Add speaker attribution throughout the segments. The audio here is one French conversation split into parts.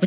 Speaker 1: Vous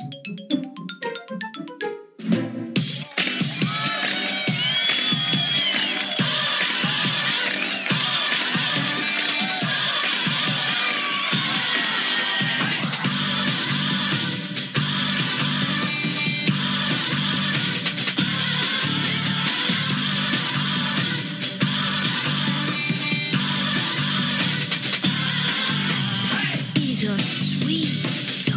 Speaker 2: He's a sweet soul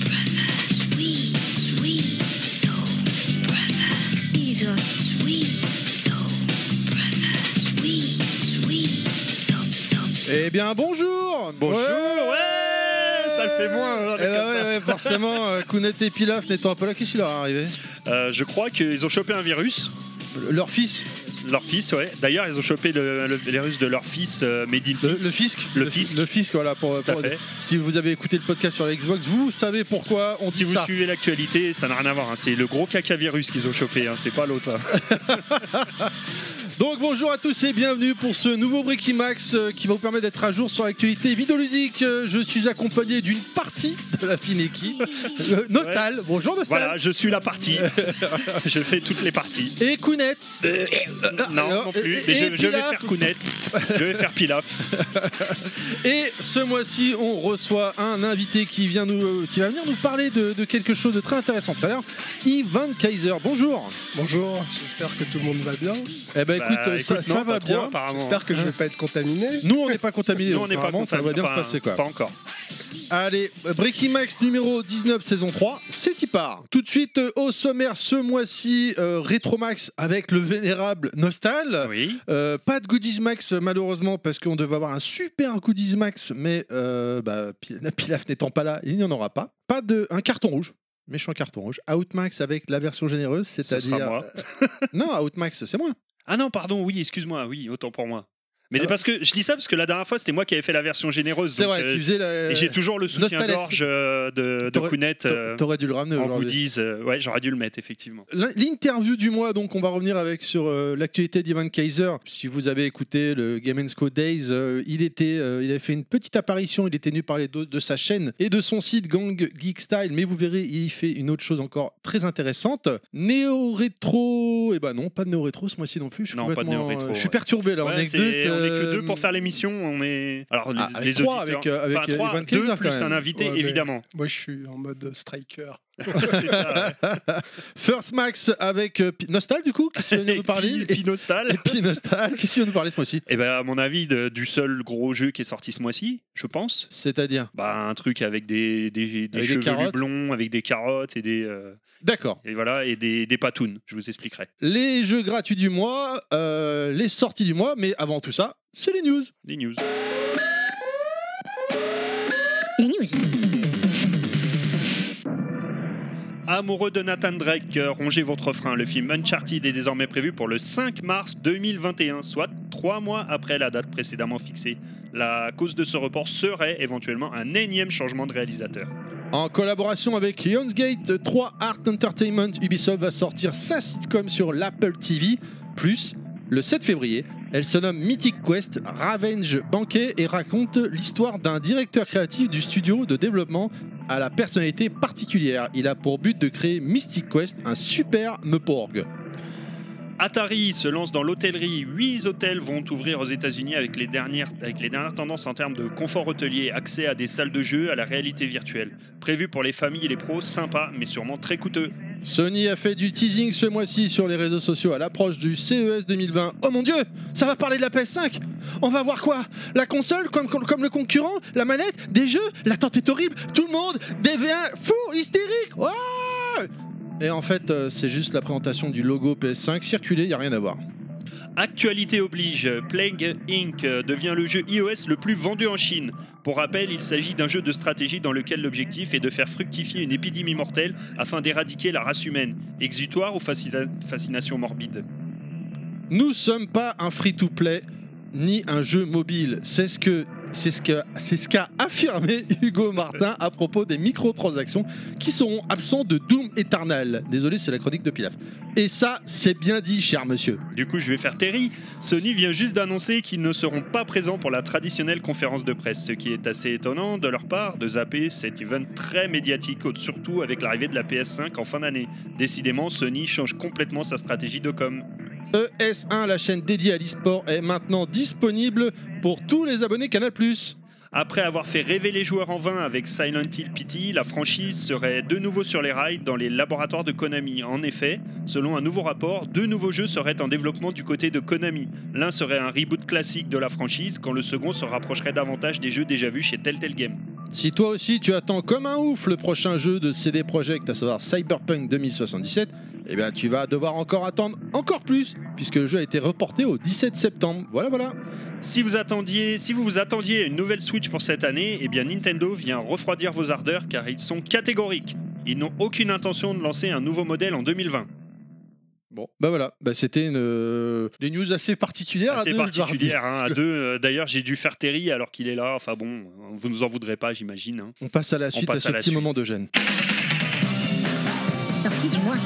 Speaker 2: brother. Sweet, sweet soul brother. He's a sweet soul brother. Sweet, sweet soul, soul, soul.
Speaker 3: Eh bien bonjour
Speaker 4: Bonjour,
Speaker 3: Ouais.
Speaker 4: ouais, ça le fait moins, hein,
Speaker 3: Eh
Speaker 4: comme
Speaker 3: ben
Speaker 4: ça.
Speaker 3: ouais, ouais, forcément, euh, Kounet et Pilaf n'étant pas là, qu'est-ce qui leur est arrivé
Speaker 4: Euh, je crois qu'ils ont chopé un virus,
Speaker 3: Le- Leur fils
Speaker 4: leur fils, ouais. D'ailleurs, ils ont chopé le, le virus de leur fils, euh, Made in
Speaker 3: Le,
Speaker 4: Fisk.
Speaker 3: le fisc
Speaker 4: Le fisc.
Speaker 3: Le fisc, voilà. Pour,
Speaker 4: Tout à
Speaker 3: pour-
Speaker 4: fait.
Speaker 3: si vous avez écouté le podcast sur la Xbox, vous savez pourquoi on
Speaker 4: Si
Speaker 3: dit
Speaker 4: vous
Speaker 3: ça.
Speaker 4: suivez l'actualité, ça n'a rien à voir. hein. C'est le gros caca virus qu'ils ont chopé, hein, c'est pas l'autre. hein.
Speaker 3: Donc bonjour à tous et bienvenue pour ce nouveau Breaking Max euh, qui va vous permettre d'être à jour sur l'actualité vidéoludique. Euh, Je suis accompagné d'une partie de la fine équipe. Euh, Nostal, bonjour Nostal.
Speaker 4: Voilà, je suis la partie. je fais toutes les parties.
Speaker 3: Et Kounet.
Speaker 4: non,
Speaker 3: Euh, alors,
Speaker 4: non plus.
Speaker 3: et-
Speaker 4: mais
Speaker 3: et
Speaker 4: je, je vais
Speaker 3: Pilaf.
Speaker 4: faire Kounet. Je vais faire Pilaf.
Speaker 3: Et ce mois-ci, on reçoit un invité qui, vient nous, euh, qui va venir nous parler de, de quelque chose de très intéressant tout à l'heure. Yves Van Kaiser, bonjour.
Speaker 5: Bonjour, j'espère que tout le monde va bien.
Speaker 3: Eh ben
Speaker 4: Bah,
Speaker 3: écoute, euh, ça,
Speaker 4: écoute,
Speaker 3: ça
Speaker 4: non,
Speaker 3: va
Speaker 4: pas trop,
Speaker 3: bien.
Speaker 4: apparemment.
Speaker 5: J'espère que je ne vais pas être contaminé.
Speaker 3: Nous, on n'est pas contaminés.
Speaker 4: Nous, on n'est pas
Speaker 3: apparemment, Ça va bien
Speaker 4: contaminés,
Speaker 3: se passer quoi.
Speaker 4: Pas encore.
Speaker 3: Allez, Breaking Max numéro 19 saison 3, c'est y part. Tout de suite euh, au sommaire ce mois-ci, euh, Rétromax avec le vénérable Nostal.
Speaker 4: Oui.
Speaker 3: Euh, pas de goodies max euh, malheureusement parce qu'on devait avoir un super goodies max mais euh, bah, Pil- la Pilaf n'étant pas là il n'y en aura pas. Pas de un carton rouge, méchant carton rouge. Outmax avec la version généreuse,
Speaker 4: Ce
Speaker 3: c'est-à-dire euh,
Speaker 4: sera moi.
Speaker 3: non Outmax c'est moi.
Speaker 4: Ah non, pardon, oui, excuse-moi, oui, autant pour moi. Mais c'est parce que je dis ça parce que la dernière fois, c'était moi qui avais fait la version généreuse.
Speaker 3: Euh. C'est
Speaker 4: donc,
Speaker 3: vrai,
Speaker 4: euh,
Speaker 3: tu faisais la...
Speaker 4: Et j'ai toujours le soutien-gorge euh, de, de
Speaker 3: T'aurais-
Speaker 4: Kounet euh,
Speaker 3: T'a- T'aurais dû le ramener
Speaker 4: en
Speaker 3: aujourd'hui.
Speaker 4: goodies. euh, ouais, j'aurais dû le mettre, effectivement.
Speaker 3: L'in- L'interview du mois, donc on va revenir avec sur euh, l'actualité d'Ivan Kaiser. Si vous avez écouté le Game Co Days, euh, il était, euh, il avait fait une petite apparition. Il était venu parler de, de sa chaîne et de son site Gang Geek Style, mais vous verrez, il fait une autre chose encore très intéressante. Néo rétro, et eh ben non, pas de néo rétro ce mois-ci non plus. Je suis
Speaker 4: Non, pas de
Speaker 3: complètement,
Speaker 4: néo-rétro,
Speaker 3: euh, Je suis
Speaker 4: ouais.
Speaker 3: perturbé là. on
Speaker 4: Ouais,
Speaker 3: est que
Speaker 4: c'est-
Speaker 3: deux.
Speaker 4: on est que
Speaker 3: euh,
Speaker 4: deux pour faire l'émission. On est. Alors, les,
Speaker 3: Ah, avec
Speaker 4: les
Speaker 3: trois,
Speaker 4: auditeurs.
Speaker 3: avec, euh, avec,
Speaker 4: enfin,
Speaker 3: euh,
Speaker 4: trois,
Speaker 3: Ivan Kaiser,
Speaker 4: deux
Speaker 3: quand
Speaker 4: plus
Speaker 3: même.
Speaker 4: un invité,
Speaker 5: Ouais, mais-
Speaker 4: évidemment.
Speaker 5: Moi, je suis en mode striker.
Speaker 4: c'est ça.
Speaker 3: First Max avec euh, Pi- Nostal du coup. Qu'est-ce que tu viens de nous parler
Speaker 4: Pi- Pinostal.
Speaker 3: Et puis Nostal, qu'est-ce que tu viens de nous parler ce mois-ci
Speaker 4: Et ben, à mon avis, de- du seul gros jeu qui est sorti ce mois-ci, je pense.
Speaker 3: C'est-à-dire
Speaker 4: Bah, un truc avec des, des, des
Speaker 3: Avec des
Speaker 4: chevelus
Speaker 3: carottes.
Speaker 4: blonds, avec des carottes et des, euh,
Speaker 3: D'accord.
Speaker 4: et voilà, et des, des patounes. Je vous expliquerai.
Speaker 3: les jeux gratuits du mois, euh, les sorties du mois, mais avant tout ça, c'est les news.
Speaker 4: Les news.
Speaker 1: Les news.
Speaker 4: Amoureux de Nathan Drake, euh, rongez votre frein. Le film Uncharted est désormais prévu pour le 5 mars 2021, soit trois mois après la date précédemment fixée. La cause de ce report serait éventuellement un énième changement de réalisateur.
Speaker 3: En collaboration avec Lionsgate 3 Art Entertainment, Ubisoft va sortir sa sitcom sur l'Apple TV, plus le 7 février. Elle se nomme Mythic Quest Ravenge Banquet et raconte l'histoire d'un directeur créatif du studio de développement à la personnalité particulière. Il a pour but de créer Mystic Quest, un super meuporg.
Speaker 4: Atari se lance dans l'hôtellerie. Huit hôtels vont ouvrir aux États-Unis avec les dernières avec les dernières tendances en termes de confort hôtelier, accès à des salles de jeu, à la réalité virtuelle. Prévu pour les familles et les pros, sympa, mais sûrement très coûteux.
Speaker 3: Sony a fait du teasing ce mois-ci sur les réseaux sociaux à l'approche du CES 2020. Oh mon dieu, ça va parler de la PS5 On va voir quoi La console comme, comme, comme le concurrent La manette Des jeux L'attente est horrible Tout le monde Des V1 fou, hystérique Ouais Et en fait, euh, c'est juste la présentation du logo PS5 circulé, y a rien à voir.
Speaker 4: Actualité oblige, Plague Inc. devient le jeu iOS le plus vendu en Chine. Pour rappel, il s'agit d'un jeu de stratégie dans lequel l'objectif est de faire fructifier une épidémie mortelle afin d'éradiquer la race humaine. Exutoire ou fascina- fascination morbide
Speaker 3: Nous sommes pas un free-to-play ni un jeu mobile. C'est ce que C'est ce que- c'est ce qu'a affirmé Hugo Martin à propos des microtransactions qui seront absents de Doom Eternal. Désolé, c'est la chronique de Pilaf. Et ça, c'est bien dit, cher monsieur.
Speaker 4: Du coup, je vais faire Terry. Sony vient juste d'annoncer qu'ils ne seront pas présents pour la traditionnelle conférence de presse, ce qui est assez étonnant de leur part de zapper cet event très médiatique, surtout avec l'arrivée de la PS5 en fin d'année. Décidément, Sony change complètement sa stratégie de com.
Speaker 3: ES1, E la chaîne dédiée à l'e-sport, est maintenant disponible pour tous les abonnés Canal+.
Speaker 4: Après avoir fait rêver les joueurs en vain avec Silent Hill PT, la franchise serait de nouveau sur les rails dans les laboratoires de Konami. En effet, selon un nouveau rapport, deux nouveaux jeux seraient en développement du côté de Konami. L'un serait un reboot classique de la franchise, quand le second se rapprocherait davantage des jeux déjà vus chez Telltale Game.
Speaker 3: Si toi aussi tu attends comme un ouf le prochain jeu de CD Projekt, à savoir Cyberpunk 2077, eh bien tu vas devoir encore attendre encore plus, puisque le jeu a été reporté au 17 septembre. Voilà, voilà.
Speaker 4: Si vous attendiez, si vous vous attendiez à une nouvelle Switch pour cette année, eh bien Nintendo vient refroidir vos ardeurs car ils sont catégoriques. Ils n'ont aucune intention de lancer un nouveau modèle en 2020.
Speaker 3: Bon, bah voilà, bah, c'était une, euh, des news assez particulières. à
Speaker 4: C'est
Speaker 3: deux, Jardy.
Speaker 4: particulier, hein, à deux. euh, D'ailleurs, j'ai dû faire Terry alors qu'il est là. Enfin bon, vous nous en voudrez pas, j'imagine. hein.
Speaker 3: On passe à la suite, à
Speaker 4: passe
Speaker 3: ce
Speaker 4: à la
Speaker 3: petit
Speaker 4: suite.
Speaker 3: moment de gêne.
Speaker 1: Sortie du mois.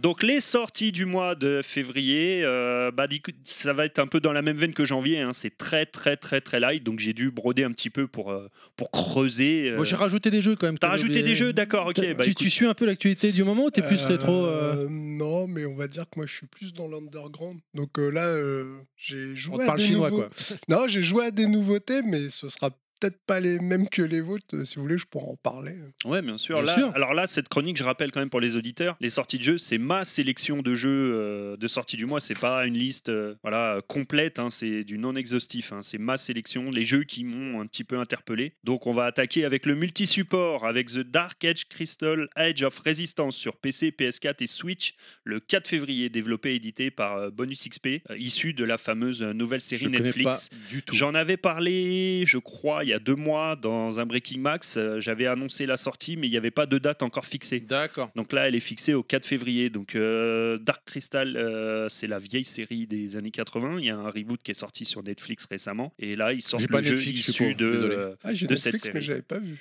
Speaker 4: Donc les sorties du mois de février, euh, bah, dic- ça va être un peu dans la même veine que janvier. hein. C'est très très très très light, donc j'ai dû broder un petit peu pour euh, pour creuser. euh.
Speaker 3: Bon, j'ai rajouté des jeux quand même.
Speaker 4: T'as
Speaker 3: que
Speaker 4: rajouté
Speaker 3: j'avais-
Speaker 4: des jeux, d'accord, ok.
Speaker 3: T'as-
Speaker 4: bah,
Speaker 3: tu,
Speaker 4: écoute.
Speaker 3: tu suis un peu l'actualité du moment ou t'es plus
Speaker 6: Euh,
Speaker 3: rétro euh,
Speaker 6: Non, mais on va dire que moi je suis plus dans l'underground. Donc euh, là, euh, j'ai joué
Speaker 3: On te
Speaker 6: à
Speaker 3: parle
Speaker 6: des
Speaker 3: chinois,
Speaker 6: nouveaux-
Speaker 3: quoi.
Speaker 6: Non, j'ai joué à des nouveautés, mais ce sera peut-être pas les mêmes que les vôtres. Euh, Si vous voulez, je pourrais en parler.
Speaker 4: Ouais, bien sûr.
Speaker 3: Bien
Speaker 4: Là-
Speaker 3: sûr.
Speaker 4: Alors là, cette chronique, je rappelle quand même pour les auditeurs, les sorties de jeux, c'est ma sélection de jeux euh, de sortie du mois. C'est pas une liste euh, voilà euh, complète. hein, c'est du non exhaustif. hein. C'est ma sélection, les jeux qui m'ont un petit peu interpellé. Donc on va attaquer avec le multi-support, avec The Dark Edge Crystal Edge of Resistance sur PC, PS4 et Switch le 4 février, développé et édité par euh, Bonus XP, euh, issu de la fameuse euh, nouvelle série
Speaker 3: Je connais pas
Speaker 4: Netflix.
Speaker 3: du tout.
Speaker 4: J'en avais parlé, je crois, il y a deux mois dans un Breaking Max. Euh, J'avais annoncé la sortie, mais il n'y avait pas de date encore fixée.
Speaker 3: D'accord.
Speaker 4: Donc là, elle est fixée au 4 février. Donc euh, Dark Crystal, euh, c'est la vieille série des années 80. Il y a un reboot qui est sorti sur Netflix récemment. Et là, ils sortent
Speaker 3: J'ai
Speaker 4: le
Speaker 3: pas
Speaker 4: jeu
Speaker 3: Netflix, je suis
Speaker 4: issu
Speaker 3: pauvre,
Speaker 4: de.
Speaker 3: désolé.
Speaker 4: euh,
Speaker 6: Ah, j'ai
Speaker 4: De cette
Speaker 6: Netflix, mais
Speaker 4: série.
Speaker 6: j'avais pas vu.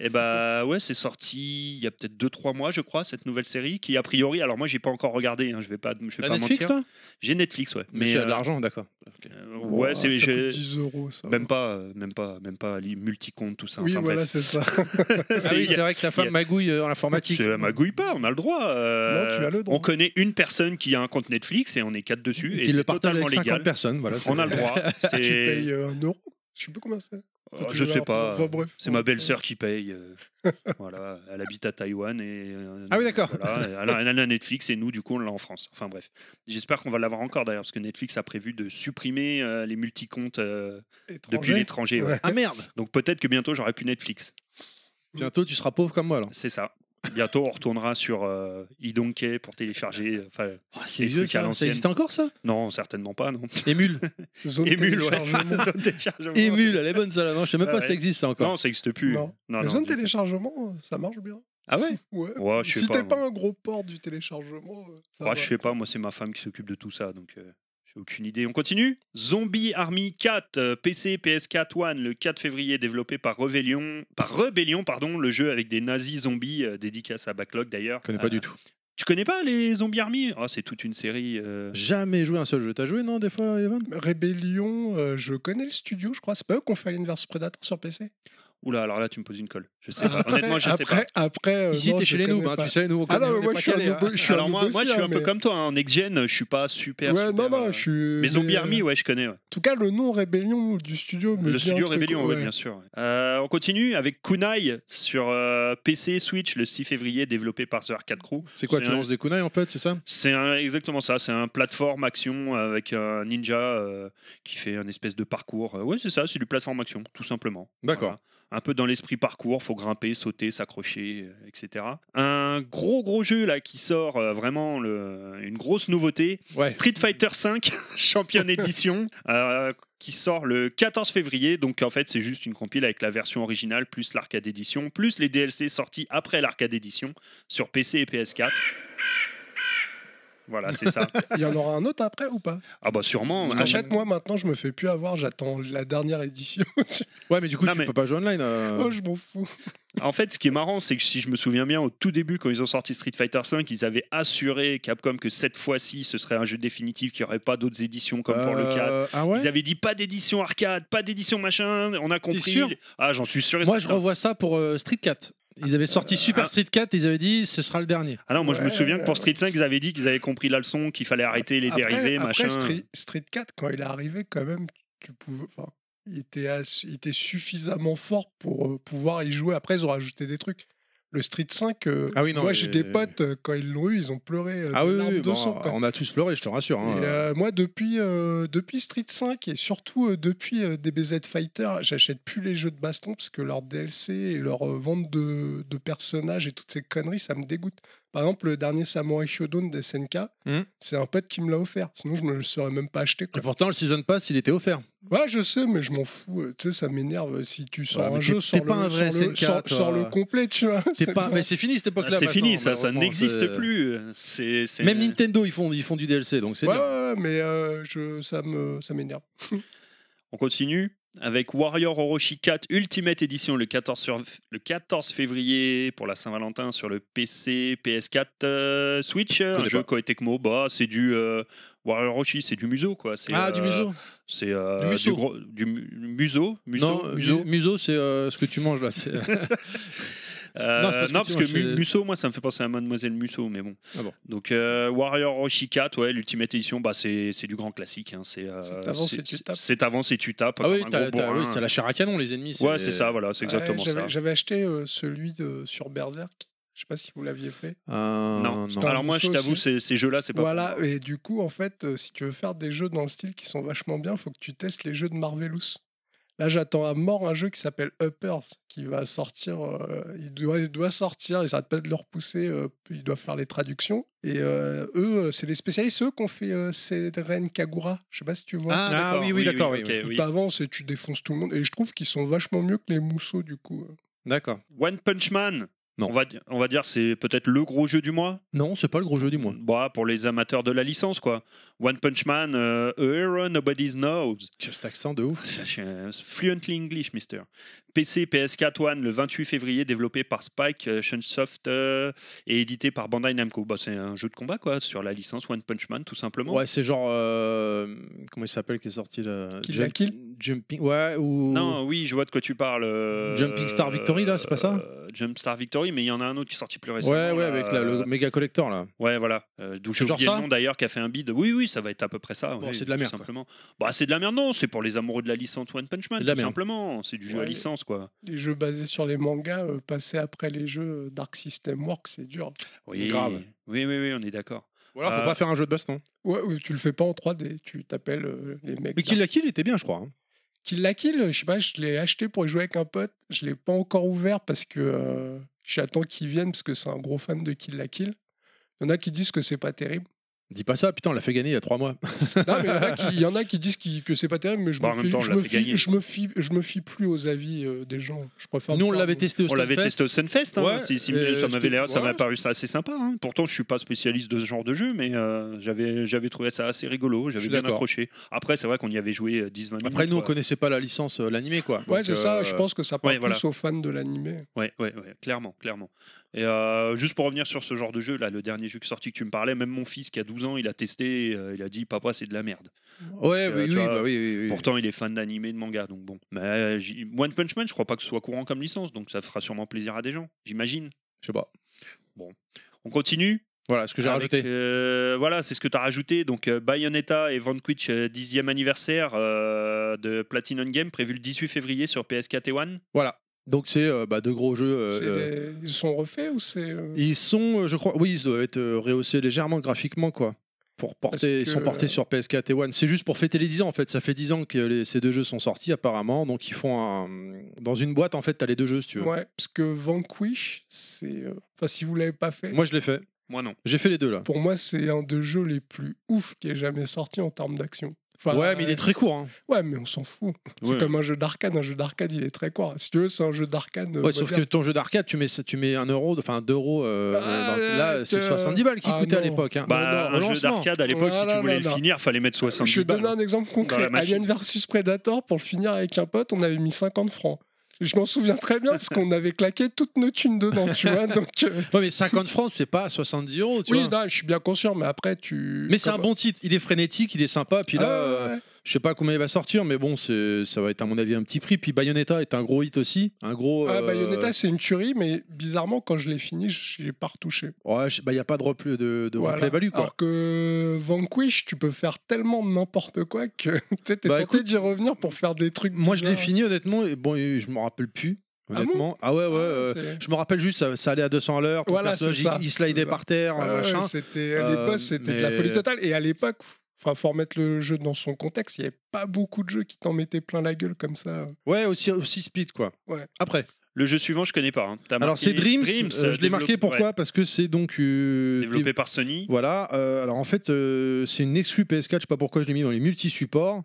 Speaker 4: eh bah ouais, c'est sorti il y a peut-être 2-3 mois, je crois, cette nouvelle série qui a priori. Alors moi, j'ai pas encore regardé. hein, je vais pas, je vais
Speaker 3: T'as
Speaker 4: pas
Speaker 3: Netflix,
Speaker 4: mentir.
Speaker 3: toi
Speaker 4: J'ai Netflix, ouais.
Speaker 3: Mais
Speaker 4: Mais
Speaker 3: tu as de
Speaker 4: euh,
Speaker 3: l'argent, d'accord. Ok.
Speaker 4: euh,
Speaker 6: Ouah,
Speaker 3: Oh,
Speaker 4: ouais, c'est
Speaker 6: ça coûte
Speaker 4: j'ai-
Speaker 6: 10 euros, ça.
Speaker 4: même pas, euh, même pas, même pas li- multi-compte tout ça.
Speaker 6: Ah oui,
Speaker 4: Enfin, bref.
Speaker 6: voilà, c'est ça.
Speaker 3: Ah oui, c'est vrai que ta femme
Speaker 4: il y a-
Speaker 3: magouille euh, en informatique.
Speaker 4: C'est la magouille pas, on a le droit. euh,
Speaker 6: Non, tu as le droit.
Speaker 4: On connaît une personne qui a un compte Netflix et on est quatre dessus
Speaker 3: Et
Speaker 4: et,
Speaker 3: qu'il
Speaker 4: c'est
Speaker 3: le partage
Speaker 4: totalement
Speaker 3: avec 50
Speaker 4: légal.
Speaker 3: personnes. Voilà, c'est-
Speaker 4: On a le droit. c'est-
Speaker 6: Tu payes euh, un euro Je sais pas combien c'est.
Speaker 4: Oh,
Speaker 6: Quand tu
Speaker 4: je
Speaker 6: vas
Speaker 4: sais
Speaker 6: leur-
Speaker 4: pas.
Speaker 6: Enfin, bref.
Speaker 4: C'est ma belle-sœur qui paye. euh, voilà, elle habite à Taïwan et. euh,
Speaker 3: Ah oui, d'accord.
Speaker 4: voilà, elle, a, elle a Netflix et nous, du coup, on l'a en France. Enfin bref, j'espère qu'on va l'avoir encore d'ailleurs parce que Netflix a prévu de supprimer euh, les multicomptes euh,
Speaker 6: Étranger.
Speaker 4: depuis l'étranger. ouais.
Speaker 6: Ouais.
Speaker 3: Ah merde
Speaker 4: Donc peut-être que bientôt j'aurai plus Netflix.
Speaker 3: Bientôt tu seras pauvre comme moi alors.
Speaker 4: C'est ça. Bientôt, on retournera sur euh, Idonkey pour télécharger. euh, Enfin,
Speaker 3: c'est
Speaker 4: Les
Speaker 3: vieux
Speaker 4: trucs à
Speaker 3: ça. Ça
Speaker 4: l'ancienne.
Speaker 3: existe encore ça
Speaker 4: non, certainement pas, non.
Speaker 3: Émule.
Speaker 6: Zone
Speaker 4: Émule, ouais.
Speaker 6: téléchargement.
Speaker 4: Zone téléchargement.
Speaker 3: Émule, elle est bonne celle-là. Non, je sais même pas
Speaker 4: Ouais.
Speaker 3: si ça existe ça encore.
Speaker 4: Non, ça n'existe plus.
Speaker 6: Non.
Speaker 4: non,
Speaker 6: La
Speaker 4: non,
Speaker 6: zone
Speaker 4: du tout.
Speaker 6: téléchargement, euh, ça marche bien.
Speaker 4: Ah ouais
Speaker 6: Ouais.
Speaker 4: Ouais, je sais
Speaker 6: Si
Speaker 4: pas.
Speaker 6: t'es
Speaker 4: moi.
Speaker 6: pas un gros port du téléchargement, euh, ça
Speaker 4: Ouais,
Speaker 6: va.
Speaker 4: je sais pas, moi, c'est ma femme qui s'occupe de tout ça, donc euh, j'ai aucune idée. On continue Zombie Army 4, euh, PC, PS4, One, le 4 février, développé par Rebellion, par Rebellion, pardon, le jeu avec des nazis zombies, euh, dédicace à Backlog d'ailleurs.
Speaker 3: Je connais pas
Speaker 4: Euh,
Speaker 3: du tout.
Speaker 4: Tu connais pas les Zombie Army Ah, C'est toute une série. euh,
Speaker 3: Jamais joué à un seul jeu. T'as joué non des fois Evan
Speaker 6: Rébellion, euh, je connais le studio, je crois. C'est pas eux qui ont fait Alien vs Predator sur PC.
Speaker 4: Oula, alors là, tu me poses une colle. Je sais pas. Honnêtement, je sais pas.
Speaker 6: après, Après, euh,
Speaker 3: Ici
Speaker 6: non,
Speaker 3: t'es
Speaker 6: je
Speaker 3: chez les noobs,
Speaker 6: connais
Speaker 3: hein,
Speaker 6: pas.
Speaker 3: tu sais nous. on
Speaker 6: Ah non,
Speaker 3: connaît-
Speaker 6: mais
Speaker 3: on
Speaker 6: moi
Speaker 3: est
Speaker 6: je
Speaker 3: pas
Speaker 6: suis un
Speaker 3: calés, hein.
Speaker 6: nouveau- je suis un
Speaker 4: Alors moi,
Speaker 6: nouveau
Speaker 4: moi, je suis un
Speaker 6: aussi,
Speaker 4: peu
Speaker 6: hein,
Speaker 4: comme toi, hein, en next-gen, je suis pas super.
Speaker 6: mais- Ouais,
Speaker 4: super,
Speaker 6: non, non,
Speaker 4: euh,
Speaker 6: je suis.
Speaker 4: Mais Zombie
Speaker 6: euh,
Speaker 4: Army, ouais, je connais. ouais.
Speaker 6: En tout cas, le nom Rébellion du studio. me
Speaker 4: Le
Speaker 6: dit un
Speaker 4: studio
Speaker 6: truc,
Speaker 4: Rébellion, oui, bien sûr. Euh, on continue avec Kunai sur euh, PC, Switch, le 6 février, développé par The Arcade Crew.
Speaker 3: C'est quoi tu
Speaker 4: un-
Speaker 3: lances des kunai en fait, c'est ça
Speaker 4: C'est un- exactement ça, c'est un plateforme action avec un ninja euh, qui fait un espèce de parcours. Euh, ouais, c'est ça, c'est du plateforme action, tout simplement.
Speaker 3: D'accord.
Speaker 4: Voilà. Un peu dans l'esprit parcours, faut grimper, sauter, s'accrocher, euh, etc. Un gros gros jeu là qui sort euh, vraiment le- une grosse nouveauté,
Speaker 3: Ouais.
Speaker 4: Street Fighter V Champion Edition euh, qui sort le 14 février. Donc en fait, c'est juste une compile avec la version originale plus l'arcade édition plus les DLC sortis après l'arcade édition sur PC et PS4. Voilà, c'est ça.
Speaker 6: Il y en aura un autre après ou pas
Speaker 4: Ah bah sûrement.
Speaker 6: Parce
Speaker 4: hein.
Speaker 6: qu'en fait, moi maintenant, je me fais plus avoir, j'attends la dernière édition.
Speaker 3: Ouais, mais du coup,
Speaker 4: Non,
Speaker 3: tu
Speaker 4: mais-
Speaker 3: peux pas jouer online. euh.
Speaker 4: Ah.
Speaker 6: oh, je m'en fous.
Speaker 4: En fait, ce qui est marrant, c'est que si je me souviens bien, au tout début, quand ils ont sorti Street Fighter V, ils avaient assuré Capcom que cette fois-ci, ce serait un jeu définitif, qu'il n'y aurait pas d'autres éditions comme pour le 4.
Speaker 3: Euh, Ah ouais
Speaker 4: Ils avaient dit pas d'édition arcade, pas d'édition machin, on a compris.
Speaker 3: sûr
Speaker 4: ah, j'en suis sûr et
Speaker 3: Moi, je
Speaker 4: certain.
Speaker 3: revois ça pour euh, Street 4. Ils avaient sorti Super
Speaker 4: ah.
Speaker 3: Street 4 et ils avaient dit ce sera le dernier.
Speaker 4: Ah non, moi je me
Speaker 6: Ouais,
Speaker 3: bah,
Speaker 4: souviens que pour
Speaker 6: ouais.
Speaker 4: Street 5, ils avaient dit qu'ils avaient compris la leçon, qu'il fallait arrêter les
Speaker 6: Après-
Speaker 4: dérivés,
Speaker 6: après,
Speaker 4: machin.
Speaker 6: Street, Street 4, quand il est arrivé, quand même, tu pouvais. Enfin, il était, ass- il était suffisamment fort pour euh, pouvoir y jouer. Après, ils ont rajouté des trucs. Le Street 5, euh,
Speaker 3: Ah oui, non,
Speaker 6: moi
Speaker 3: mais-
Speaker 6: j'ai des potes, euh, quand ils l'ont eu, ils ont pleuré euh,
Speaker 3: Ah
Speaker 6: des
Speaker 3: oui, oui,
Speaker 6: larmes
Speaker 3: oui,
Speaker 6: de
Speaker 3: bon,
Speaker 6: sang, quoi.
Speaker 3: on a tous pleuré, je te rassure. hein.
Speaker 6: Et, euh, moi, depuis, euh, depuis Street 5 et surtout euh, depuis euh, DBZ Fighter, j'achète plus les jeux de baston parce que leur DLC et leur euh, vente de, de personnages et toutes ces conneries, ça me dégoûte. Par exemple, le dernier Samurai Shodown de SNK,
Speaker 3: Hmm.
Speaker 6: c'est un pote qui me l'a offert. Sinon, je me le serais même pas acheté.
Speaker 3: Et
Speaker 6: Quoi.
Speaker 3: pourtant, le Season Pass, il était offert.
Speaker 6: Ouais, je sais, mais je m'en fous. euh, Tu sais, ça m'énerve. Si tu sors
Speaker 3: Ouais, mais
Speaker 6: un
Speaker 3: t'es-
Speaker 6: jeu, sors
Speaker 3: t'es pas
Speaker 6: le,
Speaker 3: un vrai
Speaker 6: sors le-
Speaker 3: SNK,
Speaker 6: sors-
Speaker 3: toi.
Speaker 6: sors le complet, tu vois.
Speaker 3: C'est
Speaker 6: c'est
Speaker 3: pas...
Speaker 6: bon.
Speaker 3: Mais c'est fini cette époque-là.
Speaker 4: Ah, C'est
Speaker 3: maintenant,
Speaker 4: fini, ça, ça
Speaker 3: malheureusement,
Speaker 4: n'existe
Speaker 3: c'est-
Speaker 4: plus. C'est, c'est-
Speaker 3: Même Nintendo, ils font, ils font du DLC, donc c'est
Speaker 6: Ouais, ouais,
Speaker 3: bien.
Speaker 6: ouais, mais euh, je, ça me- ça m'énerve.
Speaker 4: On continue avec Warrior Orochi 4 Ultimate Edition le 14, sur- le 14 février pour la Saint-Valentin sur le PC, PS4, euh, Switch. Un
Speaker 3: connais
Speaker 4: jeu
Speaker 3: pas.
Speaker 4: Koei Tecmo, bah, c'est du euh, Warrior Orochi, c'est du museau quoi. C'est,
Speaker 3: Ah, du
Speaker 4: euh,
Speaker 3: museau
Speaker 4: C'est euh,
Speaker 3: Du museau.
Speaker 4: du, gros- du mu- museau, museau,
Speaker 3: Non,
Speaker 4: museau.
Speaker 3: mu- museau, c'est euh, ce que tu manges là. c'est-
Speaker 4: Euh,
Speaker 3: Non,
Speaker 4: non,
Speaker 3: c'est parce que
Speaker 4: parce
Speaker 3: tu
Speaker 4: que
Speaker 3: vois,
Speaker 4: Mu-
Speaker 3: c'est-
Speaker 4: Musso, moi, ça me fait penser à Mademoiselle Musso, mais bon.
Speaker 3: Ah bon.
Speaker 4: Donc, euh, Warrior Orochi 4, ouais, l'Ultimate Edition, bah, c'est c'est du grand classique. hein, c'est euh,
Speaker 6: C'est t'avances et
Speaker 4: c'est-
Speaker 6: tu tapes.
Speaker 4: C'est t'avances et tu tapes.
Speaker 3: Ah oui,
Speaker 4: comme un
Speaker 3: t'as
Speaker 4: gros
Speaker 3: t'as- oui,
Speaker 4: bourrin.
Speaker 3: t'as la chair à canon, les ennemis.
Speaker 4: Ouais, c'est ça, voilà, c'est
Speaker 6: Ouais,
Speaker 4: exactement
Speaker 6: j'avais-
Speaker 4: ça.
Speaker 6: J'avais acheté euh, celui de, sur Berserk. Je sais pas si vous l'aviez fait.
Speaker 3: Euh,
Speaker 4: Non.
Speaker 6: non.
Speaker 4: Alors, moi, je
Speaker 6: Musso
Speaker 4: t'avoue,
Speaker 6: aussi.
Speaker 4: ces, ces jeux-là, c'est pas.
Speaker 6: Voilà, et du coup, en fait, euh, si tu veux faire des jeux dans le style qui sont vachement bien, faut que tu testes les jeux de Marvelous. Là, j'attends à mort un jeu qui s'appelle Uppers, qui va sortir. euh, il, doit, il doit sortir, ils arrêtent pas de le repousser, euh, ils doivent faire les traductions. Et euh, eux, euh, c'est des spécialistes, eux, qu'on fait euh, Seiren Kagura. Je sais pas si tu vois.
Speaker 3: Ah,
Speaker 4: d'accord,
Speaker 3: oui, oui, d'accord, oui,
Speaker 4: ok,
Speaker 3: oui.
Speaker 4: oui.
Speaker 6: T'avances et tu défonces tout le monde. Et je trouve qu'ils sont vachement mieux que les mousseaux, du coup. euh.
Speaker 3: D'accord.
Speaker 4: One Punch Man.
Speaker 3: Non.
Speaker 4: On va, di- on va dire c'est peut-être le gros jeu du mois.
Speaker 3: Non, c'est pas le gros jeu du mois.
Speaker 4: Bah, pour les amateurs de la licence, quoi. One Punch Man, euh, A Hero Nobody Knows.
Speaker 3: Cet accent de ouf.
Speaker 4: Je suis un fluently English, mister. PC, PS4, One, le 28 février, développé par Spike, euh, Shunsoft euh, et édité par Bandai Namco. Bah, c'est un jeu de combat, quoi, sur la licence One Punch Man, tout simplement.
Speaker 3: Ouais, c'est genre. euh, comment il s'appelle qui est sorti là
Speaker 6: Kill la
Speaker 3: Jumping. Ouais, ou.
Speaker 4: Non, oui, je vois de quoi tu parles. euh,
Speaker 3: Jumping Star Victory, là, c'est pas ça
Speaker 4: euh, Jump Star Victory, mais il y en a un autre qui est sorti plus
Speaker 3: Ouais,
Speaker 4: récemment.
Speaker 3: ouais,
Speaker 4: là,
Speaker 3: avec la-
Speaker 4: euh,
Speaker 3: le méga collector là.
Speaker 4: Ouais, voilà. Euh, D'où
Speaker 3: C'est
Speaker 4: j'ai
Speaker 3: genre
Speaker 4: oublié
Speaker 3: ça
Speaker 4: le nom d'ailleurs, qui a fait un bid. Oui, oui, ça va être à peu près ça.
Speaker 3: Bon,
Speaker 4: oui,
Speaker 3: c'est de la
Speaker 4: tout
Speaker 3: merde, quoi.
Speaker 4: Simplement. Bah, c'est de la merde, non. C'est pour les amoureux de la licence One Punch Man,
Speaker 3: C'est de la
Speaker 4: tout
Speaker 3: merde.
Speaker 4: simplement. C'est du jeu à
Speaker 6: Ouais.
Speaker 4: licence, quoi.
Speaker 6: les jeux basés sur les mangas euh, passer après les jeux euh, Dark System Works, c'est dur.
Speaker 4: Oui,
Speaker 3: Grave.
Speaker 4: Oui, oui, oui, on est d'accord.
Speaker 3: Ou alors, faut
Speaker 4: Euh,
Speaker 3: pas faire un jeu de baston.
Speaker 6: Ouais, ou tu le fais pas en 3D, tu t'appelles euh, les mecs.
Speaker 3: Mais Kill la Kill était bien, je crois. hein.
Speaker 6: Kill la Kill, je sais pas, je l'ai acheté pour y jouer avec un pote, je l'ai pas encore ouvert parce que euh, j'attends qu'il vienne parce que c'est un gros fan de Kill la Kill. Il y en a qui disent que c'est pas terrible.
Speaker 3: Dis pas ça, putain, on l'a fait gagner il y a 3 mois.
Speaker 6: Non, mais il y en a qui- il y, en a qui disent qu'il- que c'est pas terrible, mais je
Speaker 4: Bah, en
Speaker 6: me
Speaker 4: même
Speaker 6: fie-
Speaker 4: temps, on
Speaker 6: je
Speaker 4: l'a
Speaker 6: me
Speaker 4: fait
Speaker 6: fie-
Speaker 4: gagner.
Speaker 6: je me fie- je me fie plus aux avis euh, des gens. Je préfère.
Speaker 3: Nous, on
Speaker 6: faire
Speaker 3: l'avait
Speaker 6: mon-
Speaker 3: testé au
Speaker 4: On l'avait
Speaker 3: Stunfest.
Speaker 4: testé au Sunfest, hein,
Speaker 3: Ouais,
Speaker 4: si- si-
Speaker 3: euh,
Speaker 4: ça m'avait
Speaker 3: c'était-
Speaker 4: l'air- ça
Speaker 3: ouais.
Speaker 4: m'a paru ça assez sympa. hein. Pourtant, je suis pas spécialiste de ce genre de jeu, mais euh, j'avais j'avais trouvé ça assez rigolo,
Speaker 3: Je
Speaker 4: j'avais
Speaker 3: suis
Speaker 4: bien
Speaker 3: d'accord.
Speaker 4: accroché. Après, c'est vrai qu'on y avait joué euh, 10-20 minutes.
Speaker 3: Après, nous, on
Speaker 4: quoi.
Speaker 3: connaissait pas la licence, euh, l'animé quoi.
Speaker 6: Ouais,
Speaker 3: Donc,
Speaker 6: c'est ça.
Speaker 3: euh,
Speaker 6: Je pense que ça parle
Speaker 4: ouais, voilà.
Speaker 6: plus aux fans de l'animé.
Speaker 4: Ouais, ouais, ouais, clairement, clairement. Et euh, juste pour revenir sur ce genre de jeu, là, le dernier jeu qui est sorti que tu me parlais, même mon fils qui a 12 ans, il a testé, euh, il a dit Papa, c'est de la merde.
Speaker 3: Ouais,
Speaker 4: Euh,
Speaker 3: oui,
Speaker 4: tu
Speaker 3: oui,
Speaker 4: vois,
Speaker 3: bah oui, oui, oui.
Speaker 4: Pourtant, il est fan d'anime et de manga, donc bon. Mais euh, j'y- One Punch Man, je crois pas que ce soit courant comme licence, donc ça fera sûrement plaisir à des gens, j'imagine.
Speaker 3: Je sais pas.
Speaker 4: On continue
Speaker 3: Voilà ce que j'ai
Speaker 4: Avec,
Speaker 3: rajouté.
Speaker 4: euh, voilà, c'est ce que tu as rajouté. Donc euh, Bayonetta et Vanquish euh, 10e anniversaire euh, de Platinum Game prévu le 18 février sur PS4 et One.
Speaker 3: Voilà. Donc, c'est euh, bah, deux gros jeux. euh,
Speaker 6: C'est
Speaker 3: euh,
Speaker 6: des- Ils sont refaits ou c'est. euh,
Speaker 3: Ils sont, euh, je crois, oui, ils doivent être euh, rehaussés légèrement graphiquement, quoi. Pour porter,
Speaker 6: que,
Speaker 3: ils sont portés
Speaker 6: euh,
Speaker 3: sur PS4 et One. C'est juste pour fêter les 10 ans, en fait. Ça fait 10 ans que les- ces deux jeux sont sortis, apparemment. Donc, ils font un- Dans une boîte, en fait, t'as les deux jeux, si tu veux.
Speaker 6: Ouais, parce que Vanquish, c'est. euh, Enfin, si vous l'avez pas fait,
Speaker 3: Moi, je l'ai fait.
Speaker 4: Moi non.
Speaker 3: J'ai fait les deux, là.
Speaker 6: pour moi, c'est un des jeux les plus ouf qui est jamais sorti en termes d'action. Enfin,
Speaker 3: ouais, mais il est très court. hein.
Speaker 6: Ouais, mais on s'en fout.
Speaker 4: Ouais.
Speaker 6: C'est comme un jeu d'arcade. Un jeu d'arcade, il est très court. Si tu veux, c'est un jeu d'arcade. euh,
Speaker 3: Ouais, sauf que
Speaker 6: moderne.
Speaker 3: ton jeu d'arcade, tu mets, tu mets 1 euro, enfin 2 euros. euh,
Speaker 6: Ah,
Speaker 3: dans- là, c'est
Speaker 6: euh,
Speaker 3: 70 balles qui
Speaker 6: ah
Speaker 3: coûtait à
Speaker 6: non.
Speaker 3: l'époque. hein.
Speaker 4: Bah,
Speaker 3: Au
Speaker 4: un jeu
Speaker 3: lancement.
Speaker 4: d'arcade à l'époque, si
Speaker 6: Voilà,
Speaker 4: tu voulais
Speaker 6: là,
Speaker 4: le
Speaker 6: là.
Speaker 4: finir, fallait mettre
Speaker 6: Je
Speaker 4: 70
Speaker 6: vais te
Speaker 4: balles. hein.
Speaker 3: hein.
Speaker 6: donner un exemple
Speaker 4: Dans
Speaker 6: concret.
Speaker 4: la machine.
Speaker 6: Alien versus Predator, pour le finir avec un pote, on avait mis 50 francs. Je m'en souviens très bien parce qu'on avait claqué toutes nos thunes dedans, tu vois. Donc, euh,
Speaker 3: Ouais, mais 50 francs, c'est pas 70 euros, tu
Speaker 6: oui,
Speaker 3: vois.
Speaker 6: non, je suis bien conscient, mais après, tu.
Speaker 3: Mais c'est un
Speaker 6: comme-
Speaker 3: bon titre, il est frénétique, il est sympa, puis là,
Speaker 6: Ah, ouais,
Speaker 3: euh,
Speaker 6: ouais.
Speaker 3: je sais pas combien il va sortir, mais bon, c'est- ça va être à mon avis un petit prix. Puis Bayonetta est un gros hit aussi, un gros.
Speaker 6: Ah,
Speaker 3: euh,
Speaker 6: Bayonetta, c'est une tuerie, mais bizarrement, quand je l'ai fini, je l'ai pas retouché.
Speaker 3: Ouais, bah, il n'y a pas de, replay, de, de
Speaker 6: Voilà.
Speaker 3: replay value, quoi.
Speaker 6: Alors que Vanquish, tu peux faire tellement n'importe quoi que tu sais, t'es
Speaker 3: Bah,
Speaker 6: tenté d'y revenir pour faire des trucs.
Speaker 3: Moi, je l'ai
Speaker 6: bizarres.
Speaker 3: fini, honnêtement, et bon, et je me rappelle plus,
Speaker 6: bon
Speaker 3: honnêtement. Ah, ouais, ouais.
Speaker 6: Ah,
Speaker 3: euh,
Speaker 6: c'est-
Speaker 3: je me rappelle juste, ça, ça allait à 200 à l'heure, ton
Speaker 6: Voilà,
Speaker 3: personnage,
Speaker 6: c'est ça.
Speaker 3: il, il slidait
Speaker 6: C'est ça.
Speaker 3: par terre,
Speaker 6: Ah ouais,
Speaker 3: machin.
Speaker 6: c'était
Speaker 3: Euh,
Speaker 6: les boss, c'était de la
Speaker 3: mais-
Speaker 6: folie totale. Et à l'époque, f- enfin, faut remettre le jeu dans son contexte. Il n'y avait pas beaucoup de jeux qui t'en mettaient plein la gueule comme ça.
Speaker 3: Ouais, aussi, aussi speed, quoi.
Speaker 6: Ouais.
Speaker 3: Après,
Speaker 4: Le jeu suivant, je connais pas. hein. T'as
Speaker 3: alors
Speaker 4: marqué
Speaker 3: c'est Dreams, euh, je l'ai
Speaker 4: développé-
Speaker 3: marqué pourquoi Parce que c'est donc. euh,
Speaker 4: ouais, Développé par Sony.
Speaker 3: Voilà, euh, alors en fait, euh, c'est une exclu PS4, je sais pas pourquoi je l'ai mis dans les multi-supports.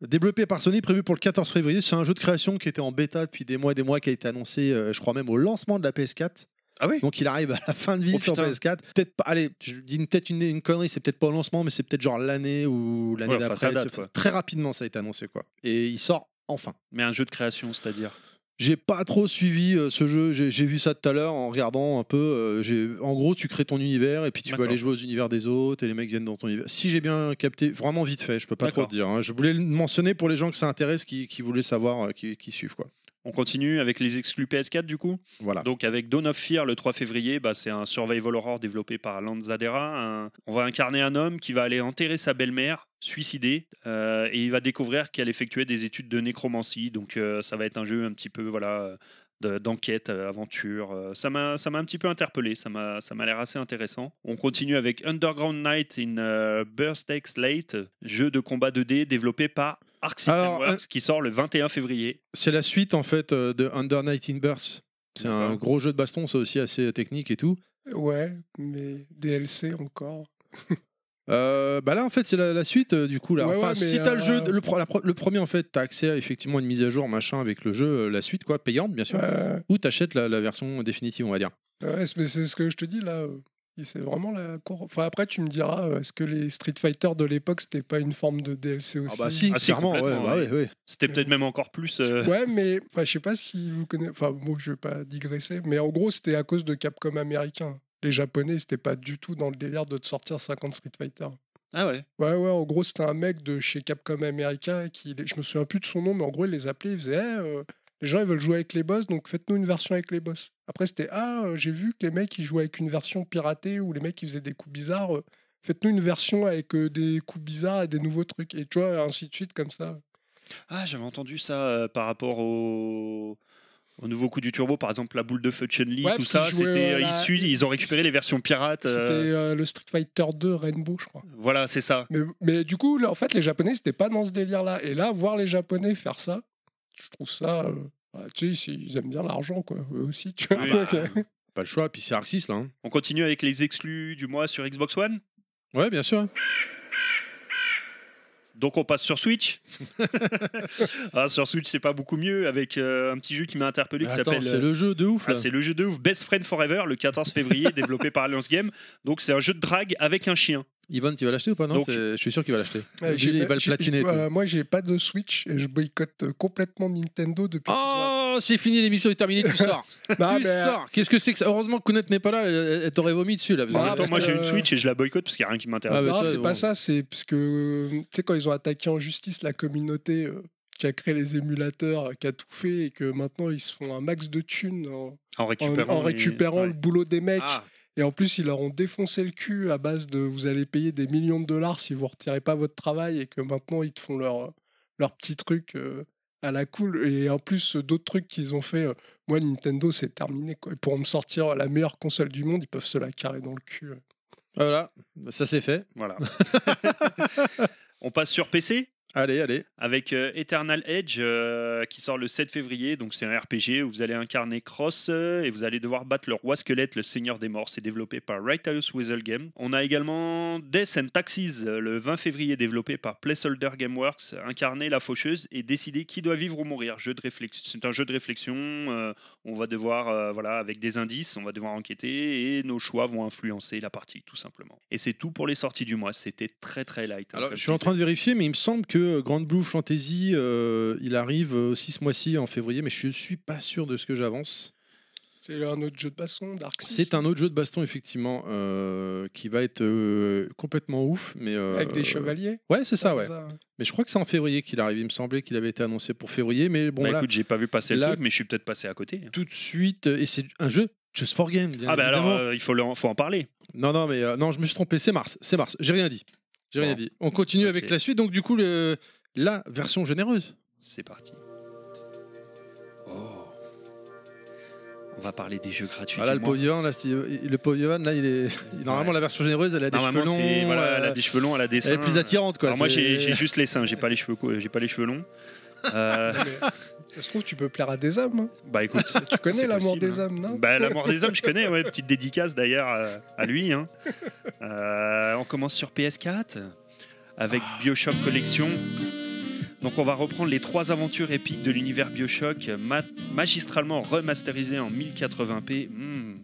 Speaker 3: Développé par Sony, prévu pour le 14 février, c'est un jeu de création qui était en bêta depuis des mois et des mois, qui a été annoncé, euh, je crois même, au lancement de la PS4.
Speaker 4: Ah oui
Speaker 3: Donc il arrive à la fin de vie
Speaker 4: Oh,
Speaker 3: sur
Speaker 4: putain.
Speaker 3: PS4. Peut-être pas, allez, je dis une- peut-être une, une connerie, c'est peut-être pas au lancement, mais c'est peut-être genre l'année ou l'année
Speaker 4: Ouais, enfin,
Speaker 3: d'après.
Speaker 4: ça date,
Speaker 3: Enfin,
Speaker 4: quoi.
Speaker 3: Très rapidement, ça a été annoncé, quoi. Et il sort enfin.
Speaker 4: Mais un jeu de création, c'est-à-dire.
Speaker 3: J'ai pas trop suivi euh, ce jeu, j'ai j'ai vu ça tout à l'heure en regardant un peu. euh, j'ai- en gros, tu crées ton univers et puis tu vas
Speaker 4: D'accord.
Speaker 3: aller jouer aux univers des autres et les mecs viennent dans ton univers. Si j'ai bien capté, vraiment vite fait, je peux pas trop
Speaker 4: D'accord.
Speaker 3: te dire. hein. Je voulais le mentionner pour les gens que ça intéresse, qui, qui voulaient savoir, euh, qui, qui suivent. quoi.
Speaker 4: On continue avec les exclus PS4 du coup.
Speaker 3: Voilà.
Speaker 4: Donc avec Dawn of Fear le 3 février, bah, c'est un survival horror développé par Lanzadera. Un- On va incarner un homme qui va aller enterrer sa belle-mère suicidée euh, et il va découvrir qu'elle effectuait des études de nécromancie. Donc euh, ça va être un jeu un petit peu voilà de- d'enquête, euh, aventure. Euh, ça m'a ça m'a un petit peu interpellé. Ça m'a ça m'a l'air assez intéressant. On continue avec Underground Night in euh, Burst X Late, jeu de combat 2D développé par Arc System
Speaker 3: Alors, euh,
Speaker 4: Works qui sort le 21 février.
Speaker 3: C'est la suite en fait euh, de Under Night in Burst. C'est un
Speaker 4: D'accord.
Speaker 3: gros jeu de baston, c'est aussi assez euh, technique et tout.
Speaker 6: Ouais, mais DLC encore.
Speaker 3: Euh, bah là en fait c'est la, la suite euh, du coup là.
Speaker 6: Ouais,
Speaker 3: enfin,
Speaker 6: ouais, mais,
Speaker 3: si t'as le jeu,
Speaker 6: euh,
Speaker 3: le, pro- la pro- le premier en fait t'as accès à effectivement une mise à jour machin avec le jeu, euh, la suite quoi, payante bien sûr.
Speaker 6: Ouais,
Speaker 3: ou t'achètes la, la version définitive, on va dire.
Speaker 6: ouais, c'est- mais c'est ce que je te dis là. euh, C'est vraiment la cour. Enfin, après, tu me diras, euh, est-ce que les Street Fighter de l'époque, c'était pas une forme de DLC aussi
Speaker 3: Ah bah si,
Speaker 4: Ah si,
Speaker 3: clairement, ouais,
Speaker 4: complètement,
Speaker 3: bah
Speaker 4: ouais.
Speaker 3: ouais, ouais.
Speaker 4: C'était peut-être même encore plus. euh,
Speaker 6: Ouais, mais enfin, je sais pas si vous connaissez. Enfin, bon, je vais pas digresser, mais en gros, c'était à cause de Capcom américain. Les Japonais, c'était pas du tout dans le délire de te sortir 50 Street Fighter.
Speaker 4: Ah ouais.
Speaker 6: Ouais, ouais, en gros, c'était un mec de chez Capcom américain qui, je me souviens plus de son nom, mais en gros, il les appelait, il faisait, Eh, euh, les gens, ils veulent jouer avec les boss, donc faites-nous une version avec les boss. Après, c'était, ah, euh, j'ai vu que les mecs, ils jouaient avec une version piratée ou les mecs, ils faisaient des coups bizarres. euh, faites-nous une version avec euh, des coups bizarres et des nouveaux trucs. Et tu vois, ainsi de suite, comme ça.
Speaker 4: Ah, j'avais entendu ça euh, par rapport au... au nouveau coup du turbo, par exemple la boule de feu de Chun-Li,
Speaker 6: Ouais,
Speaker 4: tout
Speaker 6: parce
Speaker 4: ça.
Speaker 6: qu'ils jouaient,
Speaker 4: C'était
Speaker 6: euh,
Speaker 4: euh,
Speaker 6: la-
Speaker 4: issu, ils ont récupéré les versions pirates.
Speaker 6: C'était
Speaker 4: euh,
Speaker 6: euh, le Street Fighter 2 Rainbow, je crois.
Speaker 4: Voilà, c'est ça.
Speaker 6: Mais, mais du coup, là, en fait, les Japonais, c'était pas dans ce délire-là. Et là, voir les Japonais faire ça, je trouve ça. euh, bah, tu sais, ils ils aiment bien l'argent, quoi. Eux aussi, tu vois.
Speaker 4: Oui.
Speaker 6: Donc, euh,
Speaker 3: Pas le choix, puis c'est Arxis là. hein.
Speaker 4: On continue avec les exclus du mois sur Xbox One.
Speaker 3: Ouais, bien sûr. hein.
Speaker 4: Donc on passe sur Switch. Ah, sur Switch, c'est pas beaucoup mieux avec euh, un petit jeu qui m'a interpellé
Speaker 3: Mais
Speaker 4: qui
Speaker 3: attends,
Speaker 4: s'appelle.
Speaker 3: c'est le jeu de ouf
Speaker 4: Ah,
Speaker 3: là.
Speaker 4: c'est le jeu de ouf Best Friend Forever le 14 février développé par Alliance Game. Donc c'est un jeu de drague avec un chien.
Speaker 6: Ah,
Speaker 3: Yvonne, tu vas l'acheter ou pas Non,
Speaker 4: Donc-
Speaker 3: c'est- je suis sûr qu'il va l'acheter.
Speaker 6: euh,
Speaker 3: Lui,
Speaker 6: j'ai
Speaker 3: il
Speaker 6: pas-
Speaker 3: va le
Speaker 6: j'ai-
Speaker 3: platiner. et tout.
Speaker 6: euh, moi, j'ai pas de Switch et je boycotte euh, complètement Nintendo depuis.
Speaker 3: Oh, c'est fini, l'émission est terminée, tu sors.
Speaker 6: qu'ils ont- Non,
Speaker 3: tu
Speaker 6: mais, euh,
Speaker 3: sors. Qu'est-ce que c'est que ça Heureusement que Kounet n'est pas là, elle, elle- elle t'aurait vomi dessus là. parce
Speaker 6: Ah,
Speaker 3: que-
Speaker 6: bah,
Speaker 4: Attends, moi
Speaker 6: que-
Speaker 4: j'ai une Switch et je la boycotte parce qu'il n'y a rien qui m'intéresse.
Speaker 3: Ah, bah,
Speaker 6: non,
Speaker 3: ça,
Speaker 6: c'est
Speaker 3: bon.
Speaker 6: pas ça. C'est parce que euh, tu sais quand ils ont attaqué en justice la communauté euh, qui a créé les émulateurs, euh, qui a tout fait et que maintenant ils se font un max de thunes ah, en
Speaker 4: en
Speaker 6: en- en
Speaker 4: récupérant, les-
Speaker 6: récupérant
Speaker 4: Ouais.
Speaker 6: le boulot des mecs.
Speaker 3: Ah,
Speaker 6: Et en plus, ils leur ont défoncé le cul à base de vous allez payer des millions de dollars si vous retirez pas votre travail et que maintenant ils te font leur, euh, leur petit truc euh, à la cool. Et en plus, euh, d'autres trucs qu'ils ont fait, euh, moi Nintendo, c'est terminé quoi. Ils pourront me sortir la meilleure console du monde, ils peuvent se la carrer dans le cul. euh.
Speaker 3: voilà, ça c'est fait.
Speaker 4: Voilà. On passe sur PC
Speaker 3: Allez, allez.
Speaker 4: avec euh, Eternal Edge euh, qui sort le 7 février. Donc c'est un RPG où vous allez incarner Cross euh, et vous allez devoir battre le roi squelette, le seigneur des morts. C'est développé par Righteous Weasel Game. On a également Death and Taxes euh, le 20 février développé par Placeholder Gameworks. Incarner la faucheuse et décider qui doit vivre ou mourir. Jeu de réflexion. C'est un jeu de réflexion. euh, on va devoir, euh, voilà, avec des indices, on va devoir enquêter et nos choix vont influencer la partie tout simplement. Et c'est tout pour les sorties du mois. C'était très très light. hein,
Speaker 3: Alors,
Speaker 4: comme
Speaker 3: je suis en
Speaker 4: disais.
Speaker 3: train de vérifier, mais il me semble que euh, Grand Blue Fantasy, euh, il arrive aussi ce mois-ci en février, mais je suis pas sûr de ce que j'avance.
Speaker 6: C'est un autre jeu de baston, Dark Souls.
Speaker 3: C'est un autre jeu de baston, effectivement, euh, qui va être euh, complètement ouf. Mais, euh,
Speaker 6: Avec des chevaliers. hein.
Speaker 3: Ouais, c'est ça, ouais.
Speaker 6: C'est
Speaker 3: Mais je crois que c'est en février qu'il arrive. Il me semblait qu'il avait été annoncé pour février, mais bon,
Speaker 4: Bah,
Speaker 3: là,
Speaker 4: écoute, j'ai pas vu passer
Speaker 3: là-
Speaker 4: le truc, mais je suis peut-être passé à côté.
Speaker 3: tout de suite, euh, et c'est un jeu Just for Game. bien
Speaker 4: Ah bah alors,
Speaker 3: évidemment.
Speaker 4: euh, il faut, le- faut en parler.
Speaker 3: Non, non, mais euh, non, je me suis trompé. C'est mars. C'est mars. J'ai rien dit. J'ai rien
Speaker 4: Bon.
Speaker 3: dit. On continue
Speaker 4: Ok.
Speaker 3: avec la suite. Donc, du coup, le- la version généreuse.
Speaker 4: C'est parti. Oh. On va parler des jeux gratuits.
Speaker 3: Voilà,
Speaker 4: du
Speaker 3: le
Speaker 4: mois.
Speaker 3: pauvre Yovan, là, c'est- le pauvre Yovan, là, il est. Normalement, la version généreuse, elle a des cheveux
Speaker 4: Normalement,
Speaker 3: longs.
Speaker 4: c'est voilà, elle a
Speaker 3: euh,
Speaker 4: des cheveux longs, elle a des
Speaker 3: elle est
Speaker 4: seins.
Speaker 3: plus attirante, quoi.
Speaker 4: Alors moi,
Speaker 3: c'est-
Speaker 4: j'ai j'ai juste les seins, j'ai pas les cheveux, cou- j'ai pas les cheveux longs. Euh,
Speaker 6: ça. Mais Ça se trouve, tu peux plaire à des hommes. hein.
Speaker 4: bah écoute,
Speaker 6: Tu connais
Speaker 4: C'est
Speaker 6: l'amour
Speaker 4: possible,
Speaker 6: des
Speaker 4: hein.
Speaker 6: hommes, non
Speaker 4: bah, la mort des hommes, je connais, ouais, petite dédicace d'ailleurs euh, à lui. hein. Euh, on commence sur PS4 avec
Speaker 6: Ah.
Speaker 4: Bioshock Collection. Donc on va reprendre les trois aventures épiques de l'univers Bioshock, ma- magistralement remasterisées en 1080p. Hmm.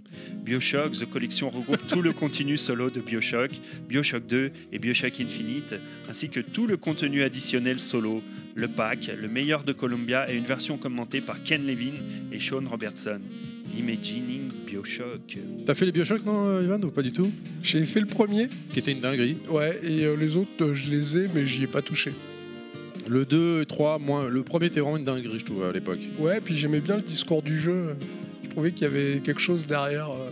Speaker 4: Bioshock, The Collection regroupe tout le contenu solo de Bioshock, Bioshock 2 et Bioshock Infinite, ainsi que tout le contenu additionnel solo, le pack, le meilleur de Columbia et une version commentée par Ken Levin et Sean Robertson. Imagining Bioshock.
Speaker 3: T'as fait les Bioshock, non, euh, Yovan, ou pas du tout
Speaker 6: J'ai fait le premier,
Speaker 3: Qui était une dinguerie.
Speaker 6: ouais, et euh, les autres, euh, je les ai, mais j'y ai pas touché.
Speaker 3: Le 2, 3, moins. Le premier était vraiment une dinguerie, je trouve, à l'époque.
Speaker 6: Ouais, puis j'aimais bien le discours du jeu. Je trouvais qu'il y avait quelque chose derrière, euh,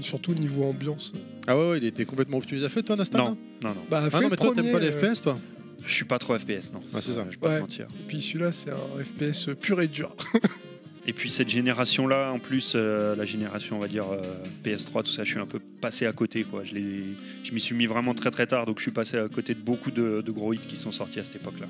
Speaker 6: surtout au niveau ambiance.
Speaker 3: Ah ouais, ouais, il était complètement optimisé. Fait, toi, Nostal
Speaker 4: Non, non, non.
Speaker 6: Bah, fais
Speaker 3: Ah non,
Speaker 6: le
Speaker 3: mais toi, t'aimes
Speaker 6: premier,
Speaker 3: pas les
Speaker 6: euh,
Speaker 3: FPS, toi
Speaker 4: Je suis pas trop FPS, non.
Speaker 3: Ah, c'est ça.
Speaker 4: Je vais pas te
Speaker 6: Ouais.
Speaker 4: mentir.
Speaker 6: Et puis celui-là, c'est un FPS pur et dur.
Speaker 4: Et puis cette génération-là, en plus, euh, la génération, on va dire, euh, PS3, tout ça, je suis un peu passé à côté, quoi. Je, l'ai- je m'y suis mis vraiment très très tard, donc je suis passé à côté de beaucoup de, de gros hits qui sont sortis à cette époque-là.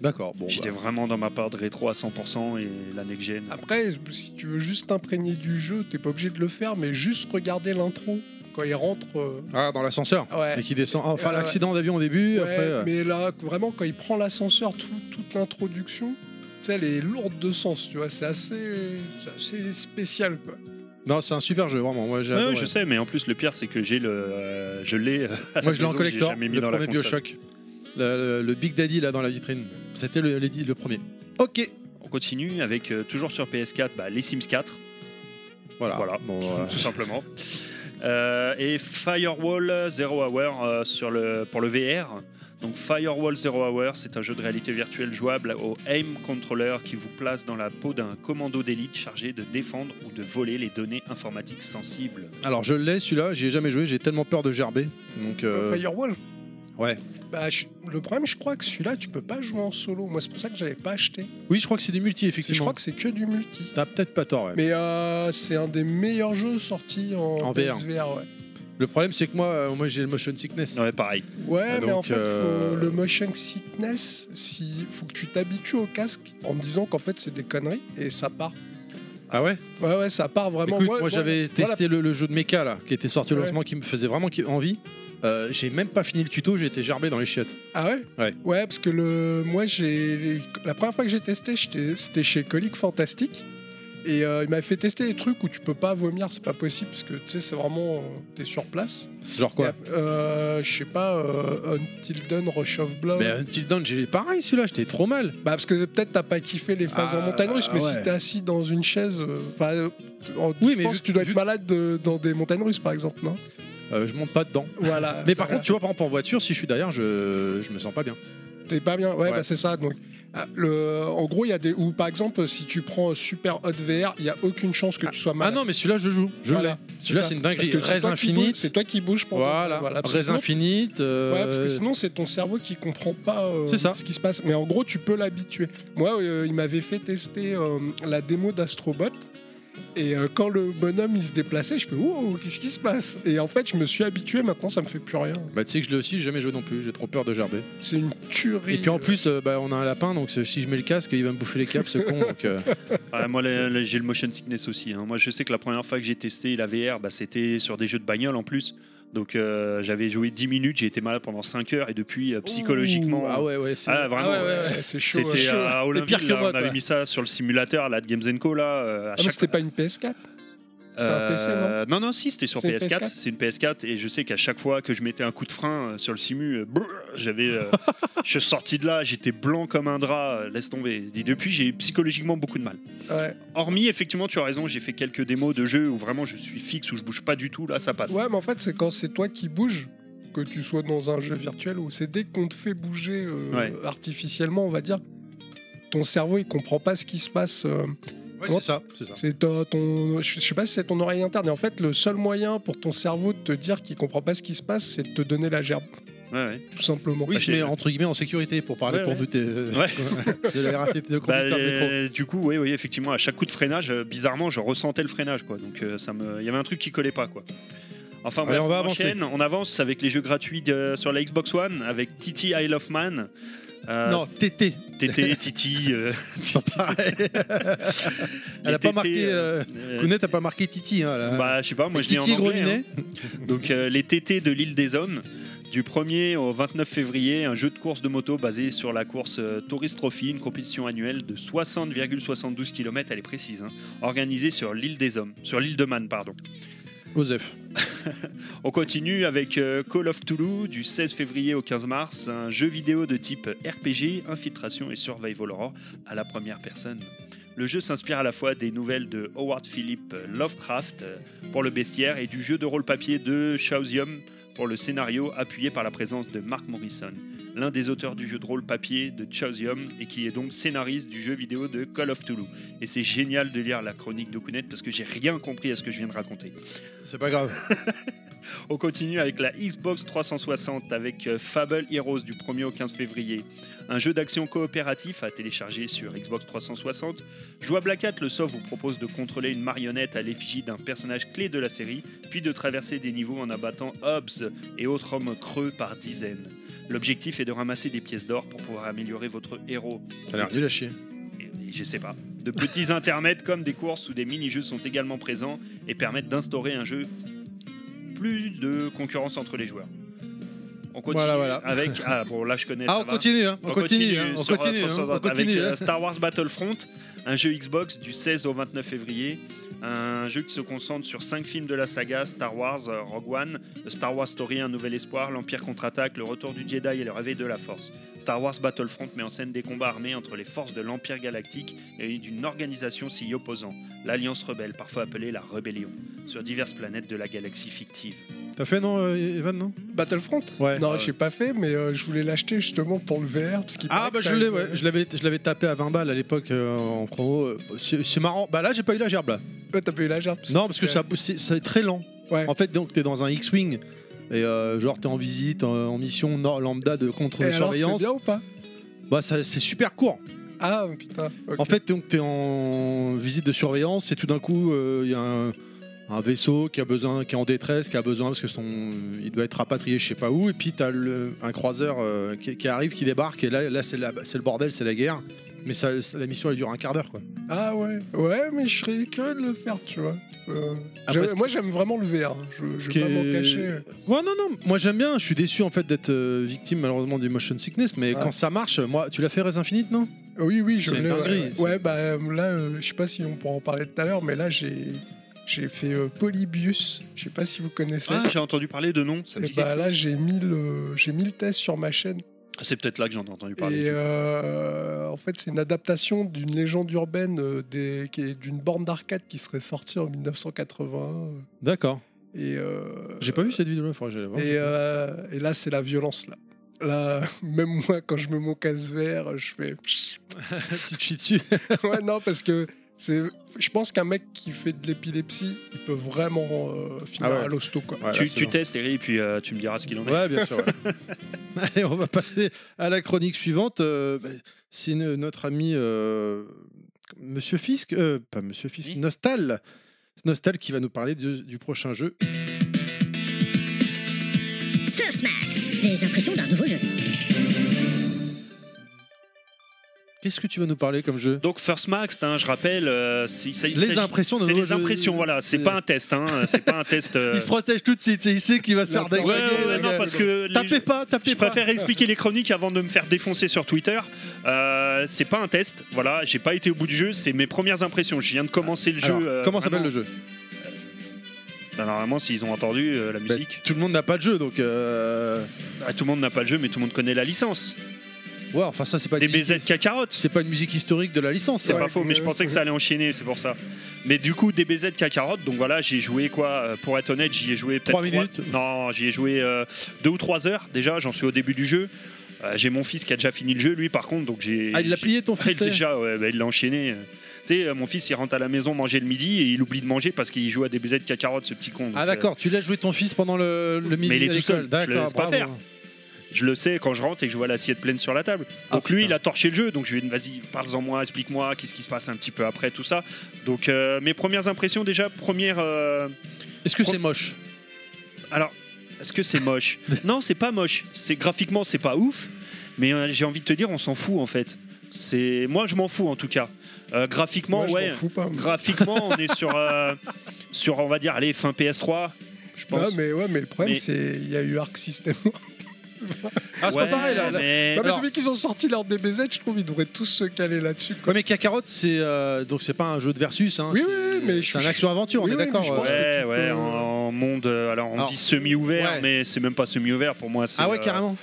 Speaker 3: D'accord, bon.
Speaker 4: J'étais
Speaker 3: bah.
Speaker 4: vraiment dans ma part de rétro à 100% et la next-gen.
Speaker 6: Après, si tu veux juste t'imprégner du jeu, t'es pas obligé de le faire, mais juste regarder l'intro quand il rentre. euh,
Speaker 3: Ah, dans l'ascenseur
Speaker 6: Ouais.
Speaker 3: Et qui descend. ah, Enfin,
Speaker 6: Ouais, ouais.
Speaker 3: l'accident d'avion au début,
Speaker 6: Ouais,
Speaker 3: après. euh,
Speaker 6: mais là, vraiment, quand il prend l'ascenseur, tout- toute l'introduction, tu sais, elle est lourde de sens, tu vois. C'est assez, c'est assez spécial, quoi.
Speaker 3: Non, c'est un super jeu, vraiment. Moi, j'ai
Speaker 4: Ouais,
Speaker 3: adoré.
Speaker 4: je sais, mais en plus, le pire, c'est que j'ai le. euh, je l'ai. euh,
Speaker 3: Moi, je l'ai en
Speaker 4: J'ai
Speaker 3: collector,
Speaker 4: jamais mis
Speaker 3: le
Speaker 4: dans la
Speaker 3: premier
Speaker 4: console.
Speaker 3: Bioshock. Le, le- le Big Daddy, là, dans la vitrine. C'était le, le- le premier. Ok
Speaker 4: On continue avec, euh, toujours sur PS4, bah, les Sims 4.
Speaker 3: Voilà.
Speaker 4: Voilà.
Speaker 3: Bon, voilà.
Speaker 4: tout simplement. Euh, et Firewall Zero Hour euh, sur le, pour le VR. Donc Firewall Zero Hour, c'est un jeu de réalité virtuelle jouable au AIM Controller qui vous place dans la peau d'un commando d'élite chargé de défendre ou de voler les données informatiques sensibles.
Speaker 3: Alors, je l'ai, celui-là, j'y ai jamais joué, j'ai tellement peur de gerber. Donc, euh,
Speaker 6: Firewall.
Speaker 3: ouais.
Speaker 6: Bah, je- le problème, je crois que celui-là, tu peux pas jouer en solo. Moi, c'est pour ça que j'avais pas acheté.
Speaker 3: Oui, je crois que c'est du multi,
Speaker 6: Je
Speaker 3: effectivement.
Speaker 6: crois que c'est que du multi.
Speaker 3: T'as peut-être pas tort, ouais.
Speaker 6: Mais euh, c'est un des meilleurs jeux sortis en,
Speaker 3: En VR.
Speaker 6: PSVR, ouais.
Speaker 3: Le problème, c'est que moi, euh, moi j'ai le motion sickness.
Speaker 4: Ouais, pareil.
Speaker 6: Ouais,
Speaker 3: Ah,
Speaker 6: mais en
Speaker 3: donc,
Speaker 6: fait, faut-
Speaker 3: euh,
Speaker 6: le motion sickness, si faut que tu t'habitues au casque en me disant qu'en fait c'est des conneries et ça part.
Speaker 3: Ah ouais
Speaker 6: Ouais, ouais, ça part vraiment.
Speaker 3: Écoute,
Speaker 6: Ouais,
Speaker 3: moi
Speaker 6: Ah, bon,
Speaker 3: j'avais
Speaker 6: voilà.
Speaker 3: testé le, le jeu de méca là, qui était sorti le
Speaker 6: Ouais.
Speaker 3: lancement, qui me faisait vraiment qui- envie. Euh, j'ai même pas fini le tuto, j'ai été gerbé dans les chiottes.
Speaker 6: Ah ouais,
Speaker 3: Ouais.
Speaker 6: parce que le, moi j'ai la première fois que j'ai testé, j'étais- c'était chez Colic Fantastique. Et euh, il m'a fait tester des trucs où tu peux pas vomir, c'est pas possible, parce que tu sais, c'est vraiment. euh, T'es sur place.
Speaker 3: Genre quoi
Speaker 6: Et, euh, Je sais pas, euh, Until Dawn, Rush of Blood.
Speaker 3: euh, Mais Until Dawn, j'ai pareil celui-là, j'étais trop mal.
Speaker 6: Bah parce que peut-être t'as pas kiffé les phases
Speaker 3: Ah,
Speaker 6: en montagne russe, mais
Speaker 3: ouais.
Speaker 6: si t'es assis dans une chaise, euh, enfin, euh, en-
Speaker 3: Oui,
Speaker 6: je
Speaker 3: mais
Speaker 6: pense
Speaker 3: vu-
Speaker 6: que tu dois être
Speaker 3: vu-
Speaker 6: malade de- dans des montagnes russes, par exemple, non
Speaker 3: Euh, je monte pas dedans.
Speaker 6: Voilà.
Speaker 3: Mais par
Speaker 6: Voilà.
Speaker 3: contre, tu vois, par exemple, en voiture, si je suis derrière, je, je me sens pas bien.
Speaker 6: t'es pas bien.
Speaker 3: Ouais.
Speaker 6: Ouais, bah c'est ça. Donc, ah, le, en gros, il y a des ou par exemple, si tu prends Super Hot VR, il y a aucune chance que tu sois
Speaker 3: Ah
Speaker 6: malade.
Speaker 3: non, mais celui-là, je joue. Je
Speaker 6: Voilà.
Speaker 3: l'ai. Celui-là,
Speaker 6: ça.
Speaker 3: c'est une dinguerie.
Speaker 6: Parce que c'est
Speaker 3: Res
Speaker 6: toi qui bouge-
Speaker 3: Infinite.
Speaker 6: c'est toi qui bouge pendant.
Speaker 3: Voilà.
Speaker 6: parce que
Speaker 3: Res
Speaker 6: sinon-
Speaker 3: Infinite. euh,
Speaker 6: Ouais, parce que sinon c'est ton cerveau qui comprend pas euh,
Speaker 3: C'est ça.
Speaker 6: ce qui se passe. Mais en gros, tu peux l'habituer. Moi, euh, il m'avait fait tester euh, la démo d'Astrobot Et euh, quand le bonhomme il se déplaçait, je fais wow, qu'est-ce qui se passe Et en fait, je me suis habitué. Maintenant, ça me fait plus rien.
Speaker 3: Bah, tu sais que je l'ai aussi, j'ai jamais joué non plus, j'ai trop peur de gerber.
Speaker 6: C'est une tuerie.
Speaker 3: Et puis en plus, euh, bah, on a un lapin, donc euh, si je mets le casque, il va me bouffer les câbles, ce con. Donc, euh,
Speaker 4: Ah, moi, là, là, j'ai le motion sickness aussi. hein. Moi, je sais que la première fois que j'ai testé la VR, bah, c'était sur des jeux de bagnole en plus. Donc, euh, j'avais joué 10 minutes, j'ai été malade pendant 5 heures, et depuis, euh, psychologiquement.
Speaker 3: Ah ouais, ouais, c'est.
Speaker 4: Ah, vraiment,
Speaker 3: ouais, ouais, ouais.
Speaker 6: Ouais, c'est chaud.
Speaker 4: C'était
Speaker 6: hein.
Speaker 4: à Olympia,
Speaker 3: pire que moi,
Speaker 4: on avait
Speaker 3: quoi.
Speaker 4: mis ça sur le simulateur là, de Games Co. Là, euh, à
Speaker 6: Ah, mais
Speaker 4: chaque
Speaker 6: c'était pas une PS4 c'était un PC,
Speaker 4: Euh, non, non, si, c'était sur
Speaker 6: C'est une
Speaker 4: PS4.
Speaker 6: PS4.
Speaker 4: C'est une PS4 et je sais qu'à chaque fois que je mettais un coup de frein euh, sur le simu, euh, brrr, j'avais, euh, je suis sorti de là, j'étais blanc comme un drap. euh, laisse tomber. Et depuis, j'ai psychologiquement beaucoup de mal.
Speaker 6: Ouais.
Speaker 4: Hormis, effectivement, tu as raison, j'ai fait quelques démos de jeux où vraiment je suis fixe, où je bouge pas du tout. Là, ça passe.
Speaker 6: Ouais, mais en fait, c'est quand c'est toi qui bouges, que tu sois dans un jeu virtuel ou c'est dès qu'on te fait bouger euh,
Speaker 4: Ouais.
Speaker 6: artificiellement, on va dire, ton cerveau il comprend pas ce qui se passe. euh, Comment-
Speaker 3: c'est ça, c'est ça.
Speaker 6: c'est ton, ton- je je sais pas si c'est ton oreille interne. Et en fait, le seul moyen pour ton cerveau de te dire qu'il comprend pas ce qui se passe, c'est de te donner la gerbe,
Speaker 4: Ouais, ouais.
Speaker 6: tout simplement.
Speaker 4: Bah,
Speaker 3: Oui, je
Speaker 4: j'ai-
Speaker 3: mets entre guillemets en sécurité pour parler
Speaker 4: Ouais,
Speaker 3: pour
Speaker 4: ouais.
Speaker 3: nous des- euh, de la RATP de
Speaker 4: Bah,
Speaker 3: conducteur de métro.
Speaker 4: euh, du coup, oui, oui, effectivement, à chaque coup de freinage, euh, bizarrement, je ressentais le freinage, quoi. Donc, euh, ça me, il y avait un truc qui collait pas, quoi. Enfin,
Speaker 3: Allez,
Speaker 4: bref,
Speaker 3: on va
Speaker 4: enchaîne. on avance avec les jeux gratuits de- sur la Xbox One, avec Titi Isle of Man. Euh,
Speaker 3: Non, TT.
Speaker 4: TT, Titi. euh,
Speaker 3: c'est pareil. Elle a
Speaker 4: les
Speaker 3: pas
Speaker 4: TT,
Speaker 3: marqué.
Speaker 4: euh,
Speaker 3: Euh...
Speaker 4: euh,
Speaker 3: Kounet, t'as pas marqué Titi. Hein, là.
Speaker 4: Bah, je sais pas, moi je dis en
Speaker 3: Titi
Speaker 4: anglais.
Speaker 3: Groslinet.
Speaker 4: hein. Donc euh, les TT de l'île des hommes, du 1er au 29 février, un jeu de course de moto basé sur la course euh, Tourist Trophy, une compétition annuelle de 60,72 km, elle est précise, hein, organisée sur l'île des hommes, sur l'île de Man, pardon. hein.
Speaker 3: Osef.
Speaker 4: On continue avec euh, Call of Toulouse du 16 février au 15 mars, un jeu vidéo de type RPG, infiltration et survival horror à la première personne. Le jeu s'inspire à la fois des nouvelles de Howard Philip Lovecraft euh, pour le bestiaire et du jeu de rôle papier de Chaosium pour le scénario appuyé par la présence de Mark Morrison, l'un des auteurs du jeu de rôle papier de Chaosium et qui est donc scénariste du jeu vidéo de Call of Toulouse. Et c'est génial de lire la chronique de Kounet parce que j'ai rien compris à ce que je viens de raconter.
Speaker 3: C'est pas grave.
Speaker 4: On continue avec la Xbox 360 avec euh, Fable Heroes du 1er au 15 février. Un jeu d'action coopératif à télécharger sur Xbox 360. Jouable à 4, le soft vous propose de contrôler une marionnette à l'effigie d'un personnage clé de la série, puis de traverser des niveaux en abattant Hobbs et autres hommes creux par dizaines. L'objectif est de ramasser des pièces d'or pour pouvoir améliorer votre héros.
Speaker 3: T'as l'air nul à chier.
Speaker 4: Et- et je sais pas. De petits intermèdes comme des courses ou des mini-jeux sont également présents et permettent d'instaurer un jeu plus de concurrence entre les joueurs. On continue
Speaker 3: Voilà, voilà.
Speaker 4: avec ah bon là je connais
Speaker 3: Ah,
Speaker 4: ça
Speaker 3: on
Speaker 4: va.
Speaker 3: continue, hein, on, continue, hein, on
Speaker 4: sur, euh,
Speaker 3: continue, hein,
Speaker 4: 360,
Speaker 3: on continue.
Speaker 4: avec euh,
Speaker 3: hein.
Speaker 4: Star Wars Battlefront, un jeu Xbox du 16 au 29 février, un jeu qui se concentre sur cinq films de la saga Star Wars, euh, Rogue One, Star Wars Story, Un Nouvel Espoir, l'Empire contre-attaque, le Retour du Jedi et le Réveil de la Force. Star Wars Battlefront met en scène des combats armés entre les forces de l'Empire galactique et d'une organisation s'y opposant, l'Alliance rebelle, parfois appelée la Rébellion, sur diverses planètes de la galaxie fictive.
Speaker 3: T'as fait non, euh, Evan non
Speaker 6: Battlefront
Speaker 3: Ouais.
Speaker 6: Non,
Speaker 4: ouais.
Speaker 6: j'ai pas fait, mais euh, je voulais l'acheter justement pour le VR. Parce qu'il
Speaker 3: Ah
Speaker 6: paraît
Speaker 3: bah
Speaker 6: que
Speaker 3: je
Speaker 6: t'as euh,
Speaker 3: l'ai,
Speaker 6: une-
Speaker 3: ouais. je l'avais, je l'avais tapé à 20 balles à l'époque euh, en promo. euh, C'est c'est marrant. Bah là j'ai pas eu la gerbe là.
Speaker 6: Ouais, t'as pas eu la gerbe.
Speaker 3: Non parce que ça, c'est c'est très lent.
Speaker 6: Ouais.
Speaker 3: En fait donc t'es dans un X-wing et euh, genre t'es en visite, en, en mission nor- lambda de
Speaker 6: Et alors, c'est
Speaker 3: contre-surveillance.
Speaker 6: bien ou pas
Speaker 3: Bah ça- c'est super court.
Speaker 6: Ah putain. ok.
Speaker 3: En fait donc t'es en visite de surveillance et tout d'un coup euh, il y a un, un vaisseau qui a besoin, qui est en détresse, qui a besoin parce que son, il doit être rapatrié je sais pas où et puis t'as le- un croiseur euh, qui, qui arrive, qui débarque et là, là c'est la- c'est le bordel, c'est la guerre. Mais ça, ça- la mission elle dure un quart d'heure quoi.
Speaker 6: Ah ouais. Ouais, mais je serais curieux de le faire, tu vois. Euh,
Speaker 3: Après,
Speaker 6: j'aime-
Speaker 3: ce-
Speaker 6: moi, j'aime vraiment le VR. Je, je
Speaker 3: Ce
Speaker 6: vais
Speaker 3: qui
Speaker 6: pas m'en
Speaker 3: est-
Speaker 6: cacher. ouais.
Speaker 3: Ouais, non, non, moi j'aime bien, je suis déçu en fait d'être euh, victime malheureusement du motion sickness, mais
Speaker 6: Ah.
Speaker 3: quand ça marche, moi, tu l'as fait Res Infinite, non
Speaker 6: Oui, oui, je
Speaker 3: C'est une
Speaker 6: l'ai.
Speaker 3: dinguerie,
Speaker 6: Ouais,
Speaker 3: ça.
Speaker 6: Ouais, bah euh, là, euh, je sais pas si on pourra en parler tout à l'heure, mais là, j'ai j'ai fait euh, Polybius. Je sais pas si vous connaissez.
Speaker 4: Ah, j'ai entendu parler de nom, ça me
Speaker 6: et
Speaker 4: dit
Speaker 6: bah là, j'ai mis le j'ai mis le test sur ma chaîne.
Speaker 4: quelque- C'est peut-être là que j'en ai entendu parler.
Speaker 6: Et
Speaker 4: tu vois.
Speaker 6: euh, en fait, c'est une adaptation d'une légende urbaine euh, des- qui est d'une borne d'arcade qui serait sortie en 1981.
Speaker 3: D'accord.
Speaker 6: Et euh,
Speaker 3: J'ai pas vu cette vidéo-là, il faudrait que j'aille la voir.
Speaker 6: Et, euh, et là, c'est la violence, là. Là, même moi, quand je me mets mon casse vert, je fais.
Speaker 3: tu te chies dessus.
Speaker 6: ouais, non, parce que c'est. Je pense qu'un mec qui fait de l'épilepsie, il peut vraiment euh, finir
Speaker 3: Ah ouais.
Speaker 6: à l'hosto, quoi.
Speaker 3: Ouais, là,
Speaker 4: tu
Speaker 3: c'est
Speaker 4: tu
Speaker 3: bon.
Speaker 4: testes, Eric, et puis euh, tu me diras ce qu'il en est.
Speaker 3: Ouais, bien sûr. ouais. Allez, on va passer à la chronique suivante. euh, bah, c'est une- notre ami euh, Monsieur Fisk, euh, pas Monsieur Fisk,
Speaker 4: Oui.
Speaker 3: Nostal. Nostal qui va nous parler de- du prochain jeu.
Speaker 1: First Max, les impressions d'un nouveau jeu.
Speaker 3: Qu'est-ce que tu vas nous parler comme jeu
Speaker 4: Donc First Max, hein, je rappelle, euh, c'est- ça- il
Speaker 3: Les
Speaker 4: s'agit-
Speaker 3: impressions de
Speaker 4: C'est
Speaker 3: nos-
Speaker 4: les impressions, voilà. C'est
Speaker 3: c'est-
Speaker 4: pas un test, hein, c'est pas un test. euh,
Speaker 3: Il se protège tout de suite, il sait qu'il va se faire
Speaker 6: Ouais,
Speaker 4: Ouais,
Speaker 3: déglinguer,
Speaker 4: ouais, ouais,
Speaker 3: le
Speaker 4: non,
Speaker 3: gars.
Speaker 4: parce que les-
Speaker 3: Tapez pas, tapez
Speaker 4: je
Speaker 3: pas.
Speaker 4: préfère expliquer les chroniques avant de me faire défoncer sur Twitter. Euh, c'est pas un test, voilà. J'ai pas été au bout du jeu, c'est mes premières impressions. Je viens de commencer le
Speaker 3: Alors,
Speaker 4: jeu. euh,
Speaker 3: comment s'appelle
Speaker 4: vraiment.
Speaker 3: le jeu
Speaker 4: Bah, Normalement, s'ils ont entendu euh,
Speaker 3: Bah,
Speaker 4: la musique.
Speaker 3: Tout le monde n'a pas de jeu, donc. Euh...
Speaker 4: Ah, tout le monde n'a pas le jeu, mais tout le monde connaît la licence.
Speaker 3: Ouais, enfin, ça, c'est pas, une
Speaker 4: Des
Speaker 3: musique-
Speaker 4: BZ cacarottes.
Speaker 3: c'est pas une musique historique de la licence.
Speaker 4: C'est
Speaker 3: ça.
Speaker 6: Ouais,
Speaker 4: pas faux, mais je
Speaker 6: euh,
Speaker 4: pensais que ça allait enchaîner, c'est pour ça. Mais du coup, DBZ Cacarotte, donc voilà, j'ai joué quoi euh, Pour être honnête, j'y ai joué peut-être.
Speaker 3: Trois minutes
Speaker 4: Non, j'y ai joué euh, deux ou trois heures déjà, j'en suis au début du jeu. Euh, j'ai mon fils qui a déjà fini le jeu, lui par contre, donc j'ai.
Speaker 3: Ah, il l'a plié ton
Speaker 4: Ouais,
Speaker 3: fils. eh
Speaker 4: déjà, ouais, bah, il l'a enchaîné. Tu sais, euh, mon fils il rentre à la maison manger le midi et il oublie de manger parce qu'il joue à DBZ Cacarotte, ce petit con. donc,
Speaker 3: Ah,
Speaker 4: euh,
Speaker 3: d'accord, tu l'as joué ton fils pendant le, le midi.
Speaker 4: il est tout
Speaker 3: à l'école.
Speaker 4: seul, je le
Speaker 3: D'accord,
Speaker 4: laisse pas
Speaker 3: bravo.
Speaker 4: faire. je le sais quand je rentre et que je vois l'assiette pleine sur la table.
Speaker 3: Ah,
Speaker 4: Donc lui,
Speaker 3: putain.
Speaker 4: il a torché le jeu. Donc je lui ai dit, vas-y, parle-en moi, explique-moi, qu'est-ce qui se passe un petit peu après, tout ça. Donc euh, mes premières impressions déjà, première. euh,
Speaker 3: Est-ce que c'est moche Ah,
Speaker 4: Alors, est-ce que c'est moche Non, c'est pas moche. C'est graphiquement, c'est pas ouf. Mais euh, j'ai envie de te dire, on s'en fout en fait. C'est moi, je m'en fous en tout cas. Euh, graphiquement,
Speaker 6: Moi, je
Speaker 4: ouais.
Speaker 6: m'en fous pas.
Speaker 4: Graphiquement, on est sur, euh, sur, on va dire, allez, fin PS3. Je pense.
Speaker 6: Non, mais, ouais, mais le problème,
Speaker 4: Mais-
Speaker 6: c'est il y a eu Arc System.
Speaker 3: Ah, c'est
Speaker 4: Ouais,
Speaker 3: pas pareil là. là.
Speaker 4: mais-
Speaker 6: non, mais
Speaker 3: alors-
Speaker 6: depuis qu'ils ont sorti leur DBZ, je trouve qu'ils devraient tous se caler là-dessus. quoi.
Speaker 3: Ouais, mais Kakarot, c'est euh, donc c'est pas un jeu de versus. Hein,
Speaker 6: Oui,
Speaker 3: c'est-
Speaker 6: oui, oui, mais je-
Speaker 3: c'est un action-aventure,
Speaker 6: Oui,
Speaker 3: on est
Speaker 6: oui,
Speaker 3: d'accord.
Speaker 6: mais je pense
Speaker 3: euh,
Speaker 6: que
Speaker 4: Ouais,
Speaker 6: tu
Speaker 4: ouais,
Speaker 6: peux-
Speaker 4: en, en monde. euh, Alors, on
Speaker 3: Alors,
Speaker 4: dit semi-ouvert,
Speaker 3: ouais.
Speaker 4: mais c'est même pas semi-ouvert pour moi. c'est,
Speaker 3: Ah ouais,
Speaker 4: euh,
Speaker 3: carrément.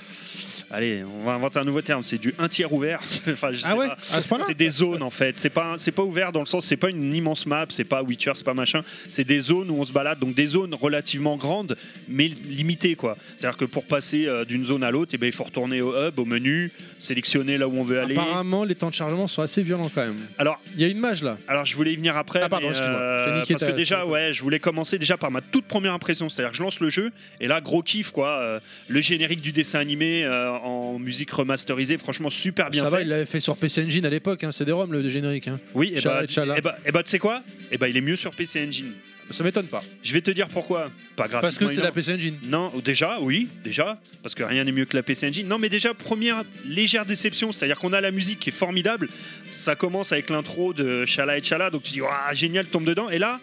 Speaker 4: allez, on va inventer un nouveau terme. C'est du un tiers ouvert. enfin, je sais
Speaker 3: Ah ouais,
Speaker 4: pas.
Speaker 3: à ce point-là.
Speaker 4: C'est des zones en fait. C'est pas, c'est pas ouvert dans le sens, c'est pas une immense map, c'est pas Witcher, c'est pas machin. C'est des zones où on se balade, donc des zones relativement grandes, mais limitées quoi. C'est-à-dire que pour passer euh, d'une zone à l'autre, eh ben, il faut retourner au hub, au menu, sélectionner là où on veut aller.
Speaker 3: Apparemment, les temps de chargement sont assez violents quand même.
Speaker 4: Alors,
Speaker 3: Il y a une mage là.
Speaker 4: alors je voulais y venir après.
Speaker 3: Ah, pardon,
Speaker 4: mais, euh,
Speaker 3: excuse-moi, je t'ai niqué
Speaker 4: parce
Speaker 3: ta-
Speaker 4: que déjà, ouais, je voulais commencer déjà par ma toute première impression. C'est-à-dire que je lance le jeu et là, gros kiff quoi. Euh, le générique du dessin animé euh, en musique remasterisée, franchement super Ah, bien
Speaker 3: Ça
Speaker 4: fait.
Speaker 3: va, il l'avait fait sur PC Engine à l'époque, hein, c'est des ROM le générique. hein.
Speaker 4: Oui, et bah,
Speaker 3: Chala- Chala.
Speaker 4: eh bah- eh bah, tu sais quoi Et bah, il est mieux sur PC Engine.
Speaker 3: Ça m'étonne pas.
Speaker 4: Je vais te dire pourquoi. Pas grave.
Speaker 3: Parce que c'est la PC Engine.
Speaker 4: Non, déjà, oui, déjà, parce que rien n'est mieux que la PC Engine. Non, mais déjà, première légère déception, c'est-à-dire qu'on a la musique qui est formidable. Ça commence avec l'intro de Chala et Chala, donc tu dis, waouh, génial, tombe dedans. Et là,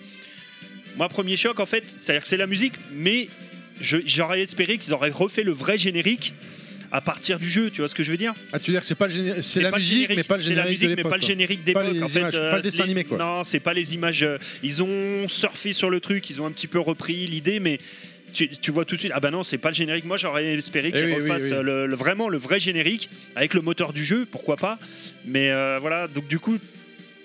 Speaker 4: moi, premier choc, en fait, c'est-à-dire que c'est la musique, mais je- j'aurais espéré qu'ils auraient refait le vrai générique à partir du jeu, tu vois ce que je veux dire
Speaker 3: Ah, tu veux dire que c'est pas le générique C'est la
Speaker 4: pas le
Speaker 3: musique, mais
Speaker 4: générique,
Speaker 3: pas le
Speaker 4: C'est la
Speaker 3: générique. de
Speaker 4: musique, mais pas le
Speaker 3: l'époque, quoi.
Speaker 4: générique
Speaker 3: Pas
Speaker 4: d'époque.
Speaker 3: les
Speaker 4: en fait,
Speaker 3: images, pas le dessin
Speaker 4: les-
Speaker 3: animé, quoi.
Speaker 4: Non, c'est pas les images. euh, Ils ont surfé sur le truc, ils ont un petit peu repris l'idée, mais. Tu, tu vois tout de suite, ah bah non, c'est pas le générique. Moi j'aurais espéré
Speaker 3: Eh
Speaker 4: qu'ils
Speaker 3: oui, oui,
Speaker 4: refassent
Speaker 3: oui.
Speaker 4: euh, le- le- vraiment le vrai générique avec le moteur du jeu, pourquoi pas. Mais euh, voilà, donc du coup,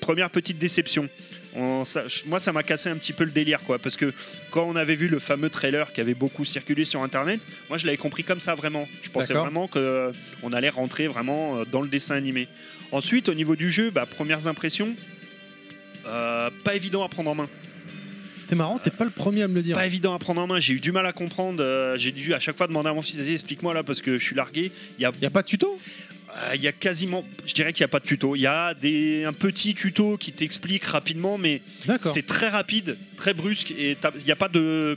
Speaker 4: première petite déception. On- ça- moi ça m'a cassé un petit peu le délire quoi, parce que quand on avait vu le fameux trailer qui avait beaucoup circulé sur internet, moi je l'avais compris comme ça vraiment. Je pensais
Speaker 3: D'accord.
Speaker 4: vraiment que euh, on allait rentrer vraiment euh, dans le dessin animé. Ensuite, au niveau du jeu, bah, premières impressions, euh, pas évident à prendre en main.
Speaker 3: T'es marrant, t'es pas le premier à me le dire.
Speaker 4: Pas évident à prendre en main. J'ai eu du mal à comprendre. euh, J'ai dû à chaque fois demander à mon fils, vas-y, explique-moi là parce que je suis largué. Il y a
Speaker 3: Y a pas de tuto
Speaker 4: euh, Il y a quasiment, je dirais qu'il n'y a pas de tuto. Il y a des, un petit tuto qui t'explique rapidement, mais
Speaker 3: D'accord.
Speaker 4: c'est très rapide, très brusque et t'as- il n'y a pas de.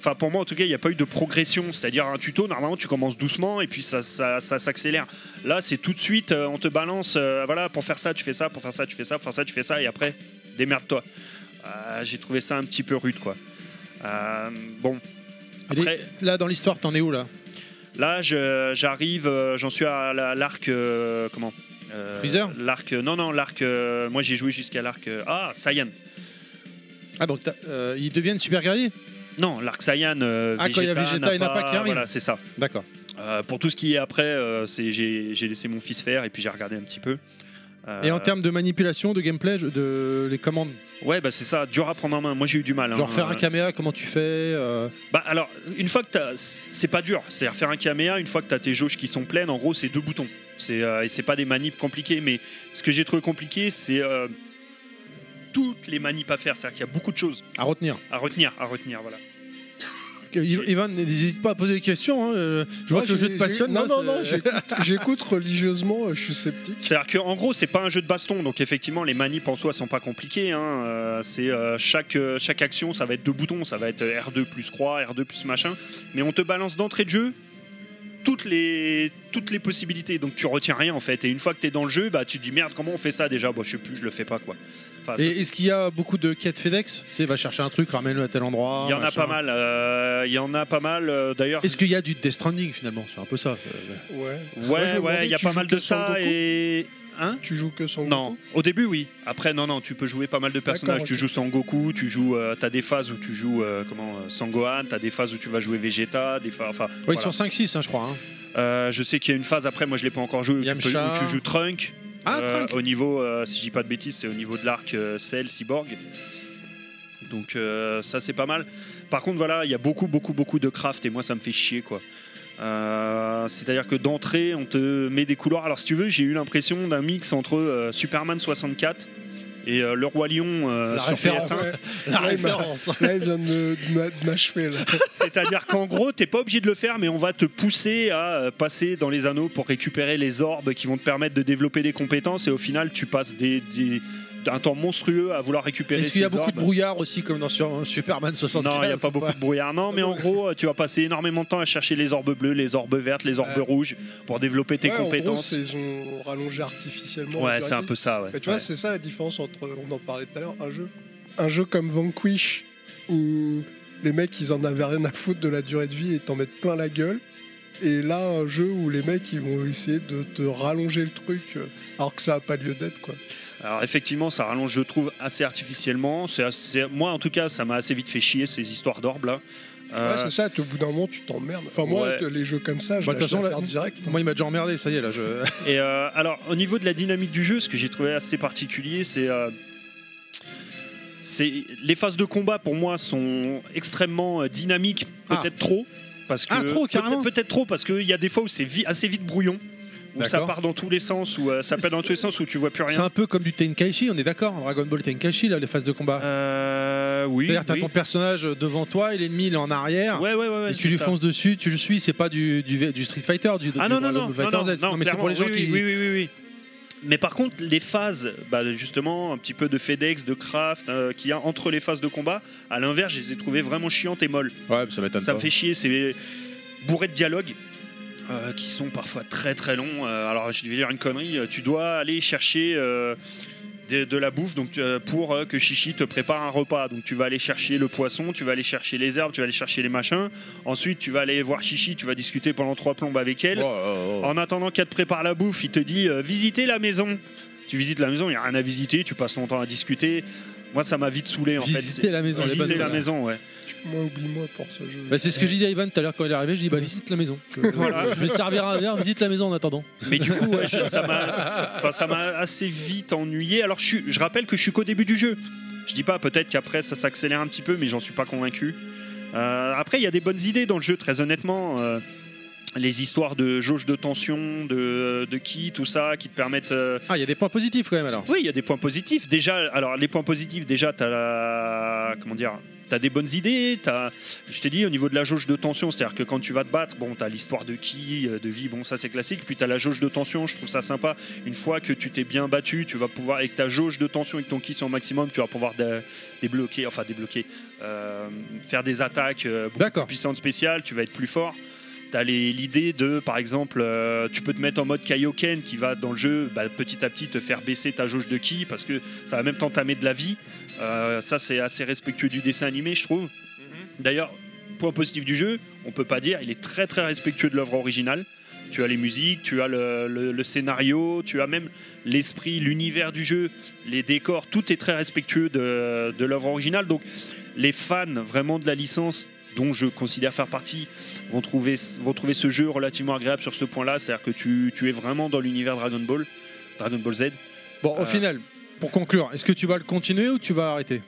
Speaker 4: Enfin, pour moi, en tout cas, il n'y a pas eu de progression. C'est-à-dire, un tuto, normalement, tu commences doucement et puis ça, ça, ça s'accélère. Là, c'est tout de suite, euh, on te balance, euh, voilà, pour faire ça, tu fais ça, pour faire ça, tu fais ça, pour faire ça, tu fais ça, et après, démerde-toi. Euh, J'ai trouvé ça un petit peu rude, quoi. Euh, bon.
Speaker 3: Et les-
Speaker 4: Après,
Speaker 3: Là, dans l'histoire, t'en es où là
Speaker 4: Là, je- j'arrive, euh, j'en suis à la- l'arc. euh, comment Euh,
Speaker 3: Freezer
Speaker 4: L'arc. euh, Non, non, l'arc. euh, moi, j'ai joué jusqu'à l'arc. euh, ah, Saiyan.
Speaker 3: Ah, donc t'as- euh, ils deviennent super guerriers
Speaker 4: Non, l'arc Saiyan. euh,
Speaker 3: Ah, quand il y a Vegeta et Nappa qui arrivent.
Speaker 4: Voilà, c'est ça.
Speaker 3: D'accord.
Speaker 4: Euh, pour tout ce qui est après, euh, c'est- j'ai j'ai laissé mon fils faire et puis j'ai regardé un petit peu. Euh,
Speaker 3: Et en termes de manipulation, de gameplay, je- de les commandes
Speaker 4: Ouais, bah c'est ça, dur à prendre en main. Moi j'ai eu du mal. hein.
Speaker 3: Genre faire un caméra, comment tu fais euh,
Speaker 4: Bah alors, une fois que t'as. C'est pas dur. C'est-à-dire faire un caméa, une fois que t'as tes jauges qui sont pleines, en gros, c'est deux boutons. C'est, euh, et c'est pas des manips compliquées, mais ce que j'ai trouvé compliqué, c'est euh, toutes les manips à faire. C'est-à-dire qu'il y a beaucoup de choses
Speaker 3: à retenir
Speaker 4: à retenir, à retenir, voilà.
Speaker 3: que- Yv- Yvan, n'hésite pas à poser des questions. hein, euh, Je vois
Speaker 6: Ouais,
Speaker 3: que le
Speaker 6: j'ai-
Speaker 3: jeu te
Speaker 6: j'ai-
Speaker 3: passionne.
Speaker 6: Non,
Speaker 3: hein,
Speaker 6: non, non,
Speaker 3: c'est-
Speaker 6: j'écoute j'écoute religieusement, euh, je suis sceptique.
Speaker 4: C'est-à-dire qu'en gros, c'est pas un jeu de baston, donc effectivement, les manips en soi sont pas compliquées. hein. Euh, c'est euh, chaque, euh, chaque action, ça va être deux boutons, ça va être R2 plus croix, R2 plus machin. Mais on te balance d'entrée de jeu toutes les, toutes les possibilités, donc tu retiens rien en fait. Et une fois que t'es dans le jeu, bah tu te dis merde, comment on fait ça déjà Bah je sais plus, je le fais pas quoi. Enfin, ça,
Speaker 3: Et
Speaker 4: c'est-
Speaker 3: est-ce qu'il y a beaucoup de quêtes FedEx Tu sais, va chercher un truc, ramène-le à tel endroit.
Speaker 4: il y en a
Speaker 3: machin.
Speaker 4: pas mal. euh, Il y en a pas mal. euh, D'ailleurs,
Speaker 3: Est-ce qu'il y a du Death Stranding finalement C'est un peu ça. euh,
Speaker 6: Ouais. Moi,
Speaker 4: ouais, ouais,
Speaker 6: je me demandais,
Speaker 4: il y a
Speaker 6: tu
Speaker 4: pas
Speaker 6: joues
Speaker 4: mal
Speaker 6: que
Speaker 4: de ça
Speaker 6: Son Goku
Speaker 4: et hein
Speaker 6: Tu joues que son
Speaker 4: Non, au début oui. Après non non, tu peux jouer pas mal de personnages.
Speaker 6: D'accord,
Speaker 4: Tu
Speaker 6: ok.
Speaker 4: joues Sangoku, tu joues, euh, t'as des phases où tu joues euh, comment euh, Sangohan, t'as des phases où tu vas jouer Vegeta, des phases. Enfin,
Speaker 3: Oui,
Speaker 4: voilà.
Speaker 3: sur 5-6, hein, je crois. hein.
Speaker 4: Euh, je sais qu'il y a une phase après, moi je l'ai pas encore joué où, tu, peux-
Speaker 3: Yamcha.
Speaker 4: où tu joues Trunk.
Speaker 3: Ah,
Speaker 4: Euh,
Speaker 3: Trunk.
Speaker 4: Au niveau, euh, si je dis pas de bêtises, c'est au niveau de l'arc euh, Cell, Cyborg. Donc euh, ça c'est pas mal. Par contre voilà, il y a beaucoup beaucoup beaucoup de craft et moi ça me fait chier quoi. Euh, C'est-à-dire que d'entrée on te met des couloirs. Alors si tu veux, j'ai eu l'impression d'un mix entre euh, Superman 64 et euh, Le Roi Lion euh,
Speaker 3: La
Speaker 4: sur
Speaker 3: référence.
Speaker 4: PS1.
Speaker 6: Ouais. Là, il m'a- là, il vient de, de m'a- de m'achever. là.
Speaker 4: C'est-à-dire qu'en gros, t'es pas obligé de le faire, mais on va te pousser à euh, passer dans les anneaux pour récupérer les orbes qui vont te permettre de développer des compétences. Et au final, tu passes des, des- un temps monstrueux à vouloir récupérer
Speaker 3: Est-ce qu'il y a
Speaker 4: ces
Speaker 3: beaucoup de
Speaker 4: orbes.
Speaker 3: brouillard aussi, comme dans sur- Superman 64
Speaker 4: Non, il n'y a pas
Speaker 3: ou
Speaker 4: beaucoup de brouillard. Non, mais en gros, euh, tu vas passer énormément de temps à chercher les orbes bleues, les orbes vertes, les orbes
Speaker 6: Ouais.
Speaker 4: rouges pour développer tes
Speaker 6: Ouais, En gros,
Speaker 4: compétences.
Speaker 6: c'est- ils ont rallongé artificiellement. la
Speaker 4: ouais, c'est un
Speaker 6: durée.
Speaker 4: peu ça. Ouais.
Speaker 6: Mais tu vois,
Speaker 4: Ouais.
Speaker 6: c'est ça la différence entre, on en parlait tout à l'heure, un jeu, un jeu comme Vanquish, où les mecs, ils en avaient rien à foutre de la durée de vie et t'en mettent plein la gueule. Et là, un jeu où les mecs, ils vont essayer de te rallonger le truc, euh, alors que ça n'a pas lieu d'être, quoi.
Speaker 4: Alors effectivement, ça rallonge, je trouve, assez artificiellement. C'est assez- Moi, en tout cas, ça m'a assez vite fait chier ces histoires d'orbes là. Euh,
Speaker 6: Ouais, c'est ça, au bout d'un moment, tu t'emmerdes. Enfin, moi,
Speaker 4: Ouais.
Speaker 6: les jeux comme ça, je
Speaker 3: Bah, de
Speaker 6: lâche
Speaker 3: toute façon,
Speaker 6: l'affaire
Speaker 3: là-
Speaker 6: direct.
Speaker 3: Moi, il m'a déjà emmerdé, ça y est, là. Je...
Speaker 4: Et euh, alors, au niveau de la dynamique du jeu, ce que j'ai trouvé assez particulier, c'est. euh, c'est les phases de combat, pour moi, sont extrêmement euh, dynamiques,
Speaker 3: Ah.
Speaker 4: peut-être trop. Parce que,
Speaker 3: Ah, trop, carrément.
Speaker 4: peut-être, peut-être trop, parce qu'il y a des fois où c'est vi- assez vite brouillon, où ça
Speaker 3: D'accord.
Speaker 4: part dans tous les sens, où euh, ça pète dans tous les sens, où tu vois plus
Speaker 3: C'est
Speaker 4: rien.
Speaker 3: un peu comme du Tenkaichi, on est d'accord, en Dragon Ball Tenkaichi, là, les phases de combat.
Speaker 4: Euh, Ah, oui.
Speaker 3: C'est-à-dire, t'as
Speaker 4: oui.
Speaker 3: ton personnage devant toi et l'ennemi, il est en arrière.
Speaker 4: Ouais, ouais, ouais. ouais,
Speaker 3: et tu
Speaker 4: c'est
Speaker 3: lui
Speaker 4: ça.
Speaker 3: fonces dessus, tu le suis, c'est pas du, du, du Street Fighter, du,
Speaker 4: Ah
Speaker 3: du
Speaker 4: non, non,
Speaker 3: Dragon
Speaker 4: non,
Speaker 3: Ball
Speaker 4: non,
Speaker 3: Fighter
Speaker 4: non,
Speaker 3: Z.
Speaker 4: non,
Speaker 3: mais c'est pour les gens
Speaker 4: clairement, oui,
Speaker 3: qui.
Speaker 4: Oui, oui, oui, oui. Mais par contre, les phases, bah, justement, un petit peu de FedEx, de craft, euh, qu'il y a entre les phases de combat, à l'inverse, je les ai trouvées vraiment chiantes et molles.
Speaker 3: Ouais, ça m'étonne
Speaker 4: Ça me fait chier, c'est bourré de dialogues. euh, qui sont parfois très très longs. Euh, alors je vais dire une connerie, euh, tu dois aller chercher euh, des- de, la bouffe donc, euh, pour euh, que Chichi te prépare un repas. Donc tu vas aller chercher le poisson, tu vas aller chercher les herbes, tu vas aller chercher les machins. Ensuite tu vas aller voir Chichi, tu vas discuter pendant trois plombes avec
Speaker 3: Oh,
Speaker 4: elle. En attendant qu'elle te prépare la bouffe, il te dit euh, visitez la maison. Tu visites la maison, il n'y a rien à visiter, tu passes ton temps à discuter. Moi, ça m'a vite saoulé en
Speaker 3: Visiter la
Speaker 4: fait.
Speaker 3: maison, les bonnes
Speaker 4: visiter la
Speaker 3: soirées.
Speaker 4: maison, ouais.
Speaker 6: Tu- Moi, oublie-moi pour ce jeu.
Speaker 3: Bah, c'est ce que j'ai dit à Ivan tout à l'heure quand il est arrivé, je dis bah visite la maison.
Speaker 4: Voilà.
Speaker 3: Je vais te servir un verre, visite la maison en attendant.
Speaker 4: Mais du coup, ouais, je- ça m'a enfin, ça m'a assez vite ennuyé. Alors, je, suis- je rappelle que je suis qu'au début du jeu. Je dis pas, peut-être qu'après ça s'accélère un petit peu, mais j'en suis pas convaincu. Euh, après, il y a des bonnes idées dans le jeu, très honnêtement. Euh, les histoires de jauge de tension, de, de ki, tout ça, qui te permettent euh,
Speaker 3: Ah, il y a des points positifs quand même alors.
Speaker 4: Oui, il y a des points positifs. Déjà, alors les points positifs, déjà, t'as la... comment dire, t'as des bonnes idées. T'as, je t'ai dit au niveau de la jauge de tension, c'est-à-dire que quand tu vas te battre, bon, t'as l'histoire de qui, euh, de vie, bon, ça c'est classique. Puis t'as la jauge de tension, je trouve ça sympa. Une fois que tu t'es bien battu, tu vas pouvoir avec ta jauge de tension et que ton ki sont au maximum, tu vas pouvoir dé- débloquer, enfin débloquer, euh, faire des attaques euh, beaucoup
Speaker 3: D'accord.
Speaker 4: puissante spéciale, tu vas être plus fort. T'as les- l'idée de, par exemple, euh, tu peux te mettre en mode Kaioken qui va dans le jeu bah, petit à petit te faire baisser ta jauge de ki parce que ça va même t'entamer de la vie. Euh, ça, c'est assez respectueux du dessin animé, je trouve. D'ailleurs, point positif du jeu, on peut pas dire, il est très très respectueux de l'œuvre originale. Tu as les musiques, tu as le, le- le scénario, tu as même l'esprit, l'univers du jeu, les décors, tout est très respectueux de, de l'œuvre originale. Donc les fans vraiment de la licence, dont je considère faire partie, vont trouver, vont trouver ce jeu relativement agréable sur ce point-là. C'est-à-dire que tu, tu es vraiment dans l'univers Dragon Ball, Dragon Ball Z.
Speaker 3: Bon, au
Speaker 4: Euh.
Speaker 3: final, pour conclure, est-ce que tu vas le continuer ou tu vas arrêter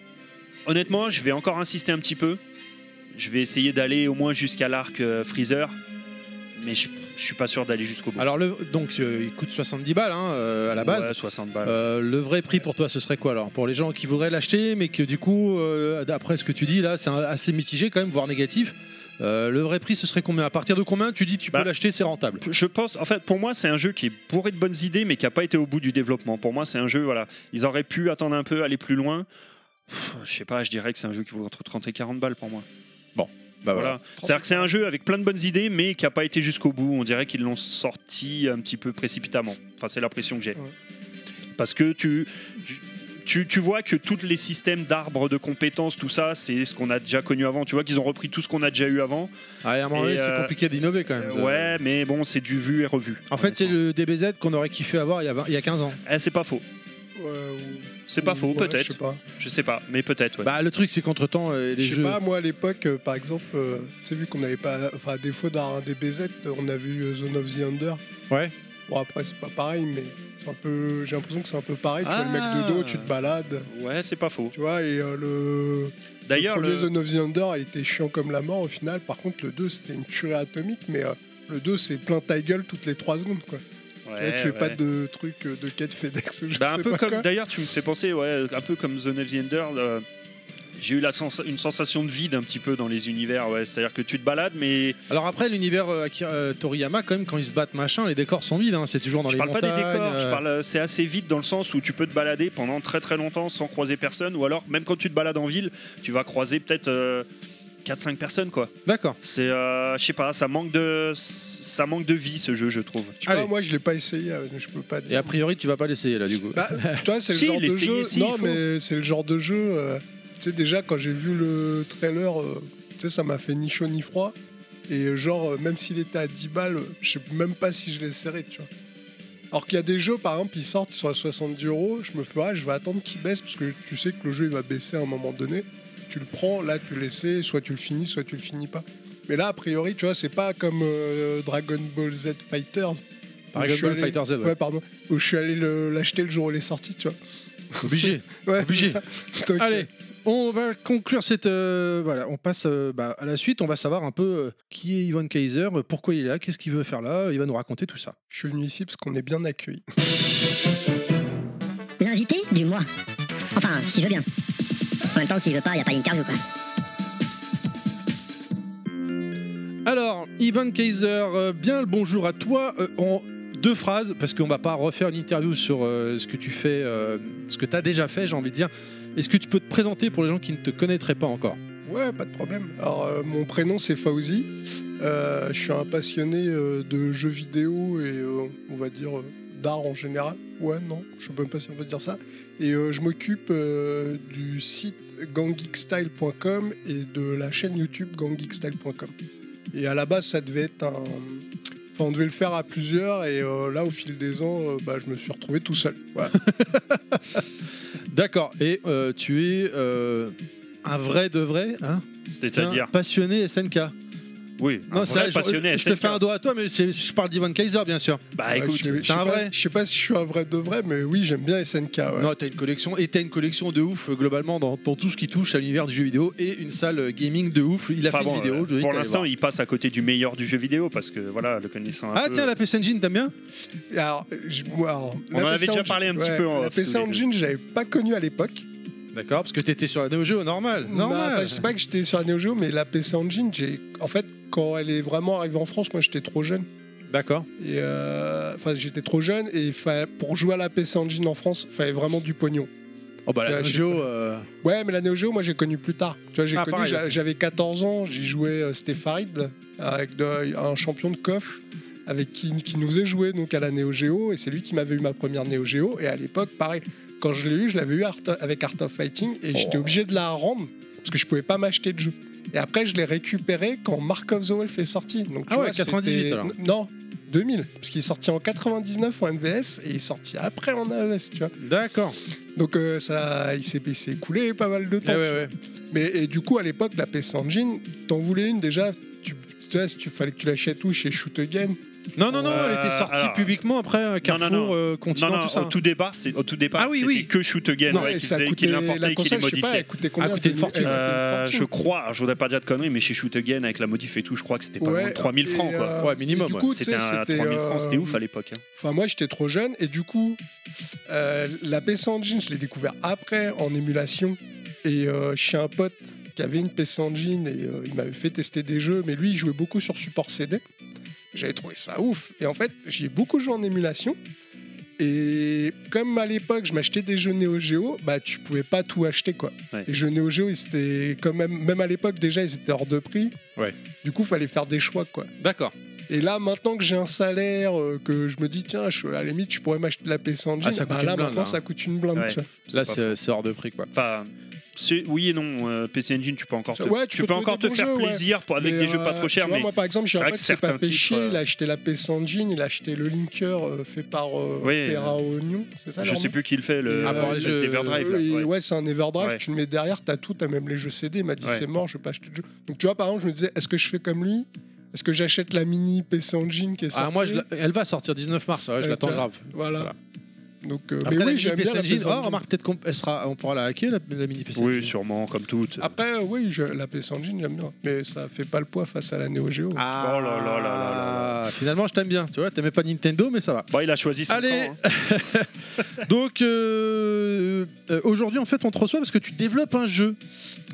Speaker 4: Honnêtement, je vais encore insister un petit peu. Je vais essayer d'aller au moins jusqu'à l'arc euh, Freezer, mais je, je suis pas sûr d'aller jusqu'au bout.
Speaker 3: Alors, le, donc, euh, il coûte 70 balles hein, euh, à la base.
Speaker 4: Ouais, 60 balles.
Speaker 3: Euh, le vrai prix pour toi, ce serait quoi alors Pour les gens qui voudraient l'acheter, mais que du coup, euh, d'après ce que tu dis là, c'est un- assez mitigé quand même, voire négatif. Euh, le vrai prix, ce serait combien À partir de combien tu dis tu peux
Speaker 4: Bah.
Speaker 3: l'acheter, c'est rentable
Speaker 4: Je pense, en fait, pour moi, c'est un jeu qui est bourré de bonnes idées, mais qui n'a pas été au bout du développement. Pour moi, c'est un jeu, voilà, ils auraient pu attendre un peu, aller plus loin. Pff, Je sais pas, je dirais que c'est un jeu qui vaut entre 30 et 40 balles pour moi.
Speaker 3: Bah voilà.
Speaker 4: Voilà. C'est-à-dire que c'est un jeu avec plein de bonnes idées, mais qui n'a pas été jusqu'au bout. On dirait qu'ils l'ont sorti un petit peu précipitamment. Enfin, c'est l'impression que j'ai.
Speaker 6: Ouais.
Speaker 4: Parce que tu, tu, tu vois que tous les systèmes d'arbres de compétences, tout ça, c'est ce qu'on a déjà connu avant. Tu vois qu'ils ont repris tout ce qu'on a déjà eu avant.
Speaker 3: Ouais, à un moment donné,
Speaker 4: Et,
Speaker 3: c'est
Speaker 4: euh,
Speaker 3: compliqué d'innover quand même.
Speaker 4: Euh, ouais, mais bon, c'est du vu et revu.
Speaker 3: En fait, c'est le DBZ qu'on aurait kiffé avoir il y a, 20 il y a 15 ans.
Speaker 4: Eh, c'est pas faux. C'est pas faux,
Speaker 6: Je sais
Speaker 4: peut-être.
Speaker 6: pas.
Speaker 4: Je sais pas, mais peut-être. ouais.
Speaker 3: Bah, le truc, c'est qu'entre temps, les
Speaker 6: Je sais
Speaker 3: jeux.
Speaker 6: pas, moi à l'époque, euh, par exemple, euh, tu sais, vu qu'on n'avait pas. Enfin, à défaut d'un DBZ, euh, on a vu euh, Zone of the Under.
Speaker 3: Ouais.
Speaker 6: Bon, après, c'est pas pareil, mais c'est un peu. J'ai l'impression que c'est un peu pareil. Tu vois le
Speaker 4: Ah.
Speaker 6: mec de dos, tu te balades,
Speaker 4: Ouais, c'est pas faux.
Speaker 6: tu vois, et euh, le.
Speaker 4: D'ailleurs,
Speaker 6: le premier
Speaker 4: le-
Speaker 6: Zone of the Under, il était chiant comme la mort au final. Par contre, le 2, c'était une tuerie atomique, mais. euh, le 2, c'est plein ta gueule toutes les 3 secondes. Quoi. Tu vois,
Speaker 4: Ouais,
Speaker 6: tu fais pas
Speaker 4: Eh, ouais.
Speaker 6: de trucs euh, de quête FedEx ou je
Speaker 4: Bah,
Speaker 6: sais
Speaker 4: un peu
Speaker 6: pas
Speaker 4: comme
Speaker 6: quoi.
Speaker 4: d'ailleurs tu me fais penser ouais un peu comme The Next Ender euh, j'ai eu la sens- une sensation de vide un petit peu dans les univers ouais c'est à dire que tu te balades mais
Speaker 3: Alors après, l'univers euh, Akira- euh, Toriyama, quand même, quand ils se battent, machin, les décors sont vides. hein, C'est toujours dans
Speaker 4: je
Speaker 3: les
Speaker 4: parle pas des
Speaker 3: montagnes.
Speaker 4: décors je
Speaker 3: euh,
Speaker 4: parle euh, c'est assez vide dans le sens où tu peux te balader pendant très très longtemps sans croiser personne ou alors même quand tu te balades en ville tu vas croiser peut-être 4-5 personnes quoi
Speaker 3: D'accord.
Speaker 4: c'est euh, je sais pas ça manque de ça manque de vie ce jeu je trouve
Speaker 6: Tu vois,
Speaker 3: Allez.
Speaker 6: moi, je l'ai pas essayé, euh, je peux pas dire.
Speaker 3: Et a priori, tu vas pas l'essayer là, du coup.
Speaker 6: Bah, toi, c'est le
Speaker 4: Si,
Speaker 6: genre de
Speaker 4: l'essayer,
Speaker 6: jeu.
Speaker 4: si,
Speaker 6: non,
Speaker 4: il faut.
Speaker 6: mais c'est le genre de jeu. euh, tu sais, déjà, quand j'ai vu le trailer, euh, tu sais, ça m'a fait ni chaud ni froid. Et euh, genre, euh, même s'il était à 10 balles, euh, je sais même pas si je l'essaierais, tu vois. Alors qu'il y a des jeux, par exemple, ils sortent, ils sont à 70 euros. Je me fais, ah, je vais attendre qu'ils baissent parce que tu sais que le jeu, il va baisser à un moment donné. Tu le prends, là, tu l'essaies, soit tu le finis, soit tu le finis pas. Mais là, a priori, tu vois, c'est pas comme euh, Dragon Ball Z Fighters.
Speaker 3: Dragon
Speaker 6: Je suis
Speaker 3: Ball
Speaker 6: allé-
Speaker 3: Fighter Z, ouais.
Speaker 6: Ouais, pardon. Où je suis allé le- l'acheter le jour où il est sorti, tu vois.
Speaker 3: obligé.
Speaker 6: Ouais,
Speaker 3: Obligé.
Speaker 6: c'est ça. Donc,
Speaker 3: Allez, on va conclure cette. euh, voilà, on passe euh, bah, à la suite. On va savoir un peu euh, qui est Ivan Kaiser, euh, pourquoi il est là, qu'est-ce qu'il veut faire là. euh, Il va nous raconter tout ça.
Speaker 6: Je suis venu ici parce qu'on est bien accueilli.
Speaker 1: L'invité du mois. Enfin, s'il veut bien. En même temps, s'il veut pas, y a pas d'interview, quoi.
Speaker 3: Alors, Ivan Kaiser, euh, bien le bonjour à toi. Euh, en deux phrases, parce qu'on va pas refaire une interview sur euh, ce que tu fais, euh, ce que tu as déjà fait, j'ai envie de dire. Est-ce que tu peux te présenter pour les gens qui ne te connaîtraient pas encore
Speaker 6: Ouais, pas de problème. Alors, euh, mon prénom, c'est Fauzi. Euh, je suis un passionné euh, de jeux vidéo et, euh, on va dire, euh, d'art en général. Ouais, non, je sais même pas si on peut dire ça. Et euh, je m'occupe euh, du site ganggeekstyle.com et de la chaîne YouTube ganggeekstyle.com. Et à la base, ça devait être un... Enfin, on devait le faire à plusieurs et euh, là, au fil des ans, euh, bah, je me suis retrouvé tout seul. Voilà.
Speaker 3: D'accord, et euh, tu es euh, un vrai de vrai, hein
Speaker 4: c'est-à-dire
Speaker 3: Un passionné SNK.
Speaker 4: oui un
Speaker 3: c'est
Speaker 4: vrai
Speaker 3: vrai, je-
Speaker 4: passionné
Speaker 3: Je, te
Speaker 4: SNK.
Speaker 3: fais un doigt à toi, mais c'est- je parle d'Ivan Kaiser, bien sûr.
Speaker 4: bah
Speaker 6: Ouais,
Speaker 4: écoute
Speaker 6: je sais- je
Speaker 3: Ah, c'est
Speaker 6: sais
Speaker 3: un
Speaker 6: pas-
Speaker 3: vrai.
Speaker 6: Je sais pas si je suis un vrai de vrai, mais oui, j'aime bien SNK. ouais.
Speaker 3: Non, t'as une collection, et t'as une collection de ouf, euh, globalement, dans, dans tout ce qui touche à l'univers du jeu vidéo, et une salle euh, gaming de ouf. Il a
Speaker 4: Enfin
Speaker 3: fait
Speaker 4: bon,
Speaker 3: une vidéo,
Speaker 4: euh,
Speaker 3: je vous dis
Speaker 4: pour
Speaker 3: d'aller
Speaker 4: l'instant,
Speaker 3: voir.
Speaker 4: il passe à côté du meilleur du jeu vidéo parce que voilà, le connaissant un
Speaker 3: Ah
Speaker 4: peu-
Speaker 3: tiens, la PS Engine, t'aimes bien
Speaker 6: Et Alors, je- moi, alors,
Speaker 4: On
Speaker 6: la
Speaker 4: en avait
Speaker 6: PC
Speaker 4: déjà
Speaker 6: Engine-
Speaker 4: parlé un petit
Speaker 6: ouais,
Speaker 4: peu hein, en
Speaker 6: La
Speaker 4: off,
Speaker 6: PC
Speaker 4: tous les deux.
Speaker 6: Engine, j'avais pas connu à l'époque.
Speaker 3: D'accord, parce que t'étais sur la Neo Geo, normal,
Speaker 6: Bah, enfin,
Speaker 3: normal.
Speaker 6: je sais pas que j'étais sur la Neo Geo, mais la PC Engine, j'ai. En fait, quand elle est vraiment arrivée en France, moi, j'étais trop jeune.
Speaker 3: D'accord.
Speaker 6: Et euh, enfin, j'étais trop jeune et il fallait- pour jouer à la PC Engine en France, il fallait vraiment du pognon.
Speaker 3: Oh bah la
Speaker 6: Ouais,
Speaker 3: Neo
Speaker 6: je sais
Speaker 3: Geo, euh,
Speaker 6: Ouais, mais la Neo Geo, moi, j'ai connu plus tard. Tu vois, j'ai
Speaker 3: Ah,
Speaker 6: connu,
Speaker 3: pareil.
Speaker 6: j'a- j'avais 14 ans, j'y jouais, euh, c'était Farid, avec de- un champion de coff, avec qui, qui nous faisait jouer donc à la Neo Geo, et c'est lui qui m'avait eu ma première Neo Geo, et à l'époque, pareil, quand je l'ai eu, je l'avais eu Art- avec Art of Fighting, et
Speaker 3: Oh.
Speaker 6: j'étais obligé de la rendre, parce que je pouvais pas m'acheter de jeu. Et après, je l'ai récupéré quand Mark of the Wolf est sorti. Donc, tu
Speaker 3: Ah ouais,
Speaker 6: vois,
Speaker 3: 98
Speaker 6: c'était-
Speaker 3: alors.
Speaker 6: N- Non, 2000, parce qu'il est sorti en 99 en MVS, et il est sorti après en AES, tu vois.
Speaker 3: d'accord.
Speaker 6: Donc, euh, ça, il s'est il s'est écoulé pas mal
Speaker 4: eh
Speaker 6: de temps.
Speaker 3: Ah ouais, ouais.
Speaker 6: Mais et du coup, à l'époque, la PC Engine, t'en voulais une déjà tu, tu vois, si tu fallait que tu l'achètes où chez Shoot Again
Speaker 3: Non, non, non,
Speaker 4: Euh,
Speaker 3: elle était sortie
Speaker 4: alors-
Speaker 3: publiquement après euh, Carrefour,
Speaker 4: non.
Speaker 3: euh,
Speaker 4: Non,
Speaker 3: Continent,
Speaker 4: non,
Speaker 3: tout ça.
Speaker 4: au tout départ, c'est au tout départ,
Speaker 3: Ah oui,
Speaker 4: c'était
Speaker 3: oui.
Speaker 4: que Shoot Again
Speaker 6: Non,
Speaker 4: ouais,
Speaker 6: et
Speaker 4: qui
Speaker 6: ça
Speaker 4: faisait- qui
Speaker 6: coûtait
Speaker 4: l'importait,
Speaker 6: la
Speaker 4: et qui les
Speaker 6: console, je sais pas,
Speaker 4: modifiait.
Speaker 6: elle coûtait combien
Speaker 3: Elle Ah, coûtait une
Speaker 6: elle coûtait
Speaker 3: fortune.
Speaker 4: Euh, je
Speaker 6: fortune.
Speaker 4: crois, alors, je voudrais pas dire de conneries, mais chez Shoot Again, avec la modif et tout, je crois que c'était pas
Speaker 6: Ouais,
Speaker 4: loin de 3000
Speaker 6: et,
Speaker 4: francs. quoi.
Speaker 6: euh,
Speaker 3: Ouais, minimum,
Speaker 6: et du
Speaker 3: ouais.
Speaker 6: coup, tu
Speaker 4: C'était
Speaker 6: sais,
Speaker 4: un 3000 francs, c'était
Speaker 6: euh,
Speaker 4: ouf à l'époque. hein.
Speaker 6: Enfin, moi, j'étais trop jeune et du coup, euh, la PC Engine, je l'ai découvert après en émulation et euh, chez un pote qui avait une PC Engine et euh, il m'avait fait tester des jeux, mais lui, il jouait beaucoup sur support CD. J'avais trouvé ça ouf. Et en fait, j'y ai beaucoup joué en émulation. Et comme à l'époque, je m'achetais des jeux Neo Geo, bah tu pouvais pas tout acheter quoi.
Speaker 4: Ouais.
Speaker 6: Les jeux Neo Geo, ils étaient quand même, même à l'époque déjà, ils étaient hors de prix.
Speaker 7: Ouais.
Speaker 6: Du coup, fallait faire des choix quoi.
Speaker 7: D'accord.
Speaker 6: Et là, maintenant que j'ai un salaire, euh, que je me dis tiens, je, à la limite, je pourrais m'acheter de la PC Engine.
Speaker 7: Ah, ça
Speaker 6: bah,
Speaker 7: coûte une
Speaker 6: là,
Speaker 7: blinde,
Speaker 6: maintenant,
Speaker 7: là, hein.
Speaker 6: ça coûte une blinde.
Speaker 4: Ouais.
Speaker 6: tu vois.
Speaker 7: Là,
Speaker 4: pas
Speaker 7: c'est c'est hors de prix, quoi.
Speaker 4: Enfin, c'est- oui et non. euh, PC Engine, tu peux encore te,
Speaker 6: Ouais, tu peux trouver
Speaker 4: encore
Speaker 6: des
Speaker 4: te
Speaker 6: bons
Speaker 4: faire
Speaker 6: jeux, ouais.
Speaker 4: plaisir pour, avec
Speaker 6: Mais,
Speaker 4: des jeux
Speaker 6: euh,
Speaker 4: pas trop
Speaker 6: tu
Speaker 4: chers,
Speaker 6: vois,
Speaker 4: mais
Speaker 6: moi, par exemple, j'ai
Speaker 4: c'est
Speaker 6: un
Speaker 4: vrai
Speaker 6: pote
Speaker 4: que
Speaker 6: qui s'est pas
Speaker 4: certains
Speaker 6: fait
Speaker 4: titres,
Speaker 6: chier.
Speaker 4: euh,
Speaker 6: Il a acheté la PC Engine, il a acheté le linker euh, fait par euh,
Speaker 4: Oui,
Speaker 6: Terra Onion, c'est ça
Speaker 4: je
Speaker 6: leur
Speaker 4: sais
Speaker 6: nom
Speaker 4: plus qui le fait.
Speaker 6: Et,
Speaker 4: Le,
Speaker 6: Ah,
Speaker 4: le
Speaker 6: pour les
Speaker 4: espèce
Speaker 7: jeux-
Speaker 4: d'Everdrive, là,
Speaker 6: Et
Speaker 4: ouais.
Speaker 6: ouais, c'est un Everdrive,
Speaker 4: Ouais.
Speaker 6: tu le mets derrière, t'as tout, t'as même les jeux CD. Il m'a dit
Speaker 4: Ouais.
Speaker 6: c'est mort, je vais pas acheter de jeu. Donc tu vois, par exemple, je me disais est-ce que je fais comme lui Est-ce que j'achète la mini PC Engine qui est sortie
Speaker 7: Ah, moi, je la- elle va sortir 19 mars, ouais, je
Speaker 6: Euh,
Speaker 7: l'attends
Speaker 6: t'as-
Speaker 7: grave.
Speaker 6: Voilà.
Speaker 7: Voilà.
Speaker 6: Donc, euh,
Speaker 7: Après,
Speaker 6: mais
Speaker 7: la
Speaker 6: oui,
Speaker 7: mini
Speaker 6: j'aime bien
Speaker 7: PC
Speaker 6: la
Speaker 7: Engine.
Speaker 6: PC
Speaker 7: Oh,
Speaker 6: Engine.
Speaker 7: remarque, peut-être qu'on elle sera, on pourra la hacker, la, la mini PC
Speaker 4: Oui,
Speaker 7: Engine.
Speaker 4: sûrement, comme toutes.
Speaker 6: Après, euh, oui, je- la PC Engine, j'aime bien. Mais ça fait pas le poids face à la Neo Geo.
Speaker 7: Ah,
Speaker 4: Oh là là là là
Speaker 7: Finalement, je t'aime bien. Tu vois, t'aimais pas Nintendo, mais ça va.
Speaker 4: Bon, Bah, il a choisi son
Speaker 7: Allez.
Speaker 4: camp, hein.
Speaker 7: Donc euh, euh, aujourd'hui en fait on te reçoit parce que tu développes un jeu,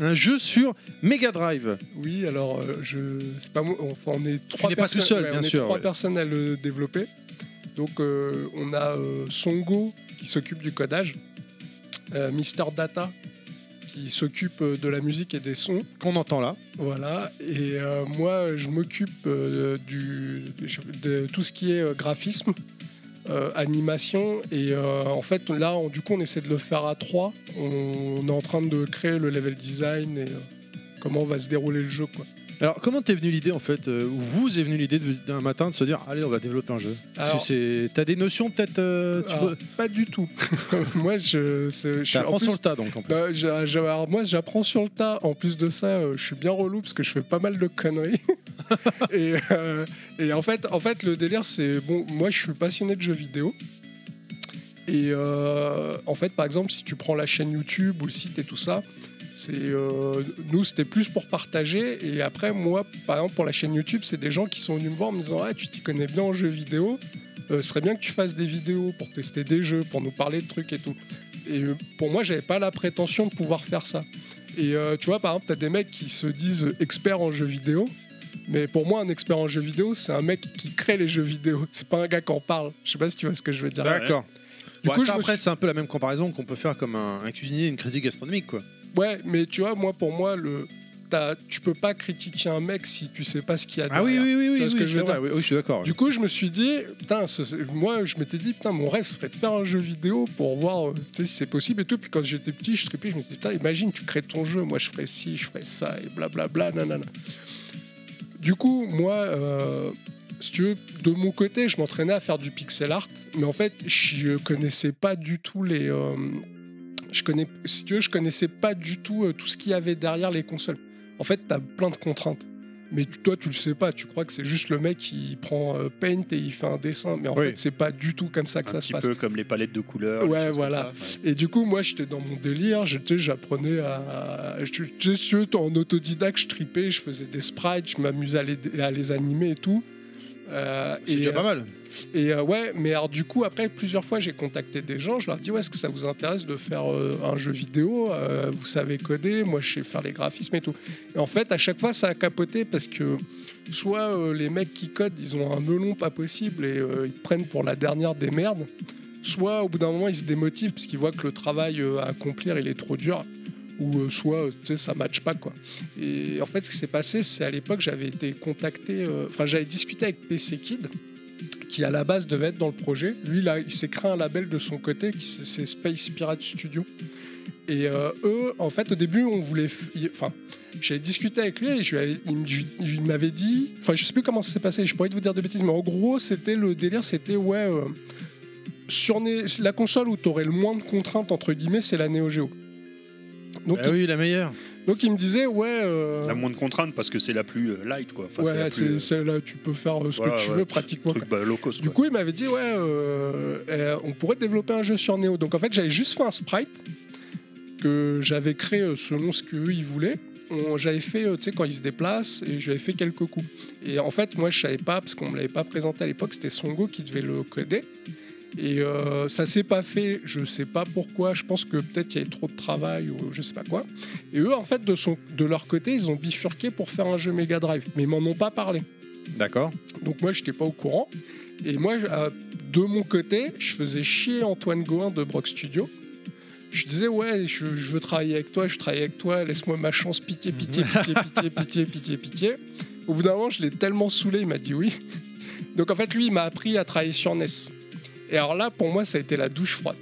Speaker 7: un jeu sur Mega Drive.
Speaker 6: Oui, alors euh, je, c'est pas moi, enfin, on est trois
Speaker 7: n'es pas
Speaker 6: personnes,
Speaker 7: tout seul,
Speaker 6: ouais,
Speaker 7: bien
Speaker 6: on est
Speaker 7: sûr,
Speaker 6: trois
Speaker 7: ouais.
Speaker 6: personnes à le développer. Donc euh, on a euh, Songo qui s'occupe du codage, euh, Mister Data qui s'occupe euh, de la musique et des sons,
Speaker 7: Qu'on entend là.
Speaker 6: voilà. Et euh, moi, je m'occupe euh, du de, de tout ce qui est euh, graphisme. euh, animation et euh, en fait là on- du coup on essaie de le faire à trois on, on est en train de créer le level design et euh, comment va se dérouler le jeu quoi
Speaker 7: Alors comment t'es venu l'idée en fait, euh, ou vous est venu l'idée de- d'un matin de se dire allez on va développer un jeu. Parce que
Speaker 6: Alors-
Speaker 7: c'est- T'as des notions peut-être. euh, tu
Speaker 6: Alors,
Speaker 7: peux-
Speaker 6: Pas du tout. moi, je, c'est- je suis en
Speaker 7: T'apprends
Speaker 6: plus-
Speaker 7: sur le tas donc en plus.
Speaker 6: Bah, j'a- j'a- alors, moi, j'apprends sur le tas. En plus de ça, euh, je suis bien relou parce que je fais pas mal de conneries. et, euh, et en fait, en fait, le délire, c'est bon. Moi, je suis passionné de jeux vidéo. Et euh, en fait, par exemple, si tu prends la chaîne YouTube ou le site et tout ça, c'est euh, nous, c'était plus pour partager. Et après, moi, par exemple, pour la chaîne YouTube, c'est des gens qui sont venus me voir en me disant Ah, tu t'y connais bien en jeux vidéo. Euh, ce serait bien que tu fasses des vidéos pour tester des jeux, pour nous parler de trucs et tout. Et euh, pour moi, j'avais pas la prétention de pouvoir faire ça. Et euh, tu vois, par exemple, t'as des mecs qui se disent euh, experts en jeux vidéo. Mais pour moi, un expert en jeux vidéo, c'est un mec qui crée les jeux vidéo. C'est pas un gars qui en parle. Je sais pas si tu vois ce que je veux dire.
Speaker 7: D'accord.
Speaker 6: Du
Speaker 7: Bon,
Speaker 6: coup,
Speaker 7: ça,
Speaker 6: je me
Speaker 7: après c'est un peu la même comparaison qu'on peut faire comme un, un cuisinier, une critique gastronomique quoi.
Speaker 6: Ouais, mais tu vois, moi, pour moi, le, t'as- tu peux pas critiquer un mec si tu sais pas ce qu'il y a
Speaker 7: Ah
Speaker 6: derrière.
Speaker 7: oui oui oui oui.
Speaker 6: Tu vois ce
Speaker 7: oui,
Speaker 6: que je
Speaker 7: c'est
Speaker 6: veux
Speaker 7: vrai, oui, oui, je suis d'accord.
Speaker 6: Du coup, je me suis dit, putain, ce- ce- moi, je m'étais dit, putain, mon rêve serait de faire un jeu vidéo pour voir euh, tu sais, si c'est possible et tout. Puis quand j'étais petit, je tripais, je me suis dit, putain, imagine, tu crées ton jeu, moi, je ferais ci, je ferais ça, et blablabla, nanana. Du coup, moi, euh, si tu veux, de mon côté, je m'entraînais à faire du pixel art, mais en fait, je connaissais pas du tout les. euh, je connais, si tu veux, je connaissais pas du tout euh, tout ce qu'il y avait derrière les consoles. En fait, t'as plein de contraintes. Mais tu- toi, tu le sais pas. Tu crois que c'est juste le mec qui prend euh, Paint et il fait un dessin. Mais en
Speaker 7: Oui.
Speaker 6: fait, c'est pas du tout comme ça que
Speaker 4: Un
Speaker 6: ça
Speaker 4: petit
Speaker 6: se passe.
Speaker 4: peu comme les palettes de couleurs. les
Speaker 6: Ouais,
Speaker 4: choses comme
Speaker 6: voilà.
Speaker 4: ça, ouais.
Speaker 6: Et du coup, moi, j'étais dans mon délire. je- tu sais, J'apprenais à. je- Tu sais, si tu veux, en autodidacte, je tripais, je faisais des sprites, je m'amusais à les, à les animer et tout. Euh,
Speaker 7: C'est
Speaker 6: et,
Speaker 7: déjà pas
Speaker 6: euh,
Speaker 7: mal.
Speaker 6: et euh, ouais, mais alors du coup, après, plusieurs fois, j'ai contacté des gens, je leur dis, ouais, est-ce que ça vous intéresse de faire euh, un jeu vidéo Euh, Vous savez coder, moi je sais faire les graphismes et tout. Et en fait, à chaque fois, ça a capoté parce que soit euh, les mecs qui codent, ils ont un melon pas possible et euh, ils te prennent pour la dernière des merdes, soit au bout d'un moment, ils se démotivent parce qu'ils voient que le travail euh, à accomplir, il est trop dur. Ou euh, soit, euh, tu sais, ça matche pas, quoi. Et en fait, ce qui s'est passé, c'est à l'époque, j'avais été contacté, euh, enfin, j'avais discuté avec PC Kid, qui à la base devait être dans le projet. Lui, là, il s'est créé un label de son côté, qui s- c'est Space Pirate Studio. Et euh, eux, en fait, au début, on voulait. f- il- Enfin, j'avais discuté avec lui et je lui avais- il me- je- il m'avait dit. Enfin, je sais plus comment ça s'est passé, je pourrais te vous dire de bêtises, mais en gros, c'était le délire, c'était ouais. euh, sur né- la console où tu aurais le moins de contraintes, entre guillemets, c'est la Neo Geo. Donc,
Speaker 3: Bah
Speaker 7: Ah
Speaker 6: il,
Speaker 7: oui la meilleure.
Speaker 6: donc, il me disait, ouais. euh,
Speaker 4: La moins de contraintes parce que c'est la plus euh, light, quoi. Enfin,
Speaker 6: ouais,
Speaker 4: c'est la
Speaker 6: c'est
Speaker 4: plus, euh,
Speaker 6: celle-là, tu peux faire euh, ce
Speaker 4: voilà,
Speaker 6: que tu
Speaker 4: ouais,
Speaker 6: veux pratiquement.
Speaker 4: truc bah, low cost.
Speaker 6: Du
Speaker 4: quoi.
Speaker 6: coup, il m'avait dit, ouais, euh, euh, on pourrait développer un jeu sur Neo. Donc, en fait, j'avais juste fait un sprite que j'avais créé euh, selon ce qu'eux, ils voulaient. On- J'avais fait, euh, tu sais, quand ils se déplacent, et j'avais fait quelques coups. Et en fait, moi, je savais pas, parce qu'on me l'avait pas présenté à l'époque, c'était Songo qui devait le coder. Et euh, ça s'est pas fait, je sais pas pourquoi, je pense que peut-être il y avait trop de travail ou je sais pas quoi. Et eux, en fait, de, son, de leur côté, ils ont bifurqué pour faire un jeu Mega Drive, mais ils m'en ont pas parlé.
Speaker 7: D'accord.
Speaker 6: Donc moi, j'étais pas au courant. Et moi, je- euh, de mon côté, je faisais chier Antoine Goin de Brock Studio. Je disais, ouais, je, je veux travailler avec toi, je travaille avec toi, laisse-moi ma chance, pitié, pitié, pitié, pitié, pitié, pitié, pitié. Au bout d'un moment, je l'ai tellement saoulé, il m'a dit oui. Donc en fait, lui, il m'a appris à travailler sur NES. Et alors là, pour moi, ça a été la douche froide.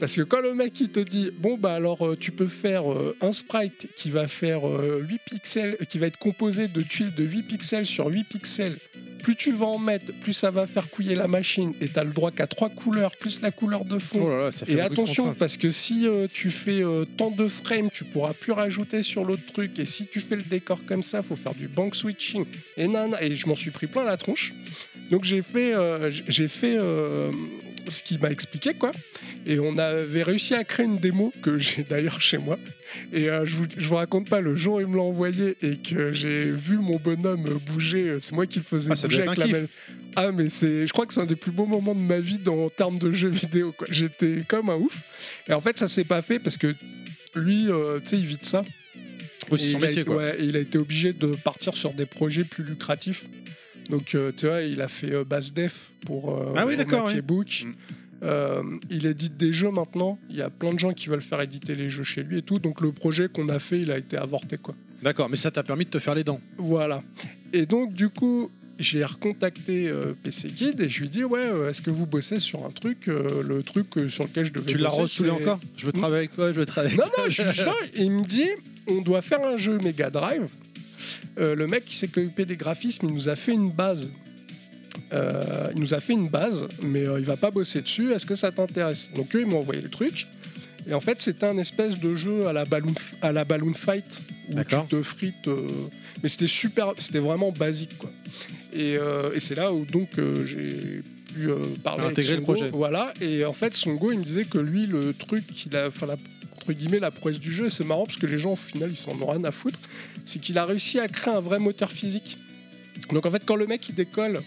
Speaker 6: Parce que quand le mec il te dit bon bah alors euh, tu peux faire euh, un sprite qui va faire euh, 8 pixels euh, qui va être composé de tuiles de 8 pixels sur 8 pixels, plus tu vas en mettre, plus ça va faire couiller la machine et t'as le droit qu'à trois couleurs plus la couleur de fond.
Speaker 3: Oh là là, ça fait
Speaker 6: Et
Speaker 3: beaucoup de
Speaker 6: attention
Speaker 3: contraintes.
Speaker 6: parce que si euh, tu fais euh, tant de frames, tu pourras plus rajouter sur l'autre truc et si tu fais le décor comme ça, faut faire du bank switching et nana et je m'en suis pris plein la tronche. Donc j'ai fait euh, j- j'ai fait euh, ce qu'il m'a expliqué quoi et on avait réussi à créer une démo que j'ai d'ailleurs chez moi. Et euh, je, vous, je vous raconte pas le jour où il me l'a envoyé et que j'ai vu mon bonhomme euh, bouger. euh, C'est moi qui le faisais
Speaker 7: Ah, ça
Speaker 6: bouger
Speaker 7: doit
Speaker 6: avec
Speaker 7: être
Speaker 6: la
Speaker 7: un
Speaker 6: main. Ah mais c'est, je crois que c'est un des plus beaux moments de ma vie dans, en termes de jeux vidéo. quoi. J'étais comme un ouf. Et en fait ça s'est pas fait parce que lui, euh, tu sais, il vit de ça.
Speaker 7: Oui, c'est
Speaker 6: Et
Speaker 7: son
Speaker 6: il a-
Speaker 7: métier, quoi.
Speaker 6: ouais, et il a été obligé de partir sur des projets plus lucratifs. Donc, euh, tu vois, il a fait euh, Bass Def pour euh,
Speaker 7: Ah oui,
Speaker 6: au
Speaker 7: d'accord,
Speaker 6: Mackey
Speaker 7: ouais.
Speaker 6: Book.
Speaker 4: Mm.
Speaker 6: Euh, il édite des jeux maintenant. Il y a plein de gens qui veulent faire éditer les jeux chez lui et tout. Donc, le projet qu'on a fait, il a été avorté, quoi.
Speaker 7: D'accord, mais ça t'a permis de te faire les dents.
Speaker 6: Voilà. Et donc, du coup, j'ai recontacté euh, PC Kid et je lui ai dit Ouais, euh, est-ce que vous bossez sur un truc euh, Le truc euh, sur lequel je devais
Speaker 7: Tu l'as
Speaker 6: bosser,
Speaker 7: ressoulé
Speaker 6: c'est-
Speaker 7: encore Je veux travailler avec toi, je veux travailler.
Speaker 6: non, non, je, je- non, il me dit on doit faire un jeu Mega Drive. Euh, le mec qui s'est occupé des graphismes, il nous a fait une base. Euh, il nous a fait une base, mais euh, il va pas bosser dessus. Est-ce que ça t'intéresse Donc eux, ils m'ont envoyé le truc. Et en fait, c'était un espèce de jeu à la balloon, à la balloon fight où tu
Speaker 7: D'accord.
Speaker 6: te frites. euh, mais c'était super, c'était vraiment basique, quoi. Et, euh, et c'est là où donc euh, j'ai pu euh, parler avec
Speaker 7: Intégrer le
Speaker 6: Songo,
Speaker 7: projet.
Speaker 6: Voilà. Et en fait, Songo, il me disait que lui, le truc qu'il a, enfin la entre guillemets la prouesse du jeu. Et C'est marrant parce que les gens au final ils s'en ont rien à foutre. C'est qu'il a réussi à créer un vrai moteur physique. Donc en fait quand le mec il décolle,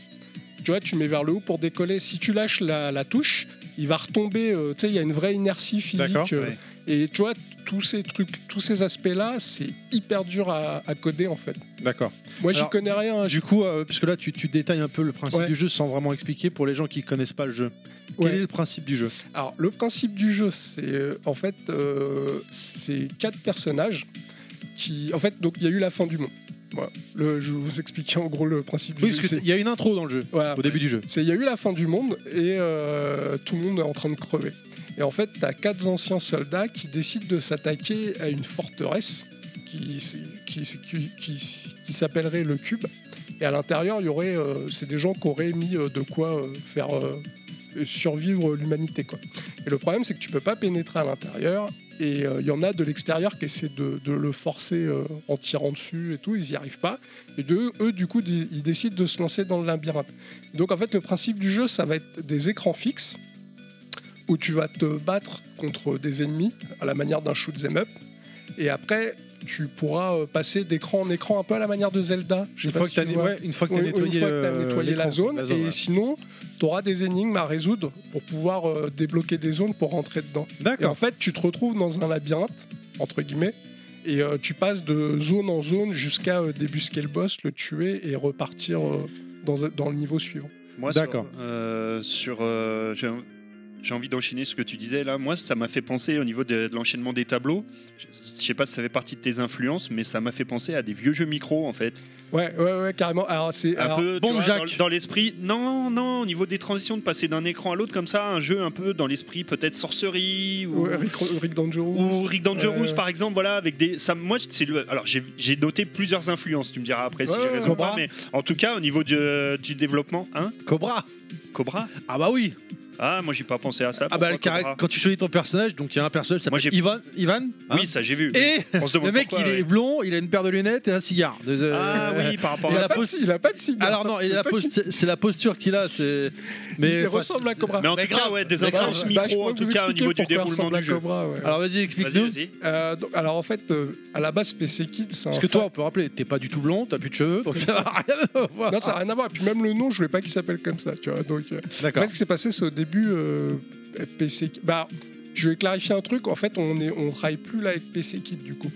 Speaker 6: tu vois, tu mets vers le haut pour décoller. Si tu lâches la, la touche, il va retomber. euh, tu sais, il y a une vraie inertie
Speaker 7: D'accord,
Speaker 6: physique. euh,
Speaker 4: ouais.
Speaker 6: Et tu vois tous ces trucs, tous ces aspects là, c'est hyper dur à, à coder en fait.
Speaker 7: D'accord.
Speaker 6: Moi j'y
Speaker 7: Alors,
Speaker 6: connais rien. je-
Speaker 7: Du coup, euh, puisque là tu, tu détailles un peu le principe
Speaker 6: Ouais.
Speaker 7: du jeu sans vraiment expliquer pour les gens qui connaissent pas le jeu.
Speaker 6: Ouais.
Speaker 7: Quel est le principe du jeu
Speaker 6: Alors, le principe du jeu, c'est euh, en fait, euh, c'est quatre personnages qui. En fait, donc il y a eu la fin du monde. Voilà. Le, je vais vous expliquer en gros le principe du
Speaker 7: Oui,
Speaker 6: jeu.
Speaker 7: parce
Speaker 6: c'est-
Speaker 7: qu'il y a une intro dans le jeu,
Speaker 6: Voilà.
Speaker 7: au début du jeu.
Speaker 6: C'est- Il y a eu la fin du monde et euh, tout le monde est en train de crever. Et en fait, t'as quatre anciens soldats qui décident de s'attaquer à une forteresse qui, qui, qui- qui- qui s'appellerait le Cube. Et à l'intérieur, il y aurait, euh, c'est des gens qui auraient mis euh, de quoi euh, faire euh, survivre l'humanité, quoi. Et le problème, c'est que tu peux pas pénétrer à l'intérieur. Et euh, il y en a de l'extérieur qui essaient de, de le forcer euh, en tirant dessus et tout. Ils n'y arrivent pas. Et de- eux, du coup, ils ils décident de se lancer dans le labyrinthe. Donc en fait, le principe du jeu, ça va être des écrans fixes où tu vas te battre contre des ennemis à la manière d'un shoot 'em up. Et après, tu pourras euh, passer d'écran en écran un peu à la manière de Zelda. Je sais
Speaker 7: Une
Speaker 6: pas
Speaker 7: fois,
Speaker 6: si
Speaker 7: que t'as
Speaker 6: tu
Speaker 7: né-
Speaker 6: vois.
Speaker 7: ouais, une fois que
Speaker 6: Oui,
Speaker 7: t'as
Speaker 6: une fois
Speaker 7: nettoyé,
Speaker 6: que t'as
Speaker 3: euh,
Speaker 7: le-
Speaker 6: nettoyé la
Speaker 7: l'écran,
Speaker 6: zone, et
Speaker 7: ouais.
Speaker 6: sinon, tu auras des énigmes à résoudre pour pouvoir euh, débloquer des zones pour rentrer dedans. Et en
Speaker 7: D'accord.
Speaker 6: fait, tu te retrouves dans un labyrinthe, entre guillemets, et euh, tu passes de zone en zone jusqu'à euh, débusquer le boss, le tuer et repartir euh, dans, dans le niveau suivant.
Speaker 4: Moi, sur-
Speaker 7: D'accord.
Speaker 4: euh, sur, euh, j'ai j'ai envie d'enchaîner ce que tu disais là. Moi, ça m'a fait penser au niveau de, de l'enchaînement des tableaux. Je, je sais pas si ça fait partie de tes influences, mais ça m'a fait penser à des vieux jeux micro en fait.
Speaker 6: Ouais, ouais, ouais, carrément. Alors, c'est.
Speaker 4: Un
Speaker 6: alors,
Speaker 4: peu tu
Speaker 7: bombe
Speaker 4: vois,
Speaker 7: Jacques.
Speaker 4: dans, dans l'esprit. Non, non, au niveau des transitions, de passer d'un écran à l'autre comme ça, un jeu un peu dans l'esprit peut-être sorcerie ou.
Speaker 6: ouais, Rick, Rick Dangerous. Euh,
Speaker 4: ou Rick Dangerous
Speaker 6: Ouais.
Speaker 4: par exemple voilà avec des ça moi c'est le alors j'ai- j'ai noté plusieurs influences tu me diras après si
Speaker 6: Ouais,
Speaker 4: j'ai
Speaker 6: ouais,
Speaker 4: raison ou pas
Speaker 7: Cobra.
Speaker 4: mais en tout cas au niveau du, du développement hein
Speaker 7: Cobra
Speaker 4: Cobra
Speaker 7: Ah bah oui
Speaker 4: ah moi j'ai pas pensé à ça
Speaker 7: Ah bah le
Speaker 4: Pourquoi
Speaker 7: carac-
Speaker 4: Cobra
Speaker 7: quand tu choisis ton personnage, donc il y a un personnage, ça
Speaker 4: Moi,
Speaker 7: s'appelle
Speaker 4: j'ai-
Speaker 7: Ivan. Ivan hein.
Speaker 4: oui ça j'ai vu
Speaker 7: et
Speaker 4: On se demande
Speaker 7: le mec,
Speaker 4: pourquoi,
Speaker 7: il est
Speaker 4: ouais.
Speaker 7: blond, il a une paire de lunettes et un cigare. Des- euh,
Speaker 4: Ah oui, par rapport
Speaker 7: Et
Speaker 6: Il
Speaker 4: à
Speaker 7: la
Speaker 6: a, pas de,
Speaker 7: pose-
Speaker 6: il a pas de cigare.
Speaker 7: Alors non, et
Speaker 6: C'est
Speaker 7: la
Speaker 6: toi
Speaker 7: post- c'est la posture qu'il a, c'est
Speaker 3: Mais
Speaker 6: Il
Speaker 3: enfin,
Speaker 6: ressemble à
Speaker 3: c'est-
Speaker 6: Cobra.
Speaker 4: Mais en
Speaker 8: Mais
Speaker 4: tout cas,
Speaker 8: grave.
Speaker 4: ouais, des
Speaker 6: Mais grave.
Speaker 4: influences
Speaker 6: Bah, je
Speaker 4: micro,
Speaker 6: pourrais
Speaker 4: en tout
Speaker 6: vous
Speaker 4: cas, au
Speaker 6: expliquer
Speaker 4: niveau du
Speaker 6: pourquoi
Speaker 4: déroulement
Speaker 6: ressemble
Speaker 4: du
Speaker 6: à
Speaker 4: jeu.
Speaker 6: Cobra, ouais.
Speaker 3: Alors vas-y,
Speaker 4: Vas-y,
Speaker 3: explique-nous.
Speaker 4: vas-y.
Speaker 6: Euh, donc, alors en fait, euh, à la base, PC Kid, c'est un
Speaker 3: Parce que
Speaker 6: fan-
Speaker 3: toi, on peut rappeler, t'es pas du tout blond, t'as plus de cheveux, donc ça n'a rien à voir.
Speaker 6: Non, ça n'a rien à voir. Et puis même le nom, je voulais pas qu'il s'appelle comme ça, tu vois. Donc, euh,
Speaker 3: D'accord.
Speaker 6: en fait, ce qui s'est passé, c'est au début, euh, PC Kid. Bah, je vais clarifier un truc. En fait, on est, on travaille plus là avec PC Kid du coup,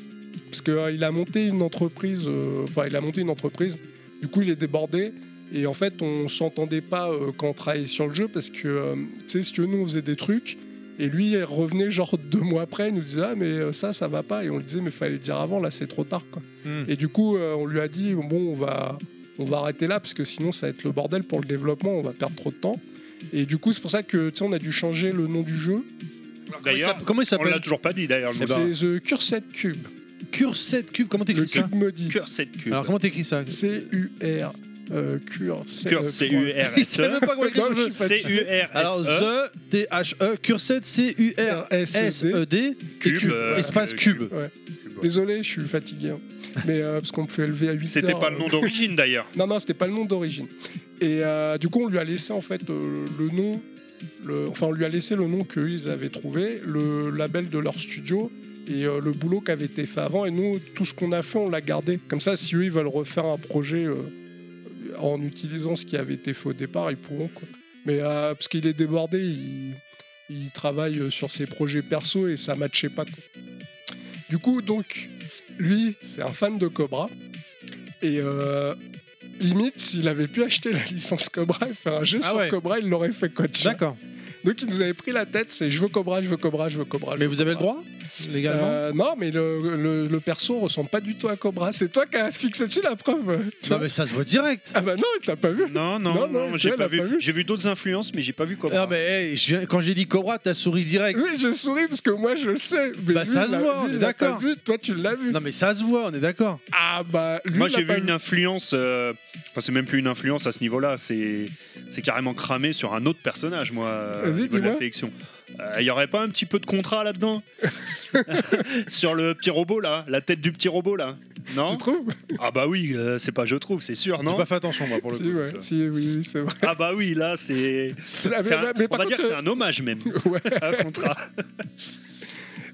Speaker 6: parce que euh, il a monté une entreprise. euh, Enfin, il a monté une entreprise. Du coup, il est débordé. Et en fait, on s'entendait pas euh, quand on travaillait sur le jeu parce que, euh, tu sais, si tu veux, nous, on faisait des trucs. Et lui, il revenait genre deux mois après, il nous disait Ah, mais euh, ça, ça va pas. Et on lui disait Mais fallait le dire avant, là, c'est trop tard. Quoi.
Speaker 3: Hmm.
Speaker 6: Et du coup, euh, on lui a dit Bon, on va, on va arrêter là parce que sinon, ça va être le bordel pour le développement, on va perdre trop de temps. Et du coup, c'est pour ça que, tu sais, on a dû changer le nom du jeu.
Speaker 4: D'ailleurs,
Speaker 3: Comment il
Speaker 4: on l'a
Speaker 3: s'appelle
Speaker 4: toujours pas dit d'ailleurs. le
Speaker 3: Eh
Speaker 4: mot.
Speaker 3: ben,
Speaker 6: C'est The Cursed Cube,
Speaker 3: Cure 7 cube, comment
Speaker 6: le
Speaker 3: t'écris ça
Speaker 6: cube maudit.
Speaker 4: Cure 7 cube.
Speaker 3: Alors comment t'écris ça
Speaker 4: E
Speaker 6: C-U-R. euh, Cursed
Speaker 4: Cure
Speaker 3: Il sait même
Speaker 4: C-U-R-S-E.
Speaker 3: pas comment l'écrit son
Speaker 6: Non, je
Speaker 3: chiffre.
Speaker 6: sais pas.
Speaker 4: E.
Speaker 3: Alors
Speaker 4: C-U-R-S-E.
Speaker 3: The T H E Cursed C U R S E D
Speaker 4: Cube,
Speaker 3: cube
Speaker 4: euh,
Speaker 3: espace
Speaker 4: euh,
Speaker 3: cube.
Speaker 6: Désolé, je suis fatigué. hein. Mais euh, parce qu'on me fait lever à 8
Speaker 4: C'était
Speaker 6: heures,
Speaker 4: pas le
Speaker 6: euh,
Speaker 4: nom d'origine d'ailleurs.
Speaker 6: Non, non, c'était pas le nom d'origine. Et euh, du coup, on lui a laissé en fait euh, le nom, le, enfin, on lui a laissé le nom qu'ils avaient trouvé, le label de leur studio et euh, le boulot qui avait été fait avant. Et nous, tout ce qu'on a fait, on l'a gardé. Comme ça, si eux, ils veulent refaire un projet euh, en utilisant ce qui avait été fait au départ, ils pourront. Quoi. Mais euh, parce qu'il est débordé, il, il travaille euh, sur ses projets perso et ça matchait pas. quoi. Du coup, donc, lui, c'est un fan de Cobra. Et euh, limite, s'il avait pu acheter la licence Cobra et faire un jeu
Speaker 3: Ah
Speaker 6: sur
Speaker 3: ouais.
Speaker 6: Cobra, il l'aurait fait quoi. tu vois.
Speaker 3: D'accord.
Speaker 6: Donc, il nous avait pris la tête c'est je veux Cobra, je veux Cobra, je veux Cobra. je
Speaker 3: Mais
Speaker 6: veux
Speaker 3: vous avez le
Speaker 6: Cobra.
Speaker 3: droit légalement
Speaker 6: Euh, Non, mais le, le, le perso ressemble pas du tout à Cobra. C'est toi qui as fixé dessus la preuve. tu
Speaker 3: Non
Speaker 6: vois.
Speaker 3: mais ça se voit direct.
Speaker 6: Ah bah non, t'as pas vu.
Speaker 4: Non, non,
Speaker 6: Non, non,
Speaker 4: non, j'ai
Speaker 6: elle
Speaker 4: pas
Speaker 6: a pas
Speaker 4: vu.
Speaker 6: vu.
Speaker 4: J'ai vu d'autres influences, mais j'ai pas vu
Speaker 3: Non
Speaker 4: Cobra.
Speaker 3: Ah, mais hey, je viens- quand j'ai dit Cobra, t'as souri direct.
Speaker 6: Oui, je souris parce que moi je le sais. Mais
Speaker 3: Bah,
Speaker 6: lui,
Speaker 3: ça
Speaker 6: il
Speaker 3: se
Speaker 6: l'a-
Speaker 3: voit,
Speaker 6: lui,
Speaker 3: on est
Speaker 6: il l'a pas
Speaker 3: d'accord.
Speaker 6: vu, toi tu l'as vu.
Speaker 3: Non mais ça se voit, on est d'accord.
Speaker 6: Ah bah lui,
Speaker 4: Moi
Speaker 6: il l'a
Speaker 4: j'ai
Speaker 6: pas
Speaker 4: vu une influence, euh, enfin c'est même plus une influence à ce niveau-là, c'est c'est carrément cramé sur un autre personnage moi euh, au
Speaker 6: Vas-y,
Speaker 4: niveau de la
Speaker 6: dis-moi.
Speaker 4: sélection. Euh, Il y aurait pas un petit peu de contrat là-dedans sur le petit robot là, la tête du petit robot là, non
Speaker 6: Tu trouves
Speaker 4: Ah bah oui, euh, c'est pas je trouve, c'est sûr
Speaker 3: J'ai
Speaker 4: Ah non
Speaker 3: pas fait attention moi pour le
Speaker 6: Si,
Speaker 3: coup.
Speaker 6: ouais, si, oui, oui, c'est vrai.
Speaker 4: Ah bah oui là c'est,
Speaker 6: Ah,
Speaker 4: c'est
Speaker 6: mais,
Speaker 4: un-
Speaker 6: mais
Speaker 4: on
Speaker 6: par
Speaker 4: va dire
Speaker 6: contre,
Speaker 4: que c'est un hommage même,
Speaker 6: euh, ouais,
Speaker 4: un contrat.